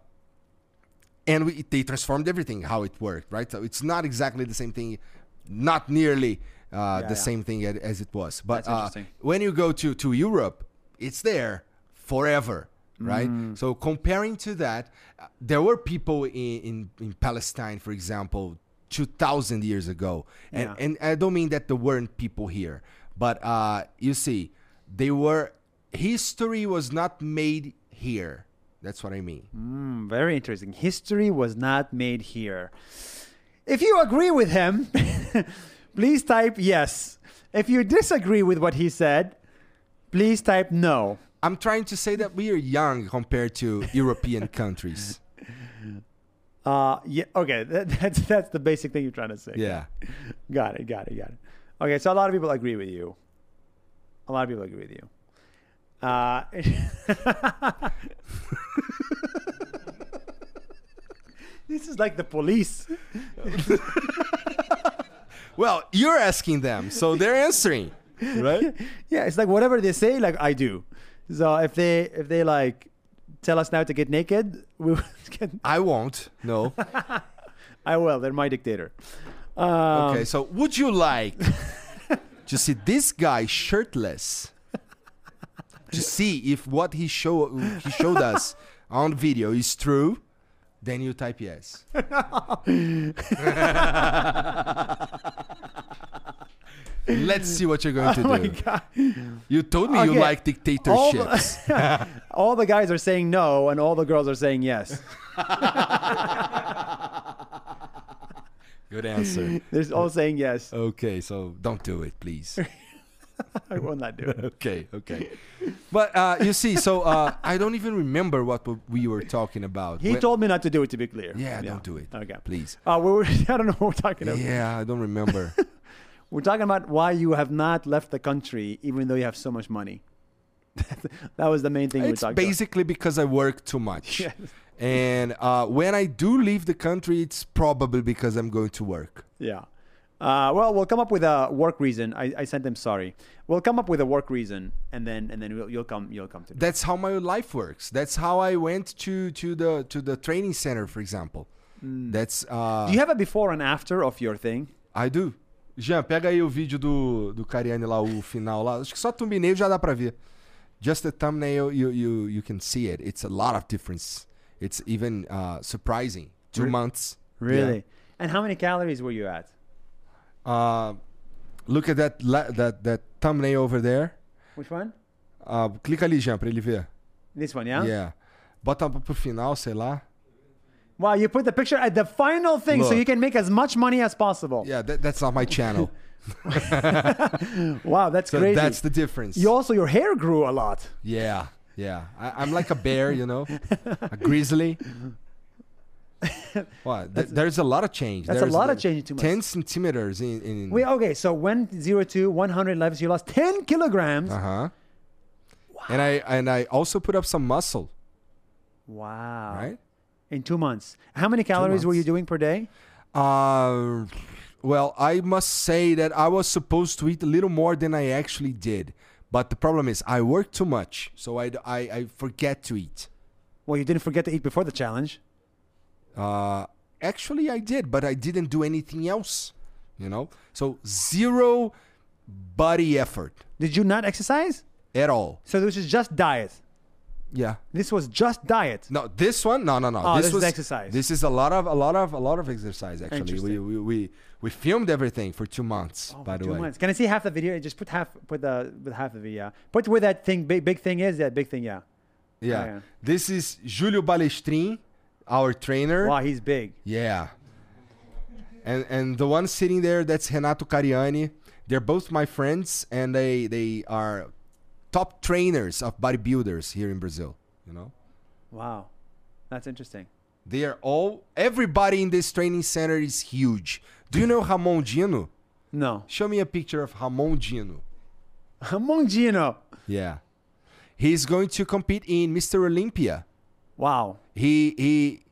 [SPEAKER 1] and we, they transformed everything how it worked, right? So it's not exactly the same thing, not nearly uh, the
[SPEAKER 2] yeah.
[SPEAKER 1] same thing as, as it was. But
[SPEAKER 2] That's
[SPEAKER 1] uh,
[SPEAKER 2] interesting.
[SPEAKER 1] when you go to to Europe, it's there forever, right?
[SPEAKER 2] Mm.
[SPEAKER 1] So comparing to that, uh, there were people in in, in Palestine, for example, two thousand years ago, and
[SPEAKER 2] Yeah.
[SPEAKER 1] and I don't mean that there weren't people here, but uh, you see, they were. History was not made here. That's what I mean.
[SPEAKER 2] Mm, very interesting. History was not made here. If you agree with him, (laughs) please type yes. If you disagree with what he said, please type no.
[SPEAKER 1] I'm trying to say that we are young compared
[SPEAKER 2] (laughs)
[SPEAKER 1] to European countries.
[SPEAKER 2] Uh, yeah, okay, (laughs) that, that's that's the basic thing you're trying to say.
[SPEAKER 1] Yeah.
[SPEAKER 2] Got it, got it, got it. Okay, so a lot of people agree with you. A lot of people agree with you. Uh, (laughs) this is like the police.
[SPEAKER 1] Well, you're asking them, so they're answering,
[SPEAKER 2] (laughs)
[SPEAKER 1] right?
[SPEAKER 2] Yeah, it's like whatever they say, like I do. So if they if they like tell us now to get naked, (laughs) we will get,
[SPEAKER 1] I won't.
[SPEAKER 2] (laughs)
[SPEAKER 1] No.
[SPEAKER 2] Um, I will. They're my dictator. (laughs) Um,
[SPEAKER 1] Okay, so would you
[SPEAKER 2] (laughs)
[SPEAKER 1] like to see this guy shirtless to see if what he show he showed
[SPEAKER 2] (laughs)
[SPEAKER 1] us on video is true? Then you type yes.
[SPEAKER 2] Oh
[SPEAKER 1] Let's see what you're going to
[SPEAKER 2] (laughs) Oh my
[SPEAKER 1] do.
[SPEAKER 2] god!
[SPEAKER 1] You told me you
[SPEAKER 2] Okay.
[SPEAKER 1] like
[SPEAKER 2] All
[SPEAKER 1] dictatorships.
[SPEAKER 2] the, (laughs) all the guys are saying no, and all the girls are saying yes.
[SPEAKER 1] (laughs) Good answer.
[SPEAKER 2] They're all saying yes. (laughs)
[SPEAKER 1] Okay, so don't do it, please.
[SPEAKER 2] I will not do it.
[SPEAKER 1] Okay, okay. But uh, you see, so uh, I don't even remember what we were talking about.
[SPEAKER 2] He
[SPEAKER 1] When-
[SPEAKER 2] told me not to do it. To be clear.
[SPEAKER 1] Yeah, don't do it.
[SPEAKER 2] Okay.
[SPEAKER 1] Please.
[SPEAKER 2] Uh, we were, (laughs) I don't know what we're talking about.
[SPEAKER 1] Yeah, I don't remember.
[SPEAKER 2] We're talking about why you have not left the country, even though you have so much money. (laughs) that was the main thing we
[SPEAKER 1] it's
[SPEAKER 2] talked
[SPEAKER 1] basically because I work too much.
[SPEAKER 2] (laughs) Yes.
[SPEAKER 1] And uh, when I do leave the country, it's probably because I'm going to work.
[SPEAKER 2] about. Yeah. Uh, well, we'll come up with a work reason. I, I sent them sorry. We'll come up with a work reason, and then and then we'll, you'll come you'll come to. That,
[SPEAKER 1] That's how my life works. That's how I went to to the to the training center, for example. That's uh,
[SPEAKER 2] Hmm. do you have a before and after of your thing?
[SPEAKER 1] I do. Jean, pega aí o vídeo do, do Cariani lá, o final lá. Acho que só thumbnail já dá pra ver. Just the thumbnail, you, you, you can see it. It's a lot of difference. It's even uh, surprising. Two months.
[SPEAKER 2] Really? And how many calories were you at?
[SPEAKER 1] Yeah. Uh, look at that, la- that, that thumbnail over there.
[SPEAKER 2] Which one?
[SPEAKER 1] Uh, clica ali, Jean, pra ele ver.
[SPEAKER 2] This one, yeah.
[SPEAKER 1] Yeah. Bota pro final, sei lá.
[SPEAKER 2] Wow, you put the picture at the final thing, so
[SPEAKER 1] Look.
[SPEAKER 2] you can make as much money as possible.
[SPEAKER 1] Yeah, that, that's not my
[SPEAKER 2] (laughs)
[SPEAKER 1] channel.
[SPEAKER 2] Wow, that's
[SPEAKER 1] So
[SPEAKER 2] crazy.
[SPEAKER 1] that's the difference.
[SPEAKER 2] You also your hair grew a lot.
[SPEAKER 1] Yeah, yeah. I, I'm like a bear, you know, a
[SPEAKER 2] (laughs)
[SPEAKER 1] grizzly. What? Th- there's a lot of change.
[SPEAKER 2] That's a
[SPEAKER 1] There's
[SPEAKER 2] lot of change in two months.
[SPEAKER 1] Ten centimeters in. in
[SPEAKER 2] Wait, okay, so when zero to 100 levels, you lost 10 kilograms.
[SPEAKER 1] uh huh. And I and I also put up some muscle,
[SPEAKER 2] Wow.
[SPEAKER 1] right?
[SPEAKER 2] In two months. How many calories were you
[SPEAKER 1] months.
[SPEAKER 2] doing per day?
[SPEAKER 1] Uh, well, I must say that I was supposed to eat a little more than I actually did, but the problem is I work too much, so I d- I- I forget to eat.
[SPEAKER 2] Well, you didn't forget to eat before the challenge.
[SPEAKER 1] Uh, actually, I did, but I didn't do anything else. You know, so zero body effort
[SPEAKER 2] Did you not exercise?
[SPEAKER 1] at all.
[SPEAKER 2] So this is just diet.
[SPEAKER 1] Yeah.
[SPEAKER 2] This was just diet.
[SPEAKER 1] No, this one, no, no, no.
[SPEAKER 2] Oh, this is
[SPEAKER 1] was
[SPEAKER 2] exercise.
[SPEAKER 1] This is a lot of, a lot of, a lot of exercise. Actually, we
[SPEAKER 2] Interesting.
[SPEAKER 1] we, we, we filmed everything for two months. by the
[SPEAKER 2] Oh, two
[SPEAKER 1] way,
[SPEAKER 2] months. Can I see half the video? Just put half, put the, put half of the Yeah. Put where that thing, big, big thing is. That big thing. Yeah.
[SPEAKER 1] yeah.
[SPEAKER 2] Oh, yeah.
[SPEAKER 1] This is Julio Balestrin, our trainer.
[SPEAKER 2] Wow, he's big.
[SPEAKER 1] Yeah. And and the one sitting there, that's Renato Cariani. They're both my friends, and they they are top trainers of bodybuilders here in Brazil. You know,
[SPEAKER 2] Wow, that's interesting.
[SPEAKER 1] they are all. Everybody in this training center is huge. Do you know Ramon Dino?
[SPEAKER 2] No, (laughs)
[SPEAKER 1] Show me a picture of Ramon Dino.
[SPEAKER 2] Among Gino.
[SPEAKER 1] Yeah, he's going to compete in Mr. Olympia.
[SPEAKER 2] Wow,
[SPEAKER 1] He he.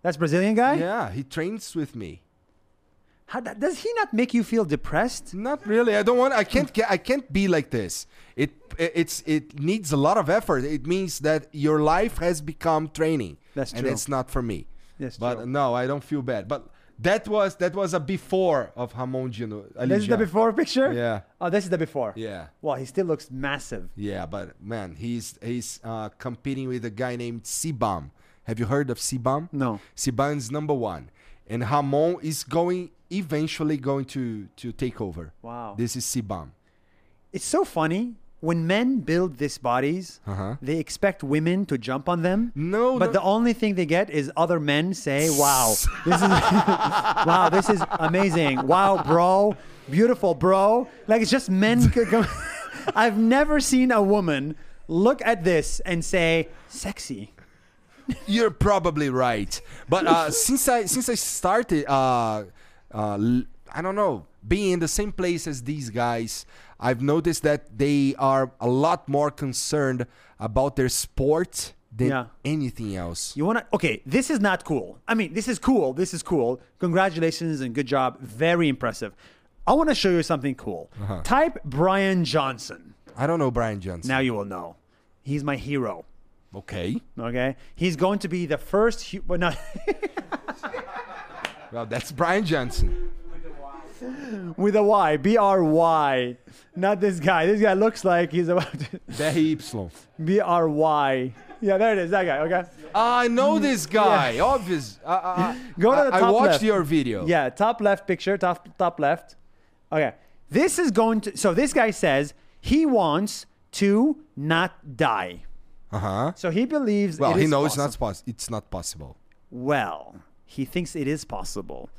[SPEAKER 2] that's Brazilian guy.
[SPEAKER 1] Yeah, he trains with me.
[SPEAKER 2] How, does he not make you feel depressed?
[SPEAKER 1] Not really. I don't want. I can't. get- I can't be like this. It. It's. It needs a lot of effort. It means that your life has become training.
[SPEAKER 2] That's
[SPEAKER 1] And
[SPEAKER 2] true.
[SPEAKER 1] it's not for me.
[SPEAKER 2] That's
[SPEAKER 1] but
[SPEAKER 2] true.
[SPEAKER 1] no, I don't feel bad. But that was that was a before of Ramon Gino.
[SPEAKER 2] This is the
[SPEAKER 1] Alijan.
[SPEAKER 2] before picture.
[SPEAKER 1] Yeah.
[SPEAKER 2] Oh, this is the before.
[SPEAKER 1] Yeah.
[SPEAKER 2] Wow, he still looks massive.
[SPEAKER 1] Yeah, but man, he's he's uh, competing with a guy named Sibam. Have you heard of Sibam?
[SPEAKER 2] No.
[SPEAKER 1] Sibam is number one, and Ramon is going eventually going to to take over.
[SPEAKER 2] Wow.
[SPEAKER 1] This is Sibam.
[SPEAKER 2] It's so funny when men build these bodies,
[SPEAKER 1] Uh-huh.
[SPEAKER 2] they expect women to jump on them.
[SPEAKER 1] No,
[SPEAKER 2] but
[SPEAKER 1] no.
[SPEAKER 2] the only thing they get is other men say, "Wow, this is (laughs) wow, this is amazing. Wow, bro, beautiful, bro." Like it's just
[SPEAKER 1] (laughs)
[SPEAKER 2] men. c- go- (laughs) I've never seen a woman look at this and say, "Sexy."
[SPEAKER 1] You're probably right, but uh, since I since I started, uh, uh, l- I don't know, being in the same place as these guys, I've noticed that they are a lot more concerned about their sport than
[SPEAKER 2] Yeah.
[SPEAKER 1] anything else.
[SPEAKER 2] You want to? Okay, this is not cool. I mean, this is cool. This is cool. Congratulations and good job. Very impressive. I want to show you something cool.
[SPEAKER 1] Uh-huh.
[SPEAKER 2] Type Brian Johnson.
[SPEAKER 1] I don't know Brian Johnson.
[SPEAKER 2] Now you will know. He's my hero.
[SPEAKER 1] okay.
[SPEAKER 2] Okay, he's going to be the first. Hu- but not (laughs)
[SPEAKER 1] Well, that's Brian Johnson.
[SPEAKER 2] with a Y. B R Y. Not this guy. This guy looks like he's about to. (laughs)
[SPEAKER 1] DRY.
[SPEAKER 2] B R Y. Yeah, there it is. That guy. Okay.
[SPEAKER 1] I know this guy. Obvious. Uh, uh,
[SPEAKER 2] Go to the
[SPEAKER 1] I, I
[SPEAKER 2] top
[SPEAKER 1] watched
[SPEAKER 2] left.
[SPEAKER 1] your video.
[SPEAKER 2] Yeah, top left picture, top top left. Okay. This is going to so this guy says he wants to not die.
[SPEAKER 1] Uh huh.
[SPEAKER 2] So he believes
[SPEAKER 1] Well,
[SPEAKER 2] it
[SPEAKER 1] he
[SPEAKER 2] is
[SPEAKER 1] knows
[SPEAKER 2] possible.
[SPEAKER 1] it's not pos- It's not possible.
[SPEAKER 2] Well, he thinks it is possible.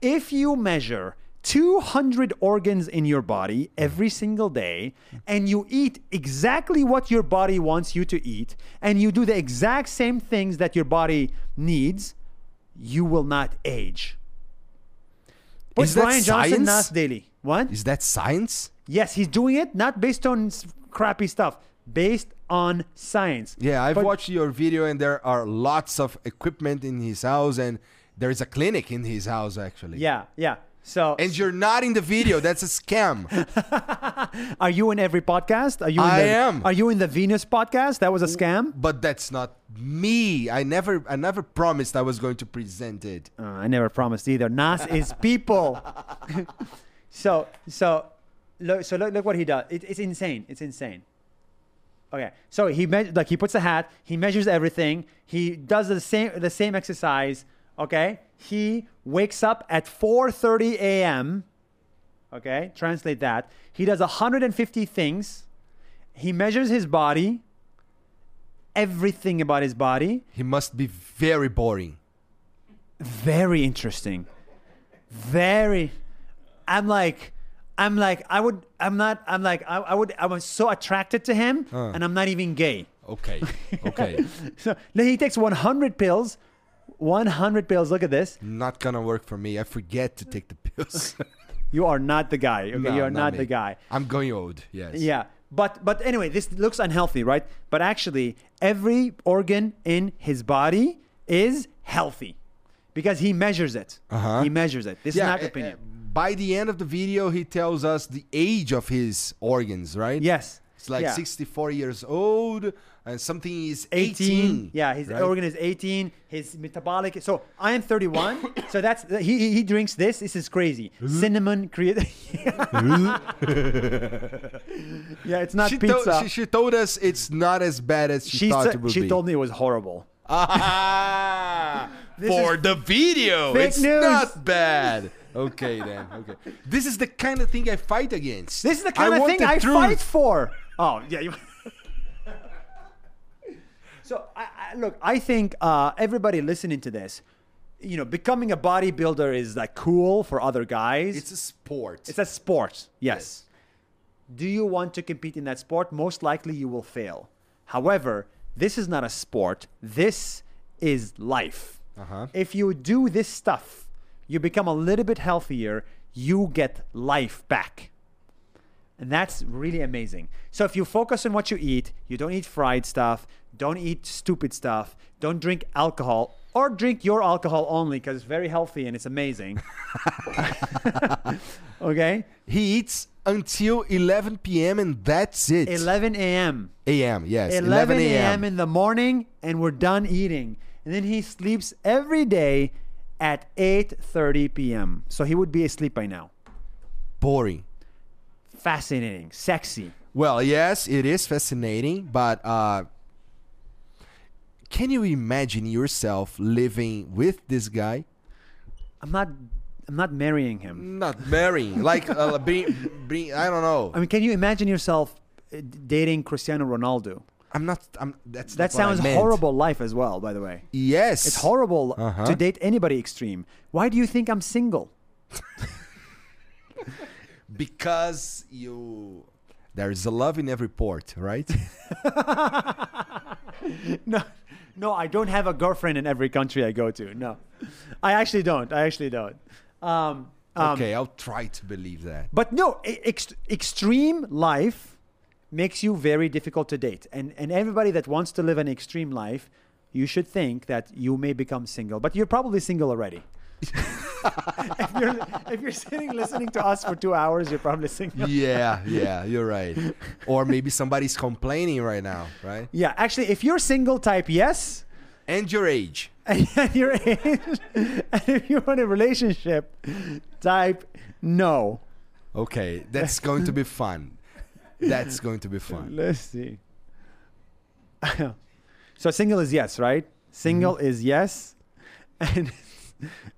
[SPEAKER 2] If you measure 200 organs in your body every single day, and you eat exactly what your body wants you to eat, and you do the exact same things that your body needs, you will not age. But
[SPEAKER 1] Is that
[SPEAKER 2] Brian Johnson,
[SPEAKER 1] science?
[SPEAKER 2] Nas Daily. What?
[SPEAKER 1] Is that science?
[SPEAKER 2] Yes, he's doing it not based on s- crappy stuff, based on science.
[SPEAKER 1] Yeah, I've
[SPEAKER 2] But-
[SPEAKER 1] watched your video, and there are lots of equipment in his house, and there is a clinic in his house actually.
[SPEAKER 2] Yeah, yeah. So,
[SPEAKER 1] And you're not in the video. That's a scam.
[SPEAKER 2] (laughs) Are you in every podcast? Are you? In
[SPEAKER 1] I
[SPEAKER 2] the,
[SPEAKER 1] am.
[SPEAKER 2] Are you in the Venus podcast? That was a scam.
[SPEAKER 1] but that's not me. I never, I never promised I was going to present it.
[SPEAKER 2] Uh, I never promised either. Nas is people. (laughs) so so look so look, look what he does. It, it's insane. It's insane. Okay, so he me- like he puts a hat. He measures everything. He does the same the same exercise. Okay, he wakes up at 4:30 a.m. Okay, translate that. He does 150 things. He measures his body. Everything about his body.
[SPEAKER 1] He must be very boring.
[SPEAKER 2] very interesting very i'm like i'm like i would i'm not i'm like i, I would i was so attracted to him and i'm not even gay (laughs)
[SPEAKER 1] Okay. Okay.
[SPEAKER 2] so no, he takes 100 pills 100 pills look at this
[SPEAKER 1] not gonna work for me. I forget to take the
[SPEAKER 2] (laughs)
[SPEAKER 1] pills. (laughs)
[SPEAKER 2] you are not the guy okay
[SPEAKER 1] No,
[SPEAKER 2] you are not, the
[SPEAKER 1] me.
[SPEAKER 2] guy
[SPEAKER 1] I'm going old. Yes.
[SPEAKER 2] yeah but but anyway this looks unhealthy right but actually every organ in his body is healthy because he measures it
[SPEAKER 1] Uh-huh.
[SPEAKER 2] he measures it this
[SPEAKER 1] Yeah,
[SPEAKER 2] is not
[SPEAKER 1] eh,
[SPEAKER 2] opinion
[SPEAKER 1] eh, By the end of the video, he tells us the age of his organs. Right.
[SPEAKER 2] yes
[SPEAKER 1] It's like
[SPEAKER 2] Yeah.
[SPEAKER 1] 64 years old, and something is 18.
[SPEAKER 2] 18. Yeah, his
[SPEAKER 1] right?
[SPEAKER 2] organ is 18. His metabolic. So I am 31. (coughs) so that's he. he- He drinks this. This is crazy. Cinnamon create. (laughs) yeah, it's not
[SPEAKER 1] She,
[SPEAKER 2] pizza.
[SPEAKER 1] Told, she, she told us it's not as bad as she,
[SPEAKER 2] She
[SPEAKER 1] thought
[SPEAKER 2] sa-
[SPEAKER 1] it would
[SPEAKER 2] she
[SPEAKER 1] be.
[SPEAKER 2] told me it was horrible.
[SPEAKER 1] (laughs) Ah,
[SPEAKER 2] This
[SPEAKER 1] for
[SPEAKER 2] is
[SPEAKER 1] the video,
[SPEAKER 2] fake
[SPEAKER 1] it's
[SPEAKER 2] news.
[SPEAKER 1] not bad. Okay then. Okay. This is the kind of thing I fight against.
[SPEAKER 2] This is the
[SPEAKER 1] I
[SPEAKER 2] kind of
[SPEAKER 1] want
[SPEAKER 2] thing
[SPEAKER 1] the
[SPEAKER 2] I
[SPEAKER 1] truth.
[SPEAKER 2] fight for. Oh yeah. You... (laughs) so I, I, look, I think uh, everybody listening to this, you know, becoming a bodybuilder is like cool for other guys.
[SPEAKER 1] It's a sport.
[SPEAKER 2] It's a sport, yes. Do you want to compete in that sport? Most likely you will fail. However, this is not a sport, this is life.
[SPEAKER 1] Uh-huh.
[SPEAKER 2] If you do this stuff, you become a little bit healthier, you get life back. And that's really amazing. So if you focus on what you eat, you don't eat fried stuff, don't eat stupid stuff, don't drink alcohol, or drink your alcohol only because it's very healthy and it's (laughs) amazing. okay?
[SPEAKER 1] He eats until 11 p.m. and that's it.
[SPEAKER 2] 11 a.m.
[SPEAKER 1] a.m. Yes,
[SPEAKER 2] 11 a.m. in the morning and we're done eating. And then he sleeps every day at 8:30 p.m. So he would be asleep by now.
[SPEAKER 1] Boring.
[SPEAKER 2] Fascinating, sexy.
[SPEAKER 1] Well, yes, it is fascinating, but uh, can you imagine yourself living with this guy?
[SPEAKER 2] I'm not I'm not marrying him.
[SPEAKER 1] Not marrying, like (laughs) uh, being, being, I don't know.
[SPEAKER 2] I mean, can you imagine yourself uh, dating Cristiano Ronaldo?
[SPEAKER 1] I'm not. I'm. That's
[SPEAKER 2] That
[SPEAKER 1] not what I
[SPEAKER 2] sounds
[SPEAKER 1] meant.
[SPEAKER 2] horrible life as well, by the way.
[SPEAKER 1] Yes,
[SPEAKER 2] It's horrible
[SPEAKER 1] Uh-huh.
[SPEAKER 2] to date anybody extreme. Why do you think I'm single? (laughs)
[SPEAKER 1] because you. There is a love in every port, right?
[SPEAKER 2] No, no, I don't have a girlfriend in every country I go to. No, I actually don't. I actually don't. Um, (laughs) um,
[SPEAKER 1] okay, I'll try to believe that.
[SPEAKER 2] But no, e- ex- extreme life makes you very difficult to date. And and everybody that wants to live an extreme life, you should think that you may become single. But you're probably single already. (laughs) if, you're, if you're sitting listening to us for two hours, you're probably single.
[SPEAKER 1] yeah, yeah, you're
[SPEAKER 2] (laughs)
[SPEAKER 1] right. Or maybe somebody's complaining right now, right?
[SPEAKER 2] Yeah, actually, if you're single type, yes. (laughs)
[SPEAKER 1] And your age.
[SPEAKER 2] and your age, (laughs) and if you want a relationship, type no.
[SPEAKER 1] Okay, that's going to be fun. That's going to be fun.
[SPEAKER 2] Let's see. (laughs) so single is yes, right? Single
[SPEAKER 1] Mm-hmm.
[SPEAKER 2] is yes, (laughs) and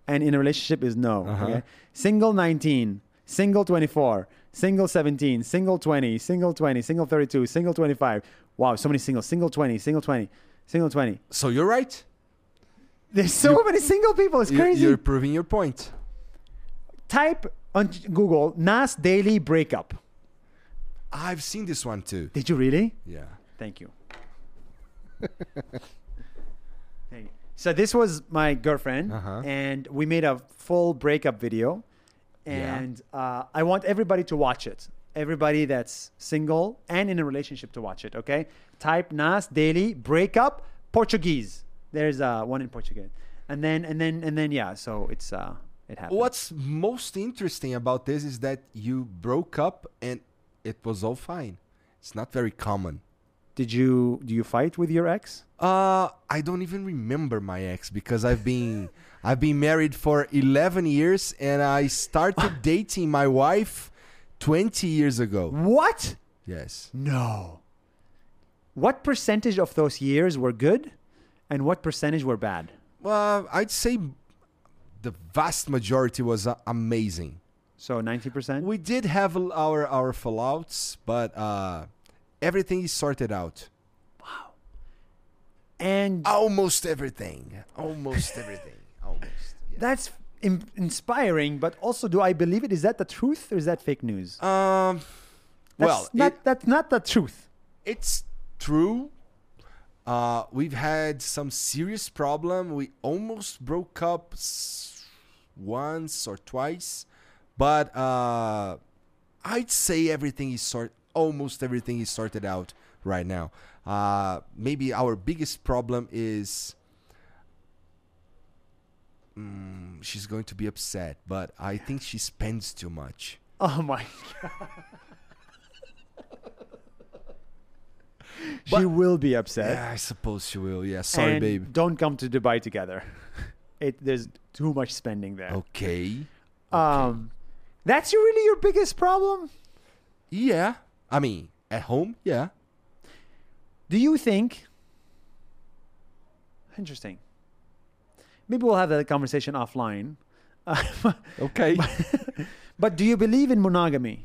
[SPEAKER 2] and in a relationship is no.
[SPEAKER 1] Uh-huh.
[SPEAKER 2] Okay? Single nineteen, single twenty four, single seventeen, single twenty, single twenty, single thirty two, single twenty five. Wow, so many singles. Single twenty, single twenty, single twenty.
[SPEAKER 1] So you're right.
[SPEAKER 2] There's so many single people. It's
[SPEAKER 1] You-
[SPEAKER 2] crazy.
[SPEAKER 1] You're proving your point.
[SPEAKER 2] Type on Google Nas daily breakup.
[SPEAKER 1] I've seen this one too.
[SPEAKER 2] Did you really?
[SPEAKER 1] Yeah.
[SPEAKER 2] Thank you. Thank you. So this was my girlfriend,
[SPEAKER 1] Uh-huh.
[SPEAKER 2] and we made a full breakup video,
[SPEAKER 1] Yeah.
[SPEAKER 2] and uh, I want everybody to watch it. Everybody that's single and in a relationship to watch it. Okay, type Nas Daily breakup Portuguese. There's uh, one in Portuguese, and then and then and then yeah. So it's uh, it happened.
[SPEAKER 1] What's most interesting about this is that you broke up and it was all fine. It's not very common.
[SPEAKER 2] did you do? You fight with your ex?
[SPEAKER 1] Uh, I don't even remember my ex because I've been I've been married for 11 years and I started dating my wife 20 years ago.
[SPEAKER 2] What?
[SPEAKER 1] Yes.
[SPEAKER 2] No. What percentage of those years were good and what percentage were bad?
[SPEAKER 1] Well, I'd say the vast majority was uh, amazing.
[SPEAKER 2] So 90%?
[SPEAKER 1] We did have l- our our fallouts, but uh, everything is sorted out. Uh,
[SPEAKER 2] and
[SPEAKER 1] Almost everything. Almost everything. Almost. yeah.
[SPEAKER 2] that's in- inspiring, but also do I believe it? Is that the truth or is that fake news?
[SPEAKER 1] Um.
[SPEAKER 2] That's
[SPEAKER 1] well,
[SPEAKER 2] not,
[SPEAKER 1] it-
[SPEAKER 2] that's not the truth.
[SPEAKER 1] it's true. Uh, we've had some serious problem. We almost broke up s- once or twice, but uh, I'd say everything is sort. Almost everything is sorted out right now. Uh, maybe our biggest problem is. Mm, she's going to be upset, but I think she spends too much.
[SPEAKER 2] Oh my God. she
[SPEAKER 1] But-
[SPEAKER 2] will be upset.
[SPEAKER 1] Yeah, I suppose she will. Yeah, sorry,
[SPEAKER 2] and
[SPEAKER 1] babe.
[SPEAKER 2] Don't come to Dubai together. (laughs) It, there's too much spending there.
[SPEAKER 1] Okay.
[SPEAKER 2] Um, that's your- really your biggest problem?
[SPEAKER 1] Yeah. I mean, at home, yeah.
[SPEAKER 2] Do you think? Interesting. Maybe we'll have that conversation offline. (laughs)
[SPEAKER 1] Okay.
[SPEAKER 2] But do you believe in monogamy?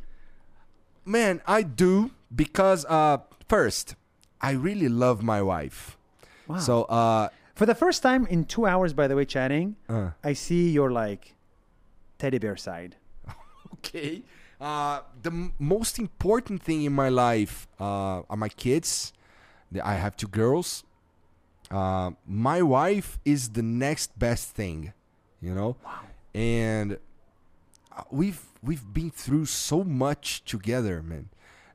[SPEAKER 1] Man, I do because uh first, I really love my wife.
[SPEAKER 2] Wow.
[SPEAKER 1] So uh
[SPEAKER 2] For the first time in two hours, by the way, chatting,
[SPEAKER 1] Uh.
[SPEAKER 2] I see your like teddy bear side.
[SPEAKER 1] (laughs) okay. Uh the m- most important thing in my life uh are my kids. The- I have two girls. Uh, my wife is the next best thing, you know? And uh, we've we've been through so much together, man.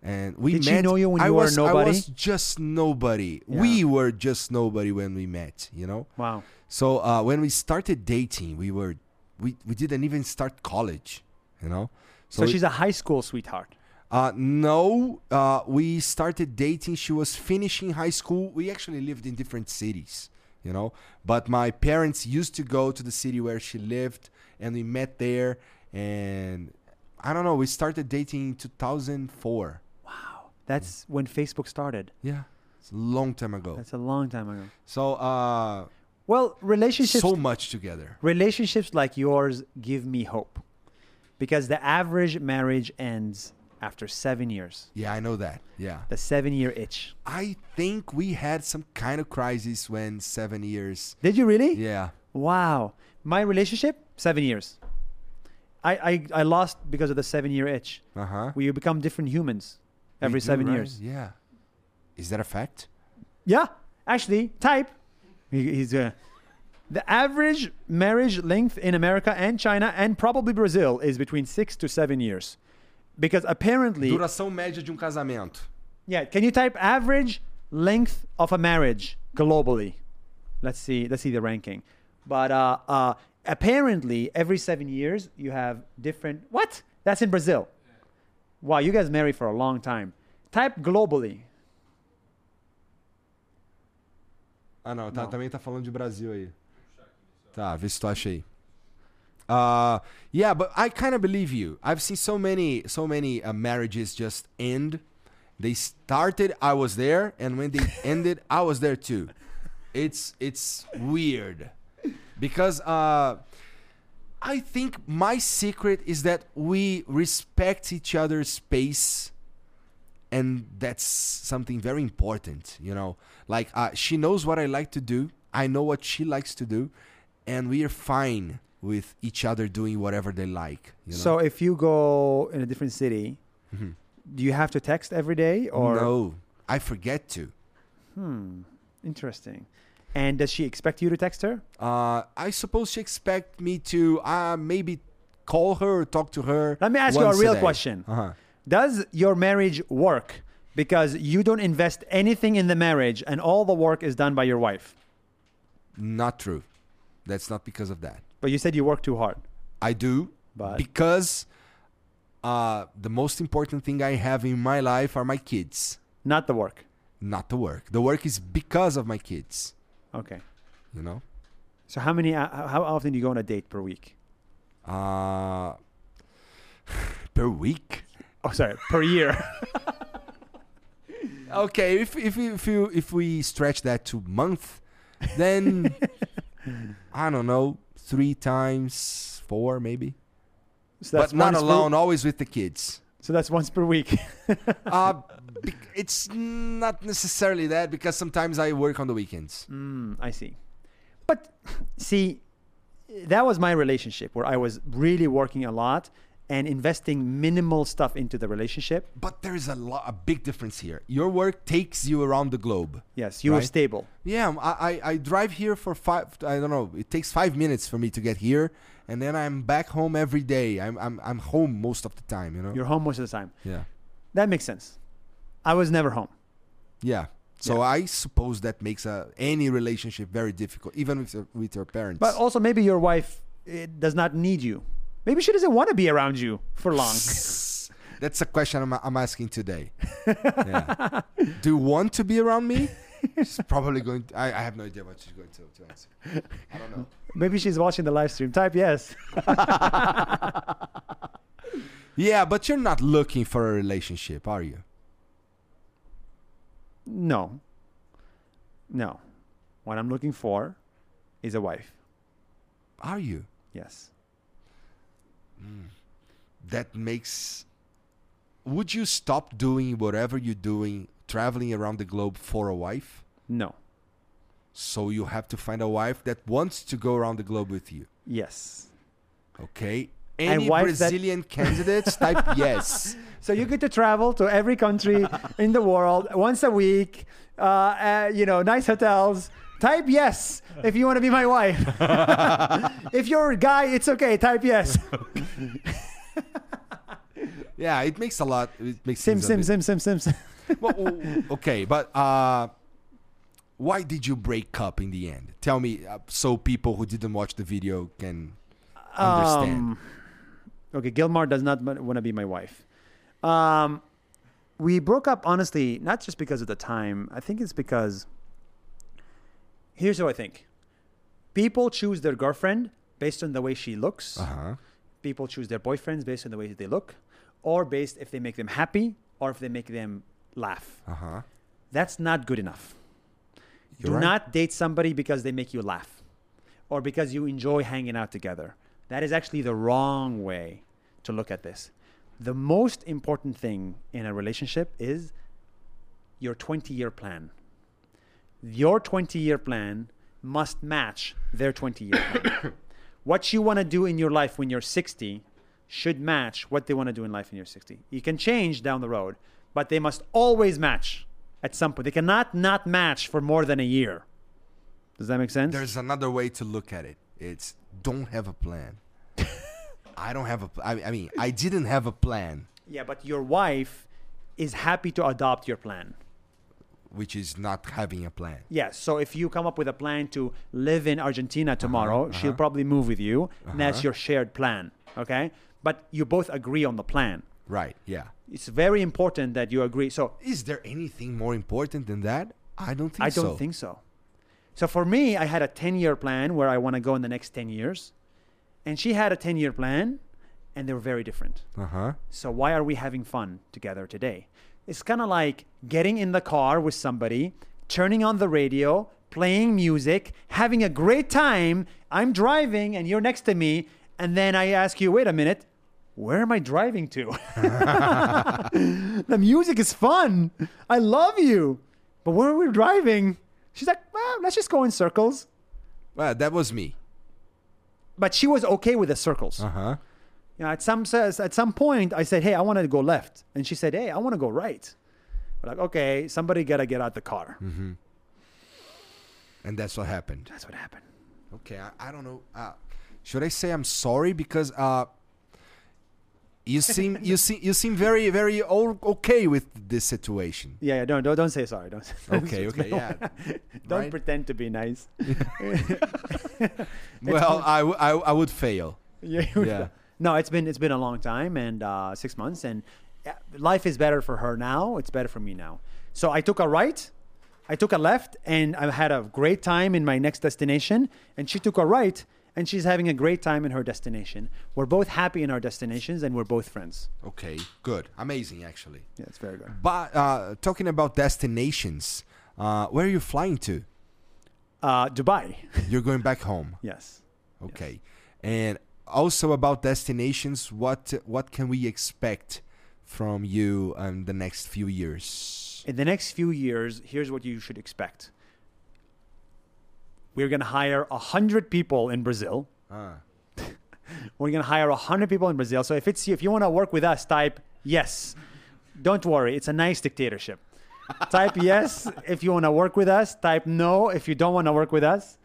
[SPEAKER 1] And we
[SPEAKER 2] Did she
[SPEAKER 1] met.
[SPEAKER 2] know you when
[SPEAKER 1] I
[SPEAKER 2] you were
[SPEAKER 1] was,
[SPEAKER 2] nobody?
[SPEAKER 1] I was just nobody.
[SPEAKER 2] Yeah.
[SPEAKER 1] We were just nobody when we met. You know.
[SPEAKER 2] Wow.
[SPEAKER 1] So uh, when we started dating, we were we, we didn't even start college, you know.
[SPEAKER 2] So
[SPEAKER 1] it-
[SPEAKER 2] she's a high school sweetheart.
[SPEAKER 1] uh, no. Uh, we started dating. She was finishing high school. We actually lived in different cities, you know. But my parents used to go to the city where she lived, and we met there. And I don't know. We started dating in 2004.
[SPEAKER 2] Wow. That's when Facebook started.
[SPEAKER 1] Yeah, it's a long time ago.
[SPEAKER 2] That's a long time ago.
[SPEAKER 1] so uh,
[SPEAKER 2] Well, relationships
[SPEAKER 1] so much together.
[SPEAKER 2] relationships like yours give me hope. Because the average marriage ends after 7 years.
[SPEAKER 1] Yeah, I know that. Yeah.
[SPEAKER 2] The 7-year itch.
[SPEAKER 1] I think we had some kind of crisis when seven years.
[SPEAKER 2] Did you really?
[SPEAKER 1] Yeah.
[SPEAKER 2] Wow. My relationship, seven years. I, I, I lost because of the seven year itch.
[SPEAKER 1] Uh huh.
[SPEAKER 2] We become different humans every seven years.
[SPEAKER 1] Yeah. Is that a fact?
[SPEAKER 2] Yeah. Actually, type. He- he's uh, the average marriage length in America and China and probably Brazil is between six to seven years. Because apparently,
[SPEAKER 1] Duração média de um casamento.
[SPEAKER 2] yeah. Can you type average length of a marriage globally? Let's see. Let's see the ranking. But uh, uh, apparently, every seven years you have different. What? That's in Brazil. Wow, you guys marry for a long time. Type globally.
[SPEAKER 1] Ah, não, tá-
[SPEAKER 2] Não.
[SPEAKER 1] Também tá falando de Brasil aí. Tá, vê se tu acha aí. Uh, yeah, but I kind of believe you. I've seen so many, so many uh, marriages just end. They started, I was there, and when (laughs) they ended, I was there too. It's it's weird because uh, I think my secret is that we respect each other's space and that's something very important you know like uh, she knows what i like to do i know what she likes to do and we are fine with each other doing whatever they like you know?
[SPEAKER 2] So if you go in a different city,
[SPEAKER 1] Mhm.
[SPEAKER 2] do you have to text every day or
[SPEAKER 1] no i forget to
[SPEAKER 2] Hmm. Interesting. And does she expect you to text her?
[SPEAKER 1] uh, i suppose she expect me to uh, maybe call her or talk to her
[SPEAKER 2] Let me ask
[SPEAKER 1] once
[SPEAKER 2] you a real
[SPEAKER 1] day.
[SPEAKER 2] question.
[SPEAKER 1] uh-huh.
[SPEAKER 2] Does your marriage work? Because you don't invest anything in the marriage and all the work is done by your wife.
[SPEAKER 1] not true that's not because of that
[SPEAKER 2] But you said you work too hard.
[SPEAKER 1] I do,
[SPEAKER 2] But-
[SPEAKER 1] because uh, the most important thing I have in my life are my kids,
[SPEAKER 2] Not the work.
[SPEAKER 1] not the work. The work is because of my kids,
[SPEAKER 2] Okay.
[SPEAKER 1] you know.
[SPEAKER 2] So how many uh, how often do you go on a date per week?
[SPEAKER 1] Uh, (sighs) per week.
[SPEAKER 2] Oh sorry, per year. (laughs)
[SPEAKER 1] Okay, if if you- if you if we stretch that to month, (laughs) then I don't know, three times, four maybe.
[SPEAKER 2] So that's
[SPEAKER 1] but not
[SPEAKER 2] once per-
[SPEAKER 1] alone, always with the kids.
[SPEAKER 2] so that's once per week. (laughs)
[SPEAKER 1] Uh, bec- it's not necessarily that because sometimes I work on the weekends.
[SPEAKER 2] Mm, I see. But see, that was my relationship where I was really working a lot and investing minimal stuff into the relationship.
[SPEAKER 1] But there is a lot, a big difference here. Your work takes you around the globe.
[SPEAKER 2] Yes, you were
[SPEAKER 1] Right.
[SPEAKER 2] stable.
[SPEAKER 1] Yeah, I'm- I, I, I drive here for five. I don't know. It takes five minutes for me to get here, and then I'm back home every day. I'm I'm, I'm home most of the time. You know.
[SPEAKER 2] You're home most of the time.
[SPEAKER 1] yeah.
[SPEAKER 2] That makes sense. I was never home.
[SPEAKER 1] Yeah. So I suppose that makes a, any relationship very difficult, even with your, with your parents.
[SPEAKER 2] But
[SPEAKER 1] (laughs)
[SPEAKER 2] also, maybe your wife eh, does not need you. Maybe she doesn't want to be around you for
[SPEAKER 1] (laughs)
[SPEAKER 2] long.
[SPEAKER 1] that's a question I'm, I'm asking today. Yeah. Do you want to be around me? She's probably going. To, I, I have no idea what she's going to, to answer. I don't know.
[SPEAKER 2] maybe she's watching the live stream. Type yes.
[SPEAKER 1] Yeah, but you're not looking for a relationship, are you?
[SPEAKER 2] No. No. What I'm looking for is a wife.
[SPEAKER 1] Are you?
[SPEAKER 2] Yes.
[SPEAKER 1] That makes. Would you stop doing whatever you're doing, traveling around the globe for a wife?
[SPEAKER 2] No.
[SPEAKER 1] So you have to find a wife that wants to go around the globe with you.
[SPEAKER 2] Yes.
[SPEAKER 1] Okay.
[SPEAKER 2] And
[SPEAKER 1] Any
[SPEAKER 2] wives that-
[SPEAKER 1] Brazilian
[SPEAKER 2] (laughs)
[SPEAKER 1] candidates? Type yes.
[SPEAKER 2] So you get to travel to every
[SPEAKER 1] (laughs)
[SPEAKER 2] country in the world once a week. Uh, uh, you know, nice hotels. Type yes if you want to be
[SPEAKER 1] (laughs)
[SPEAKER 2] my wife.
[SPEAKER 1] (laughs)
[SPEAKER 2] if you're a guy, it's okay. Type yes.
[SPEAKER 1] yeah, it makes a lot. It makes
[SPEAKER 2] Sim,
[SPEAKER 1] things a
[SPEAKER 2] sim,
[SPEAKER 1] bit-
[SPEAKER 2] sim, sim, sim, sim.
[SPEAKER 1] Well, o- okay, but uh, why did you break up in the end? Tell me, uh, so people who didn't watch the video can understand.
[SPEAKER 2] Um, okay, Gilmar does not want to be my wife. Um, we broke up honestly, not just because of the time. I think it's because here's how I think: people choose their girlfriend based on the way she looks.
[SPEAKER 1] uh-huh.
[SPEAKER 2] People choose their boyfriends based on the way they look, or based if they make them happy or if they make them laugh.
[SPEAKER 1] Uh-huh.
[SPEAKER 2] That's not good enough.
[SPEAKER 1] You're
[SPEAKER 2] Do
[SPEAKER 1] right.
[SPEAKER 2] not date somebody because they make you laugh or because you enjoy hanging out together. That is actually the wrong way to look at this. The most important thing in a relationship is your 20 year plan. Your 20 year plan must match their 20 year plan. what you want to do in your life when you're 60 should match what they want to do in life when you're 60. You can change down the road, but they must always match at some point. They cannot not match for more than a year. Does that make sense?
[SPEAKER 1] There's another way to look at it. It's don't have a
[SPEAKER 2] (laughs)
[SPEAKER 1] plan. I don't have a. pl- I, I mean, I didn't have a plan,
[SPEAKER 2] yeah, but your wife is happy to adopt your plan.
[SPEAKER 1] which is not having a plan.
[SPEAKER 2] Yes. So if you come up with a plan to live in Argentina tomorrow, she'll probably move with you. And that's your shared plan. Okay. But you both agree on the plan.
[SPEAKER 1] Right? Yeah.
[SPEAKER 2] It's very important that you agree. So
[SPEAKER 1] Is there anything more important than that? I don't think
[SPEAKER 2] I
[SPEAKER 1] so.
[SPEAKER 2] don't think so. So for me, I had a 10 year plan where I want to go in the next 10 years. And she had a 10 year plan, and they were very different.
[SPEAKER 1] Uh huh.
[SPEAKER 2] So why are we having fun together today? It's kind of like getting in the car with somebody, turning on the radio, playing music, having a great time. I'm driving and you're next to me. And then I ask you, wait a minute, where am I driving to? (laughs) the music is fun. I love you. But where are we driving? She's like, well, let's just go in circles.
[SPEAKER 1] Well, that was me.
[SPEAKER 2] But she was okay with the circles.
[SPEAKER 1] Uh huh.
[SPEAKER 2] You know, at some says at some point I said, "Hey, I want to go left," and she said, "Hey, I want to go right." We're like, "Okay, somebody gotta get out the car."
[SPEAKER 1] Mm-hmm. And that's what happened.
[SPEAKER 2] That's what happened.
[SPEAKER 1] Okay, I, I don't know. Uh, should I say I'm sorry because uh,
[SPEAKER 2] (laughs)
[SPEAKER 1] you seem you seem you seem very very o- okay with this
[SPEAKER 2] (laughs)
[SPEAKER 1] situation.
[SPEAKER 2] Yeah, yeah. Don't don't, don't say sorry. Don't. (laughs)
[SPEAKER 1] Okay, okay, yeah.
[SPEAKER 2] don't
[SPEAKER 1] Right.
[SPEAKER 2] pretend to be nice.
[SPEAKER 1] Well, I, w- I, w- I would fail.
[SPEAKER 2] yeah. (laughs) you-
[SPEAKER 1] Yeah.
[SPEAKER 2] No, it's been it's been a long time and uh, six months, and uh, life is better for her now. It's better for me now. So I took a right, I took a left, and I had a great time in my next destination. And she took a right, and she's having a great time in her destination. We're both happy in our destinations, and we're both friends.
[SPEAKER 1] Okay, good, amazing actually.
[SPEAKER 2] Yeah, it's very good.
[SPEAKER 1] But uh, talking about destinations, uh, where are you flying to?
[SPEAKER 2] Uh, Dubai. (laughs)
[SPEAKER 1] You're going back home.
[SPEAKER 2] yes.
[SPEAKER 1] Okay, and also about destinations, what what can we expect from you in the next few years?
[SPEAKER 2] In the next few years, here's what you should expect. We're going to hire 100 people in Brazil.
[SPEAKER 1] Ah.
[SPEAKER 2] (laughs) We're going to hire 100 people in Brazil. So if it's if you want to work with us, type yes. Don't worry, it's a
[SPEAKER 1] (laughs)
[SPEAKER 2] nice dictatorship. type yes if you want to work with us, type no if you don't want to work with us.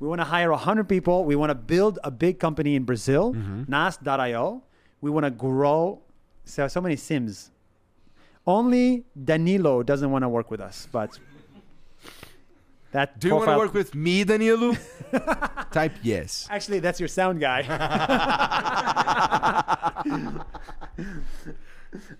[SPEAKER 2] We want to hire 100 people. We want to build a big company in Brazil,
[SPEAKER 1] Mm-hmm.
[SPEAKER 2] nas.io. We want to grow so so many sims. Only Danilo doesn't want to work with us, but that
[SPEAKER 1] Do you want to work
[SPEAKER 2] profile-
[SPEAKER 1] with me, Danilo? (laughs) Type yes.
[SPEAKER 2] Actually, that's your sound guy. (laughs)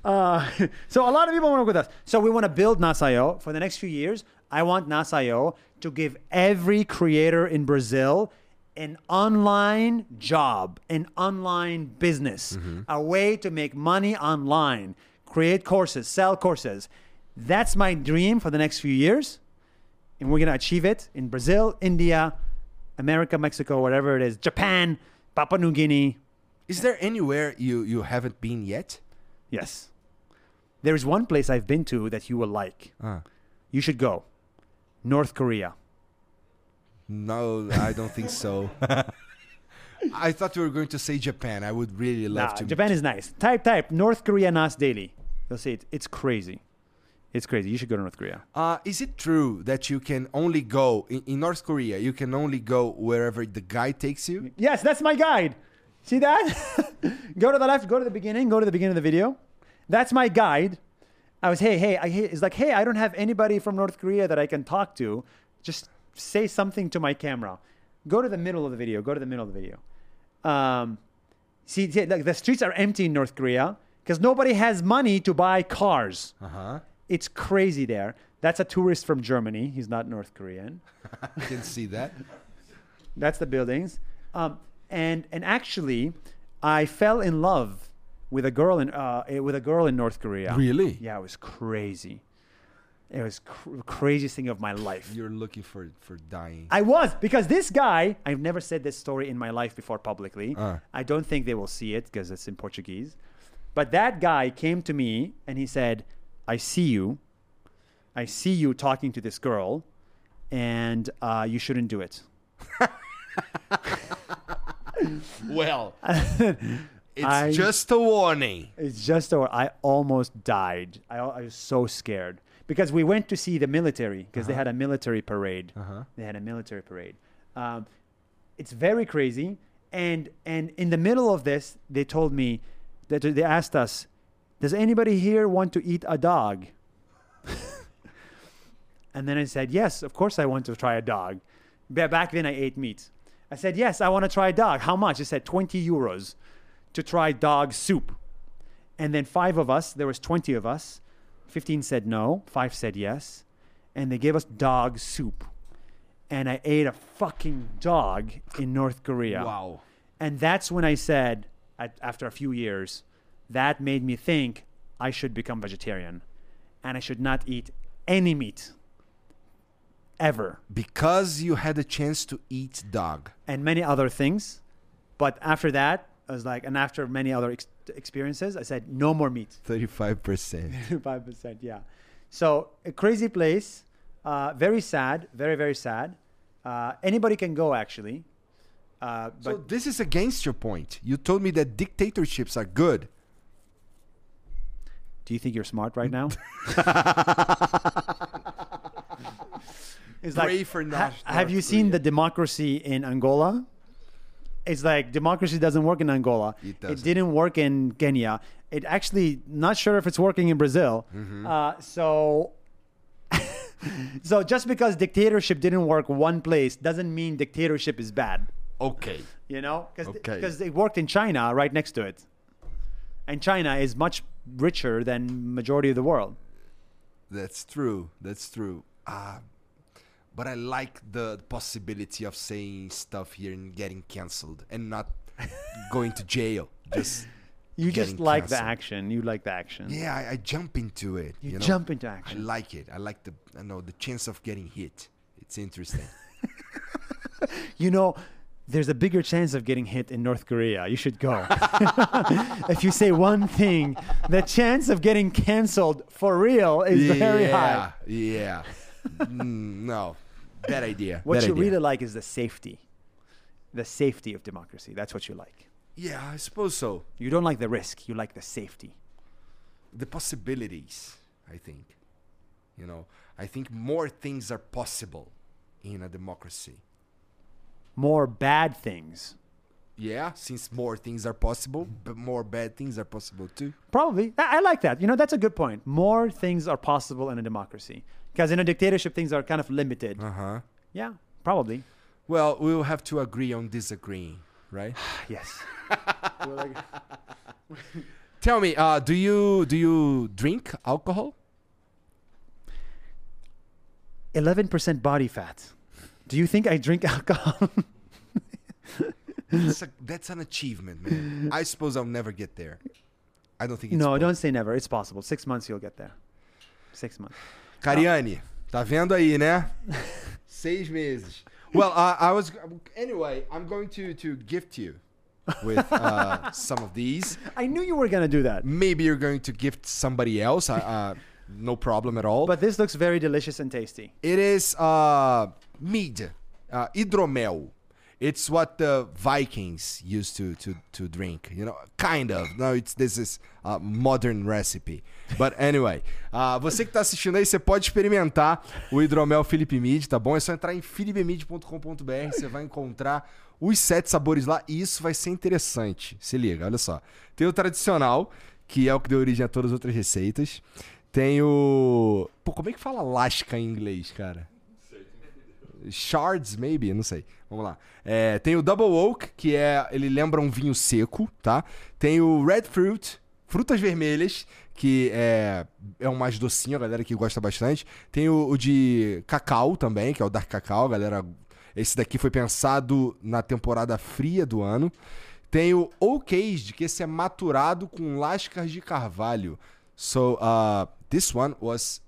[SPEAKER 2] uh, so a lot of people want to work with us. So we want to build Nas.io for the next few years. I want Nas.io to give every creator in Brazil an online job, an online business, a way to make money online, create courses, sell courses. That's my dream for the next few years and we're going to achieve it in Brazil, India, America, Mexico, whatever it is, Japan, Papua New Guinea.
[SPEAKER 1] Is there anywhere you, you haven't been yet?
[SPEAKER 2] Yes. There is one place I've been to that you will like.
[SPEAKER 1] Uh.
[SPEAKER 2] You should go. North Korea.
[SPEAKER 1] No, I don't think
[SPEAKER 2] (laughs)
[SPEAKER 1] so. I thought you were going to say Japan. I would really love
[SPEAKER 2] Nah,
[SPEAKER 1] to.
[SPEAKER 2] Japan is nice. Type type North Korea Nas Daily. You'll see it. It's crazy. It's crazy. You should go to North Korea.
[SPEAKER 1] Uh, is it true that you can only go in, in North Korea? You can only go wherever the guy takes you.
[SPEAKER 2] (laughs) Yes, that's my guide. See that? go to the left, go to the beginning, go to the beginning of the video. That's my guide. I was, hey, hey, I, hey," it's like, hey, I don't have anybody from North Korea that I can talk to. Just say something to my camera. Go to the middle of the video. Go to the middle of the video. Um, see, see, like the streets are empty in North Korea because nobody has money to buy cars.
[SPEAKER 1] Uh-huh.
[SPEAKER 2] It's crazy there. That's a tourist from Germany. He's not North Korean.
[SPEAKER 1] I can see that.
[SPEAKER 2] That's the buildings. Um, and and actually, I fell in love with a girl in uh, eh, with a girl in North Korea.
[SPEAKER 1] Really?
[SPEAKER 2] Yeah, it was crazy. It was cr- craziest thing of my life.
[SPEAKER 1] You're looking for for dying.
[SPEAKER 2] I was because this guy. I've never said this story in my life before publicly.
[SPEAKER 1] Uh.
[SPEAKER 2] I don't think they will see it because it's in Portuguese. But that guy came to me and he said, "I see you. I see you talking to this girl, and uh, you shouldn't do it."
[SPEAKER 1] Well, it's
[SPEAKER 2] I-
[SPEAKER 1] just a warning.
[SPEAKER 2] It's just or I almost died. I, I was so scared because we went to see the military because they had a military parade. They had a military parade. Um, it's very crazy. And and in the middle of this, they told me that they asked us, "Does anybody here want to eat a dog?" and then I said, "Yes, of course I want to try a dog." Ba- Back then, I ate meat. I said, "Yes, I want to try a dog. How much?" It said twenty euros to try dog soup and then five of us there was 20 of us 15 said no 5 said yes and they gave us dog soup and i ate a fucking dog in north korea
[SPEAKER 1] Wow.
[SPEAKER 2] and that's when i said at, after a few years that made me think i should become vegetarian and i should not eat any meat ever
[SPEAKER 1] Because you had a chance to eat dog.
[SPEAKER 2] and many other things but after that i was like and after many other ex- experiences i said no more meat (laughs)
[SPEAKER 1] (laughs) 35%.
[SPEAKER 2] Five percent, yeah. So a crazy place, uh, very sad, very very sad. Uh, anybody can go actually, uh, but
[SPEAKER 1] so this is against your point. You told me that dictatorships are good.
[SPEAKER 2] do you think you're smart right
[SPEAKER 1] (laughs)
[SPEAKER 2] now? it's
[SPEAKER 1] Pray for
[SPEAKER 2] ha-
[SPEAKER 1] North-
[SPEAKER 2] have you
[SPEAKER 1] North
[SPEAKER 2] seen
[SPEAKER 1] Korea.
[SPEAKER 2] the democracy in Angola? It's like democracy doesn't work in Angola.
[SPEAKER 1] It doesn't.
[SPEAKER 2] didn't work in Kenya. It actually not sure if it's working in Brazil.
[SPEAKER 1] Mm-hmm.
[SPEAKER 2] Uh, so (laughs) So just because dictatorship didn't work one place doesn't mean dictatorship is bad.
[SPEAKER 1] Okay.
[SPEAKER 2] You know, because
[SPEAKER 1] Okay.
[SPEAKER 2] it worked in China, right next to it, and China is much richer than majority of the world.
[SPEAKER 1] That's true. That's true. Ah, but I like the possibility of saying stuff here and getting canceled and (laughs) not going to jail. Just
[SPEAKER 2] You just
[SPEAKER 1] Getting
[SPEAKER 2] like the
[SPEAKER 1] canceled.
[SPEAKER 2] action. You like the action.
[SPEAKER 1] yeah, I, I jump into it.
[SPEAKER 2] you
[SPEAKER 1] know?
[SPEAKER 2] jump into
[SPEAKER 1] I
[SPEAKER 2] action.
[SPEAKER 1] like it. I like the I know the chance of getting hit. It's interesting.
[SPEAKER 2] You know, there's a bigger chance of getting hit in North Korea. You should go. (laughs) if you say one thing, the chance of getting canceled for real is very high.
[SPEAKER 1] Yeah. Mm, no. Bad idea.
[SPEAKER 2] What
[SPEAKER 1] Bad
[SPEAKER 2] you
[SPEAKER 1] idea.
[SPEAKER 2] really like is the safety, the safety of democracy. That's what you like.
[SPEAKER 1] Yeah, I suppose so.
[SPEAKER 2] You don't like the risk. You like the safety.
[SPEAKER 1] The possibilities, I think. You know, I think more things are possible in a democracy.
[SPEAKER 2] More bad things.
[SPEAKER 1] Yeah, since more things are possible, but more bad things are possible too.
[SPEAKER 2] Probably. I, I like that. You know, that's a good point. More things are possible in a democracy. Because in a dictatorship, things are kind of limited.
[SPEAKER 1] Uh-huh.
[SPEAKER 2] Yeah, probably.
[SPEAKER 1] Well, we'll have to agree on disagreeing, right? (sighs)
[SPEAKER 2] Yes.
[SPEAKER 1] Tell me, uh, do you do you drink
[SPEAKER 2] (laughs)
[SPEAKER 1] alcohol?
[SPEAKER 2] 11% body fat. Do you think I drink (laughs) alcohol?
[SPEAKER 1] That's, a, that's an achievement, man. I suppose I'll never get there. I don't think it's
[SPEAKER 2] no,
[SPEAKER 1] possible.
[SPEAKER 2] don't say never. It's possible. Six months, you'll get there. Six months.
[SPEAKER 1] Cariani, tá vendo aí, né? Seis meses. Well, uh, I was anyway. I'm going to to gift you with uh, some of these.
[SPEAKER 2] I knew you were going to do that.
[SPEAKER 1] Maybe you're going to gift somebody else. I, uh, no problem at all.
[SPEAKER 2] But this looks very delicious and tasty.
[SPEAKER 1] it is uh, mead, uh, hidromel. It's what the Vikings used to, to, to drink, you know, kind of. Now it's this is a modern recipe. But anyway, ah, você que tá assistindo aí, você pode experimentar o hidromel Felipe Mid, tá bom? É só entrar em philipemid.com.br, você vai encontrar os sete sabores lá e isso vai ser interessante. Se liga, olha só. Tem o tradicional, que é o que deu origem a todas as outras receitas. Tem o. Pô, como é que fala lasca em inglês, cara? Shards, maybe, não sei. Vamos lá. É, tem o Double Oak, que é. Ele lembra um vinho seco, tá? Tem o Red Fruit, frutas vermelhas, que é, é um mais docinho, a galera que gosta bastante. Tem o, o de cacau também, que é o Dark Cacau, a galera. Esse daqui foi pensado na temporada fria do ano. Tem o Oakaged, que esse é maturado com lascas de carvalho. So, uh, this one was.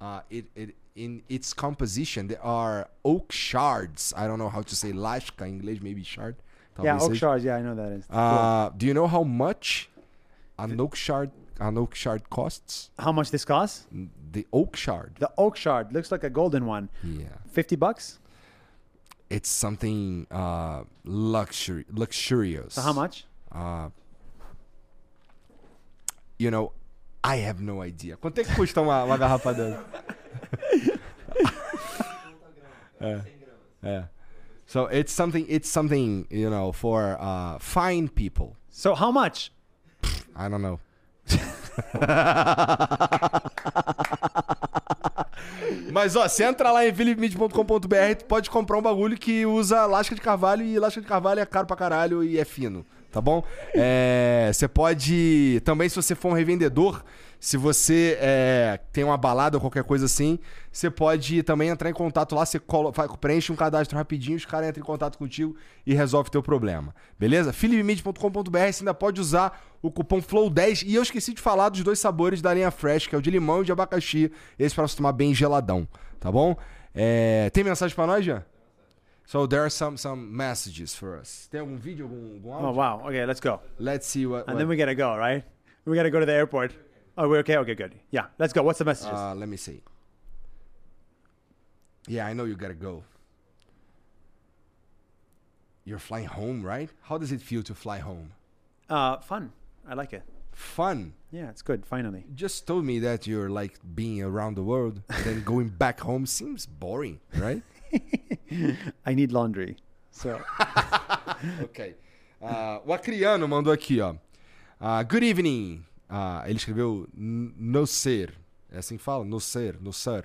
[SPEAKER 1] Uh, it, it, in its composition, there are oak shards. I don't know how to say lasca in English, maybe shard.
[SPEAKER 2] Yeah,
[SPEAKER 1] talvez
[SPEAKER 2] oak
[SPEAKER 1] seja.
[SPEAKER 2] shards. Yeah, I know that is.
[SPEAKER 1] Uh, do you know how much an oak shard an oak shard costs?
[SPEAKER 2] How much this costs?
[SPEAKER 1] The oak shard.
[SPEAKER 2] The oak shard looks like a golden one.
[SPEAKER 1] Yeah,
[SPEAKER 2] Fifty bucks.
[SPEAKER 1] it's something uh, luxury luxurious.
[SPEAKER 2] So how much?
[SPEAKER 1] You know, I have no idea. Quanto é que custa uma, uma garrafa dessa? é. é. So it's something it's something, you know, for uh, fine people.
[SPEAKER 2] So how much? Oh,
[SPEAKER 1] I don't know. (laughs) Mas ó, você entra lá em philipmid.com.br, tu pode comprar um bagulho que usa lasca de carvalho e lasca de carvalho é caro pra caralho e é fino, tá bom? É, Você pode. Também, se você for um revendedor, se você é, tem uma balada ou qualquer coisa assim, você pode também entrar em contato lá, você colo- fa- preenche um cadastro rapidinho, os caras entram em contato contigo e resolve teu problema. Beleza? philipmid.com.br, você ainda pode usar o cupom FLOW10. E eu esqueci de falar dos dois sabores da linha Fresh, que é o de limão e de abacaxi. Esse pra você tomar bem geladão, tá bom? É, Tem mensagem pra nós, Jean? So there are some, some messages for us. Tem algum vídeo, algum, algum
[SPEAKER 2] Oh
[SPEAKER 1] áudio?
[SPEAKER 2] wow. Okay, let's go.
[SPEAKER 1] Let's see what...
[SPEAKER 2] And
[SPEAKER 1] what-
[SPEAKER 2] then we gotta go, right? We gotta go to the airport. Oh, we're okay. Okay, good. Yeah, let's go. What's the messages?
[SPEAKER 1] Uh, let me see. Yeah, I know you gotta go. You're flying home, right? How does it feel to fly home?
[SPEAKER 2] Uh, fun. I like it.
[SPEAKER 1] Fun.
[SPEAKER 2] Yeah, it's good. Finally.
[SPEAKER 1] You just told me that you're like being around the world, and then going back home seems boring, right?
[SPEAKER 2] (laughs) I need laundry. So
[SPEAKER 1] (laughs) ok. Ah, o Acriano mandou aqui, ó. Ah, good evening. Ah, ele escreveu n- no ser. É assim que fala? No ser, no ser.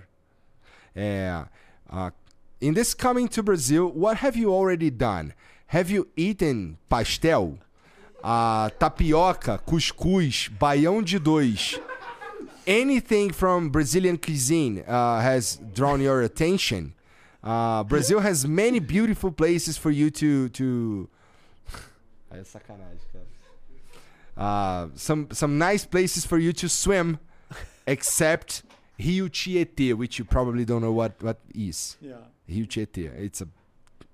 [SPEAKER 1] É, ah, in this coming to Brazil, what have you already done? Have you eaten pastel? Ah, tapioca, cuscuz, baião de dois. anything from Brazilian cuisine uh, has drawn your attention. Uh, Brazil has many beautiful places for you to to. Aí é sacanagem, cara. Uh, some some nice places for you to
[SPEAKER 2] (laughs)
[SPEAKER 1] swim, except Rio Tietê, which you probably don't know what what is.
[SPEAKER 2] yeah.
[SPEAKER 1] Rio Tietê. It's a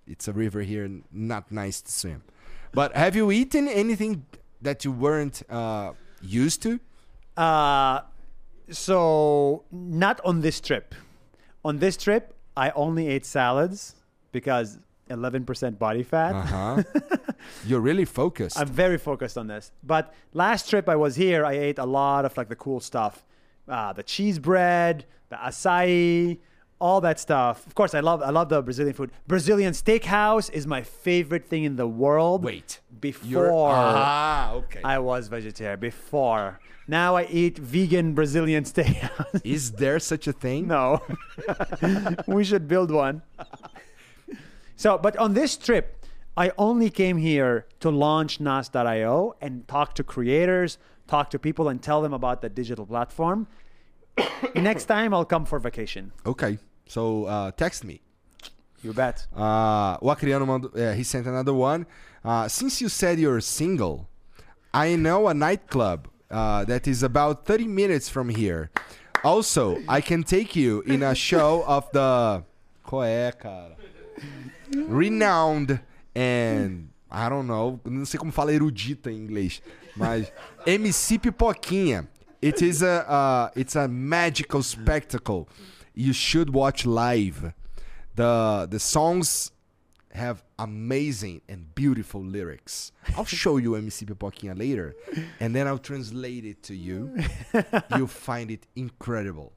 [SPEAKER 1] it's a river here, n- not nice to swim. But have you eaten anything that you weren't uh, used to?
[SPEAKER 2] (laughs) Uh, so not on this trip. On this trip, I only ate salads because 11% body fat. (laughs)
[SPEAKER 1] Uh-huh. You're really focused.
[SPEAKER 2] I'm very focused on this. But last trip I was here, I ate a lot of like the cool stuff, uh, the cheese bread, the acai, all that stuff. Of course, I love I love the Brazilian food. Brazilian steakhouse is my favorite thing in the world.
[SPEAKER 1] Wait.
[SPEAKER 2] before
[SPEAKER 1] You're- Ah, okay.
[SPEAKER 2] I was vegetarian. Before now, I eat vegan Brazilian (laughs) steakhouse.
[SPEAKER 1] Is there such a thing?
[SPEAKER 2] no, (laughs) we should build one. So, but on this trip, I only came here to launch Nas.io and talk to creators, talk to people, and tell them about the digital platform. (coughs) Next time, I'll come for vacation.
[SPEAKER 1] Okay. So uh, text me.
[SPEAKER 2] You bet.
[SPEAKER 1] Uh, o Acriano mandou. é, he sent another one. Uh, since you said you're single, I know a nightclub uh, that is about 30 minutes from here. Also, I can take you in a show of the. Qual é, cara? Renowned and. I don't know. Não sei como fala erudita em inglês. Mas. (laughs) MC Pipoquinha. It is a, uh, it's a magical spectacle. You should watch live. The, the songs have amazing and beautiful lyrics. I'll show you MC Pipoquinha later, and then I'll translate it to you. You'll find it incredible.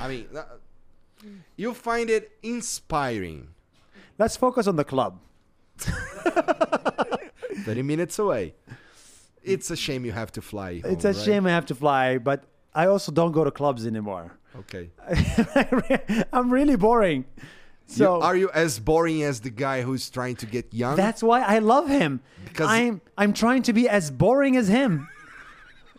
[SPEAKER 1] I mean, uh, you'll find it inspiring.
[SPEAKER 2] Let's focus on the club.
[SPEAKER 1] 30 minutes away. It's a shame you have to fly.
[SPEAKER 2] It's
[SPEAKER 1] home,
[SPEAKER 2] a
[SPEAKER 1] right?
[SPEAKER 2] shame I have to fly, but I also don't go to clubs anymore. (laughs)
[SPEAKER 1] Okay.
[SPEAKER 2] I'm really boring. So
[SPEAKER 1] You- are you as boring as the guy who's trying to get young?
[SPEAKER 2] that's why I love him.
[SPEAKER 1] Because-
[SPEAKER 2] I'm I'm trying to be as boring as him.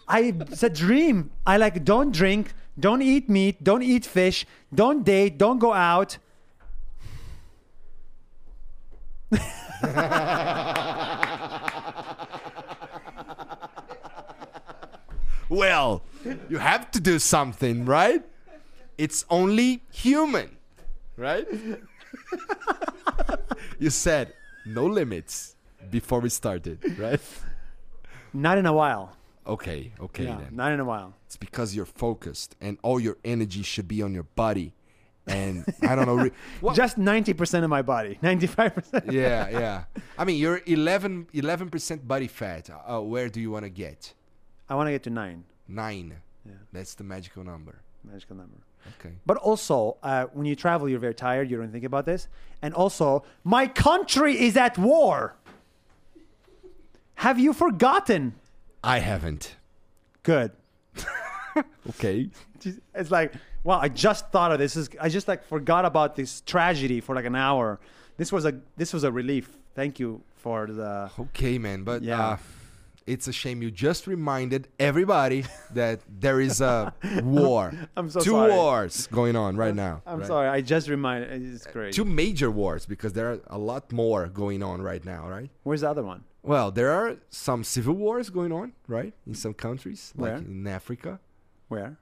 [SPEAKER 2] I it's a dream. I like don't drink, don't eat meat, don't eat fish, don't date, don't go out.
[SPEAKER 1] well, you have to do something, right? It's only human,
[SPEAKER 2] (laughs)
[SPEAKER 1] right? you said no limits before we started, right?
[SPEAKER 2] Not in a while.
[SPEAKER 1] Okay, okay
[SPEAKER 2] Yeah,
[SPEAKER 1] then.
[SPEAKER 2] not in a while.
[SPEAKER 1] It's because you're focused and all your energy should be on your body. And I don't know. Re-
[SPEAKER 2] (laughs)
[SPEAKER 1] What-
[SPEAKER 2] Just 90% of my body. (laughs) 95%.
[SPEAKER 1] yeah, yeah. I mean, you're 11 percent body fat. Uh, where do you want to get?
[SPEAKER 2] I want to get to 9.
[SPEAKER 1] Nine.
[SPEAKER 2] Yeah.
[SPEAKER 1] That's the magical number.
[SPEAKER 2] Magical number.
[SPEAKER 1] Okay.
[SPEAKER 2] But also, uh, when you travel, you're very tired. You don't think about this. And also, my country is at war. Have you forgotten?
[SPEAKER 1] I haven't.
[SPEAKER 2] Good.
[SPEAKER 1] Okay.
[SPEAKER 2] Just- It's like, wow, I just thought of this. This- I just like forgot about this tragedy for like an hour. This was a this was a relief. Thank you for the.
[SPEAKER 1] Okay, man. But
[SPEAKER 2] Yeah.
[SPEAKER 1] uh, it's a shame you just reminded
[SPEAKER 2] (laughs)
[SPEAKER 1] everybody that there is a war.
[SPEAKER 2] I'm so
[SPEAKER 1] Two
[SPEAKER 2] sorry.
[SPEAKER 1] wars going on right now.
[SPEAKER 2] I'm
[SPEAKER 1] right?
[SPEAKER 2] sorry. I just reminded. It's great.
[SPEAKER 1] Two major wars because there are a lot more going on right now, right?
[SPEAKER 2] Where's the other one?
[SPEAKER 1] Well, there are some civil wars going on, right? In some countries, like
[SPEAKER 2] Where?
[SPEAKER 1] in Africa.
[SPEAKER 2] Where?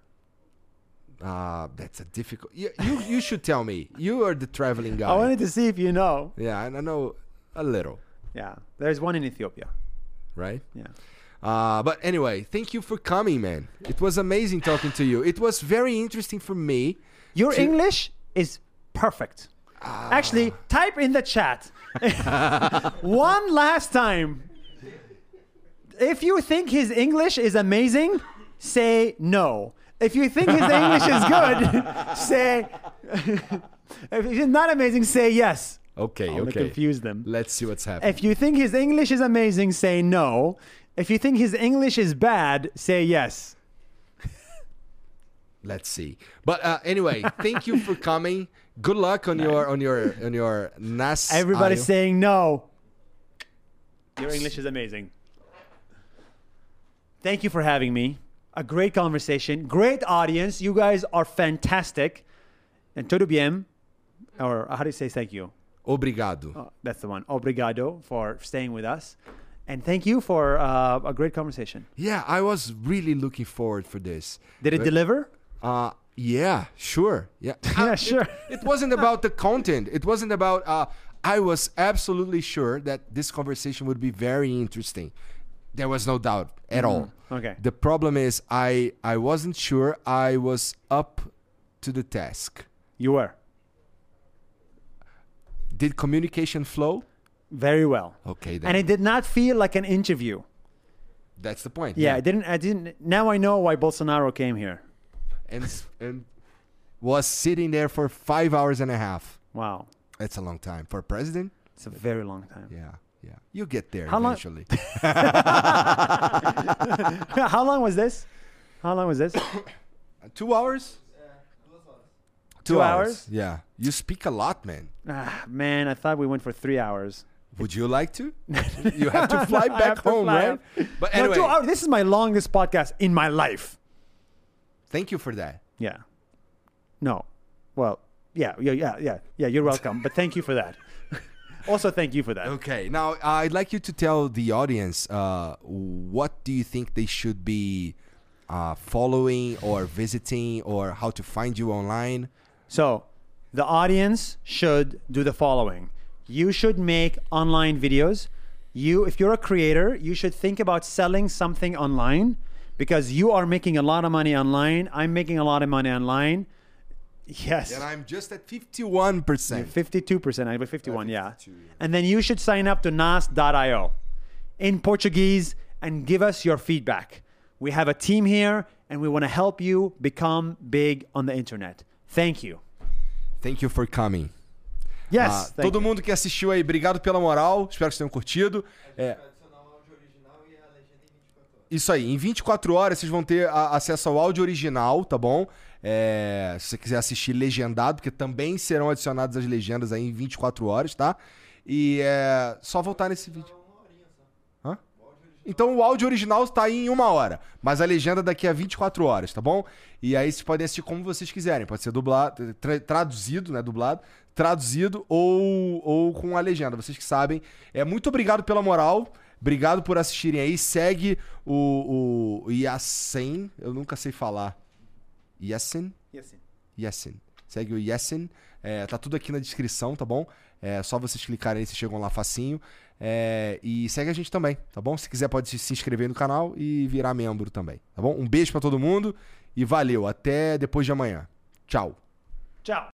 [SPEAKER 1] Uh, that's a difficult. You, you you should tell me. You are the traveling guy.
[SPEAKER 2] I wanted to see if you know.
[SPEAKER 1] Yeah, and I know a little,
[SPEAKER 2] Yeah, there's one in Ethiopia.
[SPEAKER 1] right?
[SPEAKER 2] Yeah.
[SPEAKER 1] Uh, but anyway, thank you for coming, man. It was amazing talking to you. It was very interesting for me.
[SPEAKER 2] Your
[SPEAKER 1] to-
[SPEAKER 2] English is perfect. Actually, type in the chat (laughs) one last time. If you think his English is amazing, say no. If you think his English is (laughs) good, say. (laughs) if it's not amazing, say yes.
[SPEAKER 1] Okay,
[SPEAKER 2] I'm gonna
[SPEAKER 1] okay.
[SPEAKER 2] confuse them.
[SPEAKER 1] Let's see what's happening.
[SPEAKER 2] If you think his English is amazing, say no. If you think his English is bad, say yes.
[SPEAKER 1] Let's see. But uh,
[SPEAKER 2] (laughs)
[SPEAKER 1] anyway, thank you for coming. Good luck on your on your on your
[SPEAKER 2] (laughs)
[SPEAKER 1] NAS.
[SPEAKER 2] Everybody's
[SPEAKER 1] aisle.
[SPEAKER 2] saying no. Your English is amazing. Thank you for having me. A great conversation, great audience. You guys are fantastic. And todo bien, or how do you say thank you?
[SPEAKER 1] obrigado.
[SPEAKER 2] Oh, that's the one. Obrigado for staying with us. And thank you for uh, a great conversation.
[SPEAKER 1] Yeah, I was really looking forward for this.
[SPEAKER 2] Did it
[SPEAKER 1] But-
[SPEAKER 2] deliver?
[SPEAKER 1] Uh, yeah, sure. Yeah. (laughs)
[SPEAKER 2] Yeah,
[SPEAKER 1] Uh, it-
[SPEAKER 2] sure.
[SPEAKER 1] It, wasn't about the content. It wasn't about. Uh, I was absolutely sure that this conversation would be very interesting. There was no doubt at all.
[SPEAKER 2] Mm-hmm. okay.
[SPEAKER 1] The problem is, I I wasn't sure I was up to the task.
[SPEAKER 2] You were.
[SPEAKER 1] Did communication flow?
[SPEAKER 2] Very well.
[SPEAKER 1] Okay, then.
[SPEAKER 2] And it did not feel like an interview.
[SPEAKER 1] That's the point.
[SPEAKER 2] Yeah, I didn't. I didn't. Now I know why Bolsonaro came here.
[SPEAKER 1] And s- and was sitting there for five hours and a half.
[SPEAKER 2] Wow,
[SPEAKER 1] That's a long time for a president.
[SPEAKER 2] it's a very long time.
[SPEAKER 1] Yeah, yeah. You get there
[SPEAKER 2] How long-
[SPEAKER 1] eventually.
[SPEAKER 2] (laughs) How long was this? How long was this? (coughs)
[SPEAKER 1] Two hours?
[SPEAKER 2] Two hours?
[SPEAKER 1] Yeah. You speak a lot, man.
[SPEAKER 2] ah, man, I thought we went for three hours.
[SPEAKER 1] Would you like
[SPEAKER 2] (laughs)
[SPEAKER 1] to? you have to fly
[SPEAKER 2] I
[SPEAKER 1] back
[SPEAKER 2] have to
[SPEAKER 1] home,
[SPEAKER 2] fly
[SPEAKER 1] right?
[SPEAKER 2] up.
[SPEAKER 1] (laughs) But
[SPEAKER 2] No,
[SPEAKER 1] anyway,
[SPEAKER 2] two hours. This is my longest podcast in my life.
[SPEAKER 1] thank you for that.
[SPEAKER 2] Yeah. No. Well, yeah, yeah, yeah, yeah, yeah. You're welcome. but thank you for that. (laughs) also, thank you for that.
[SPEAKER 1] Okay. Now, I'd like you to tell the audience uh, what do you think they should be uh, following or visiting or how to find you online?
[SPEAKER 2] So, the audience should do the following. You should make online videos. You if you're a creator, you should think about selling something online because you are making a lot of money online. I'm making a lot of money online. Yes.
[SPEAKER 1] And I'm just at 51%.
[SPEAKER 2] 52%, I 51, yeah.
[SPEAKER 1] 52, yeah.
[SPEAKER 2] And then you should sign up to nas.io in Portuguese and give us your feedback. We have a team here and we want to help you become big on the internet. Thank you.
[SPEAKER 1] Thank you for coming.
[SPEAKER 2] Yes.
[SPEAKER 1] Ah,
[SPEAKER 2] thank
[SPEAKER 1] todo
[SPEAKER 2] you.
[SPEAKER 1] mundo que assistiu aí, obrigado pela moral. Espero que vocês tenham curtido. É,
[SPEAKER 3] Adicionar o áudio original e a legenda em 24
[SPEAKER 1] Isso aí, em 24 horas vocês vão ter a- acesso ao áudio original, tá bom? É, se você quiser assistir legendado, porque também serão adicionadas as legendas aí em 24 horas, tá? E é só voltar nesse vídeo. Hã? Então o áudio original tá aí em uma hora, mas a legenda daqui a 24 horas, tá bom? E aí vocês podem assistir como vocês quiserem, pode ser dublado, tra- traduzido, né, dublado, traduzido ou, ou com a legenda, vocês que sabem. É muito obrigado pela moral. Obrigado por assistirem aí. Segue o, o Yassen, eu nunca sei falar. Yassen?
[SPEAKER 2] Yes.
[SPEAKER 1] Yesin. Segue o Yesin. É, tá tudo aqui na descrição, tá bom? É só vocês clicarem aí, vocês chegam lá facinho. É, e segue a gente também, tá bom? Se quiser, pode se- se inscrever no canal e virar membro também, tá bom? Um beijo pra todo mundo e valeu. Até depois de amanhã. Tchau.
[SPEAKER 2] Ciao.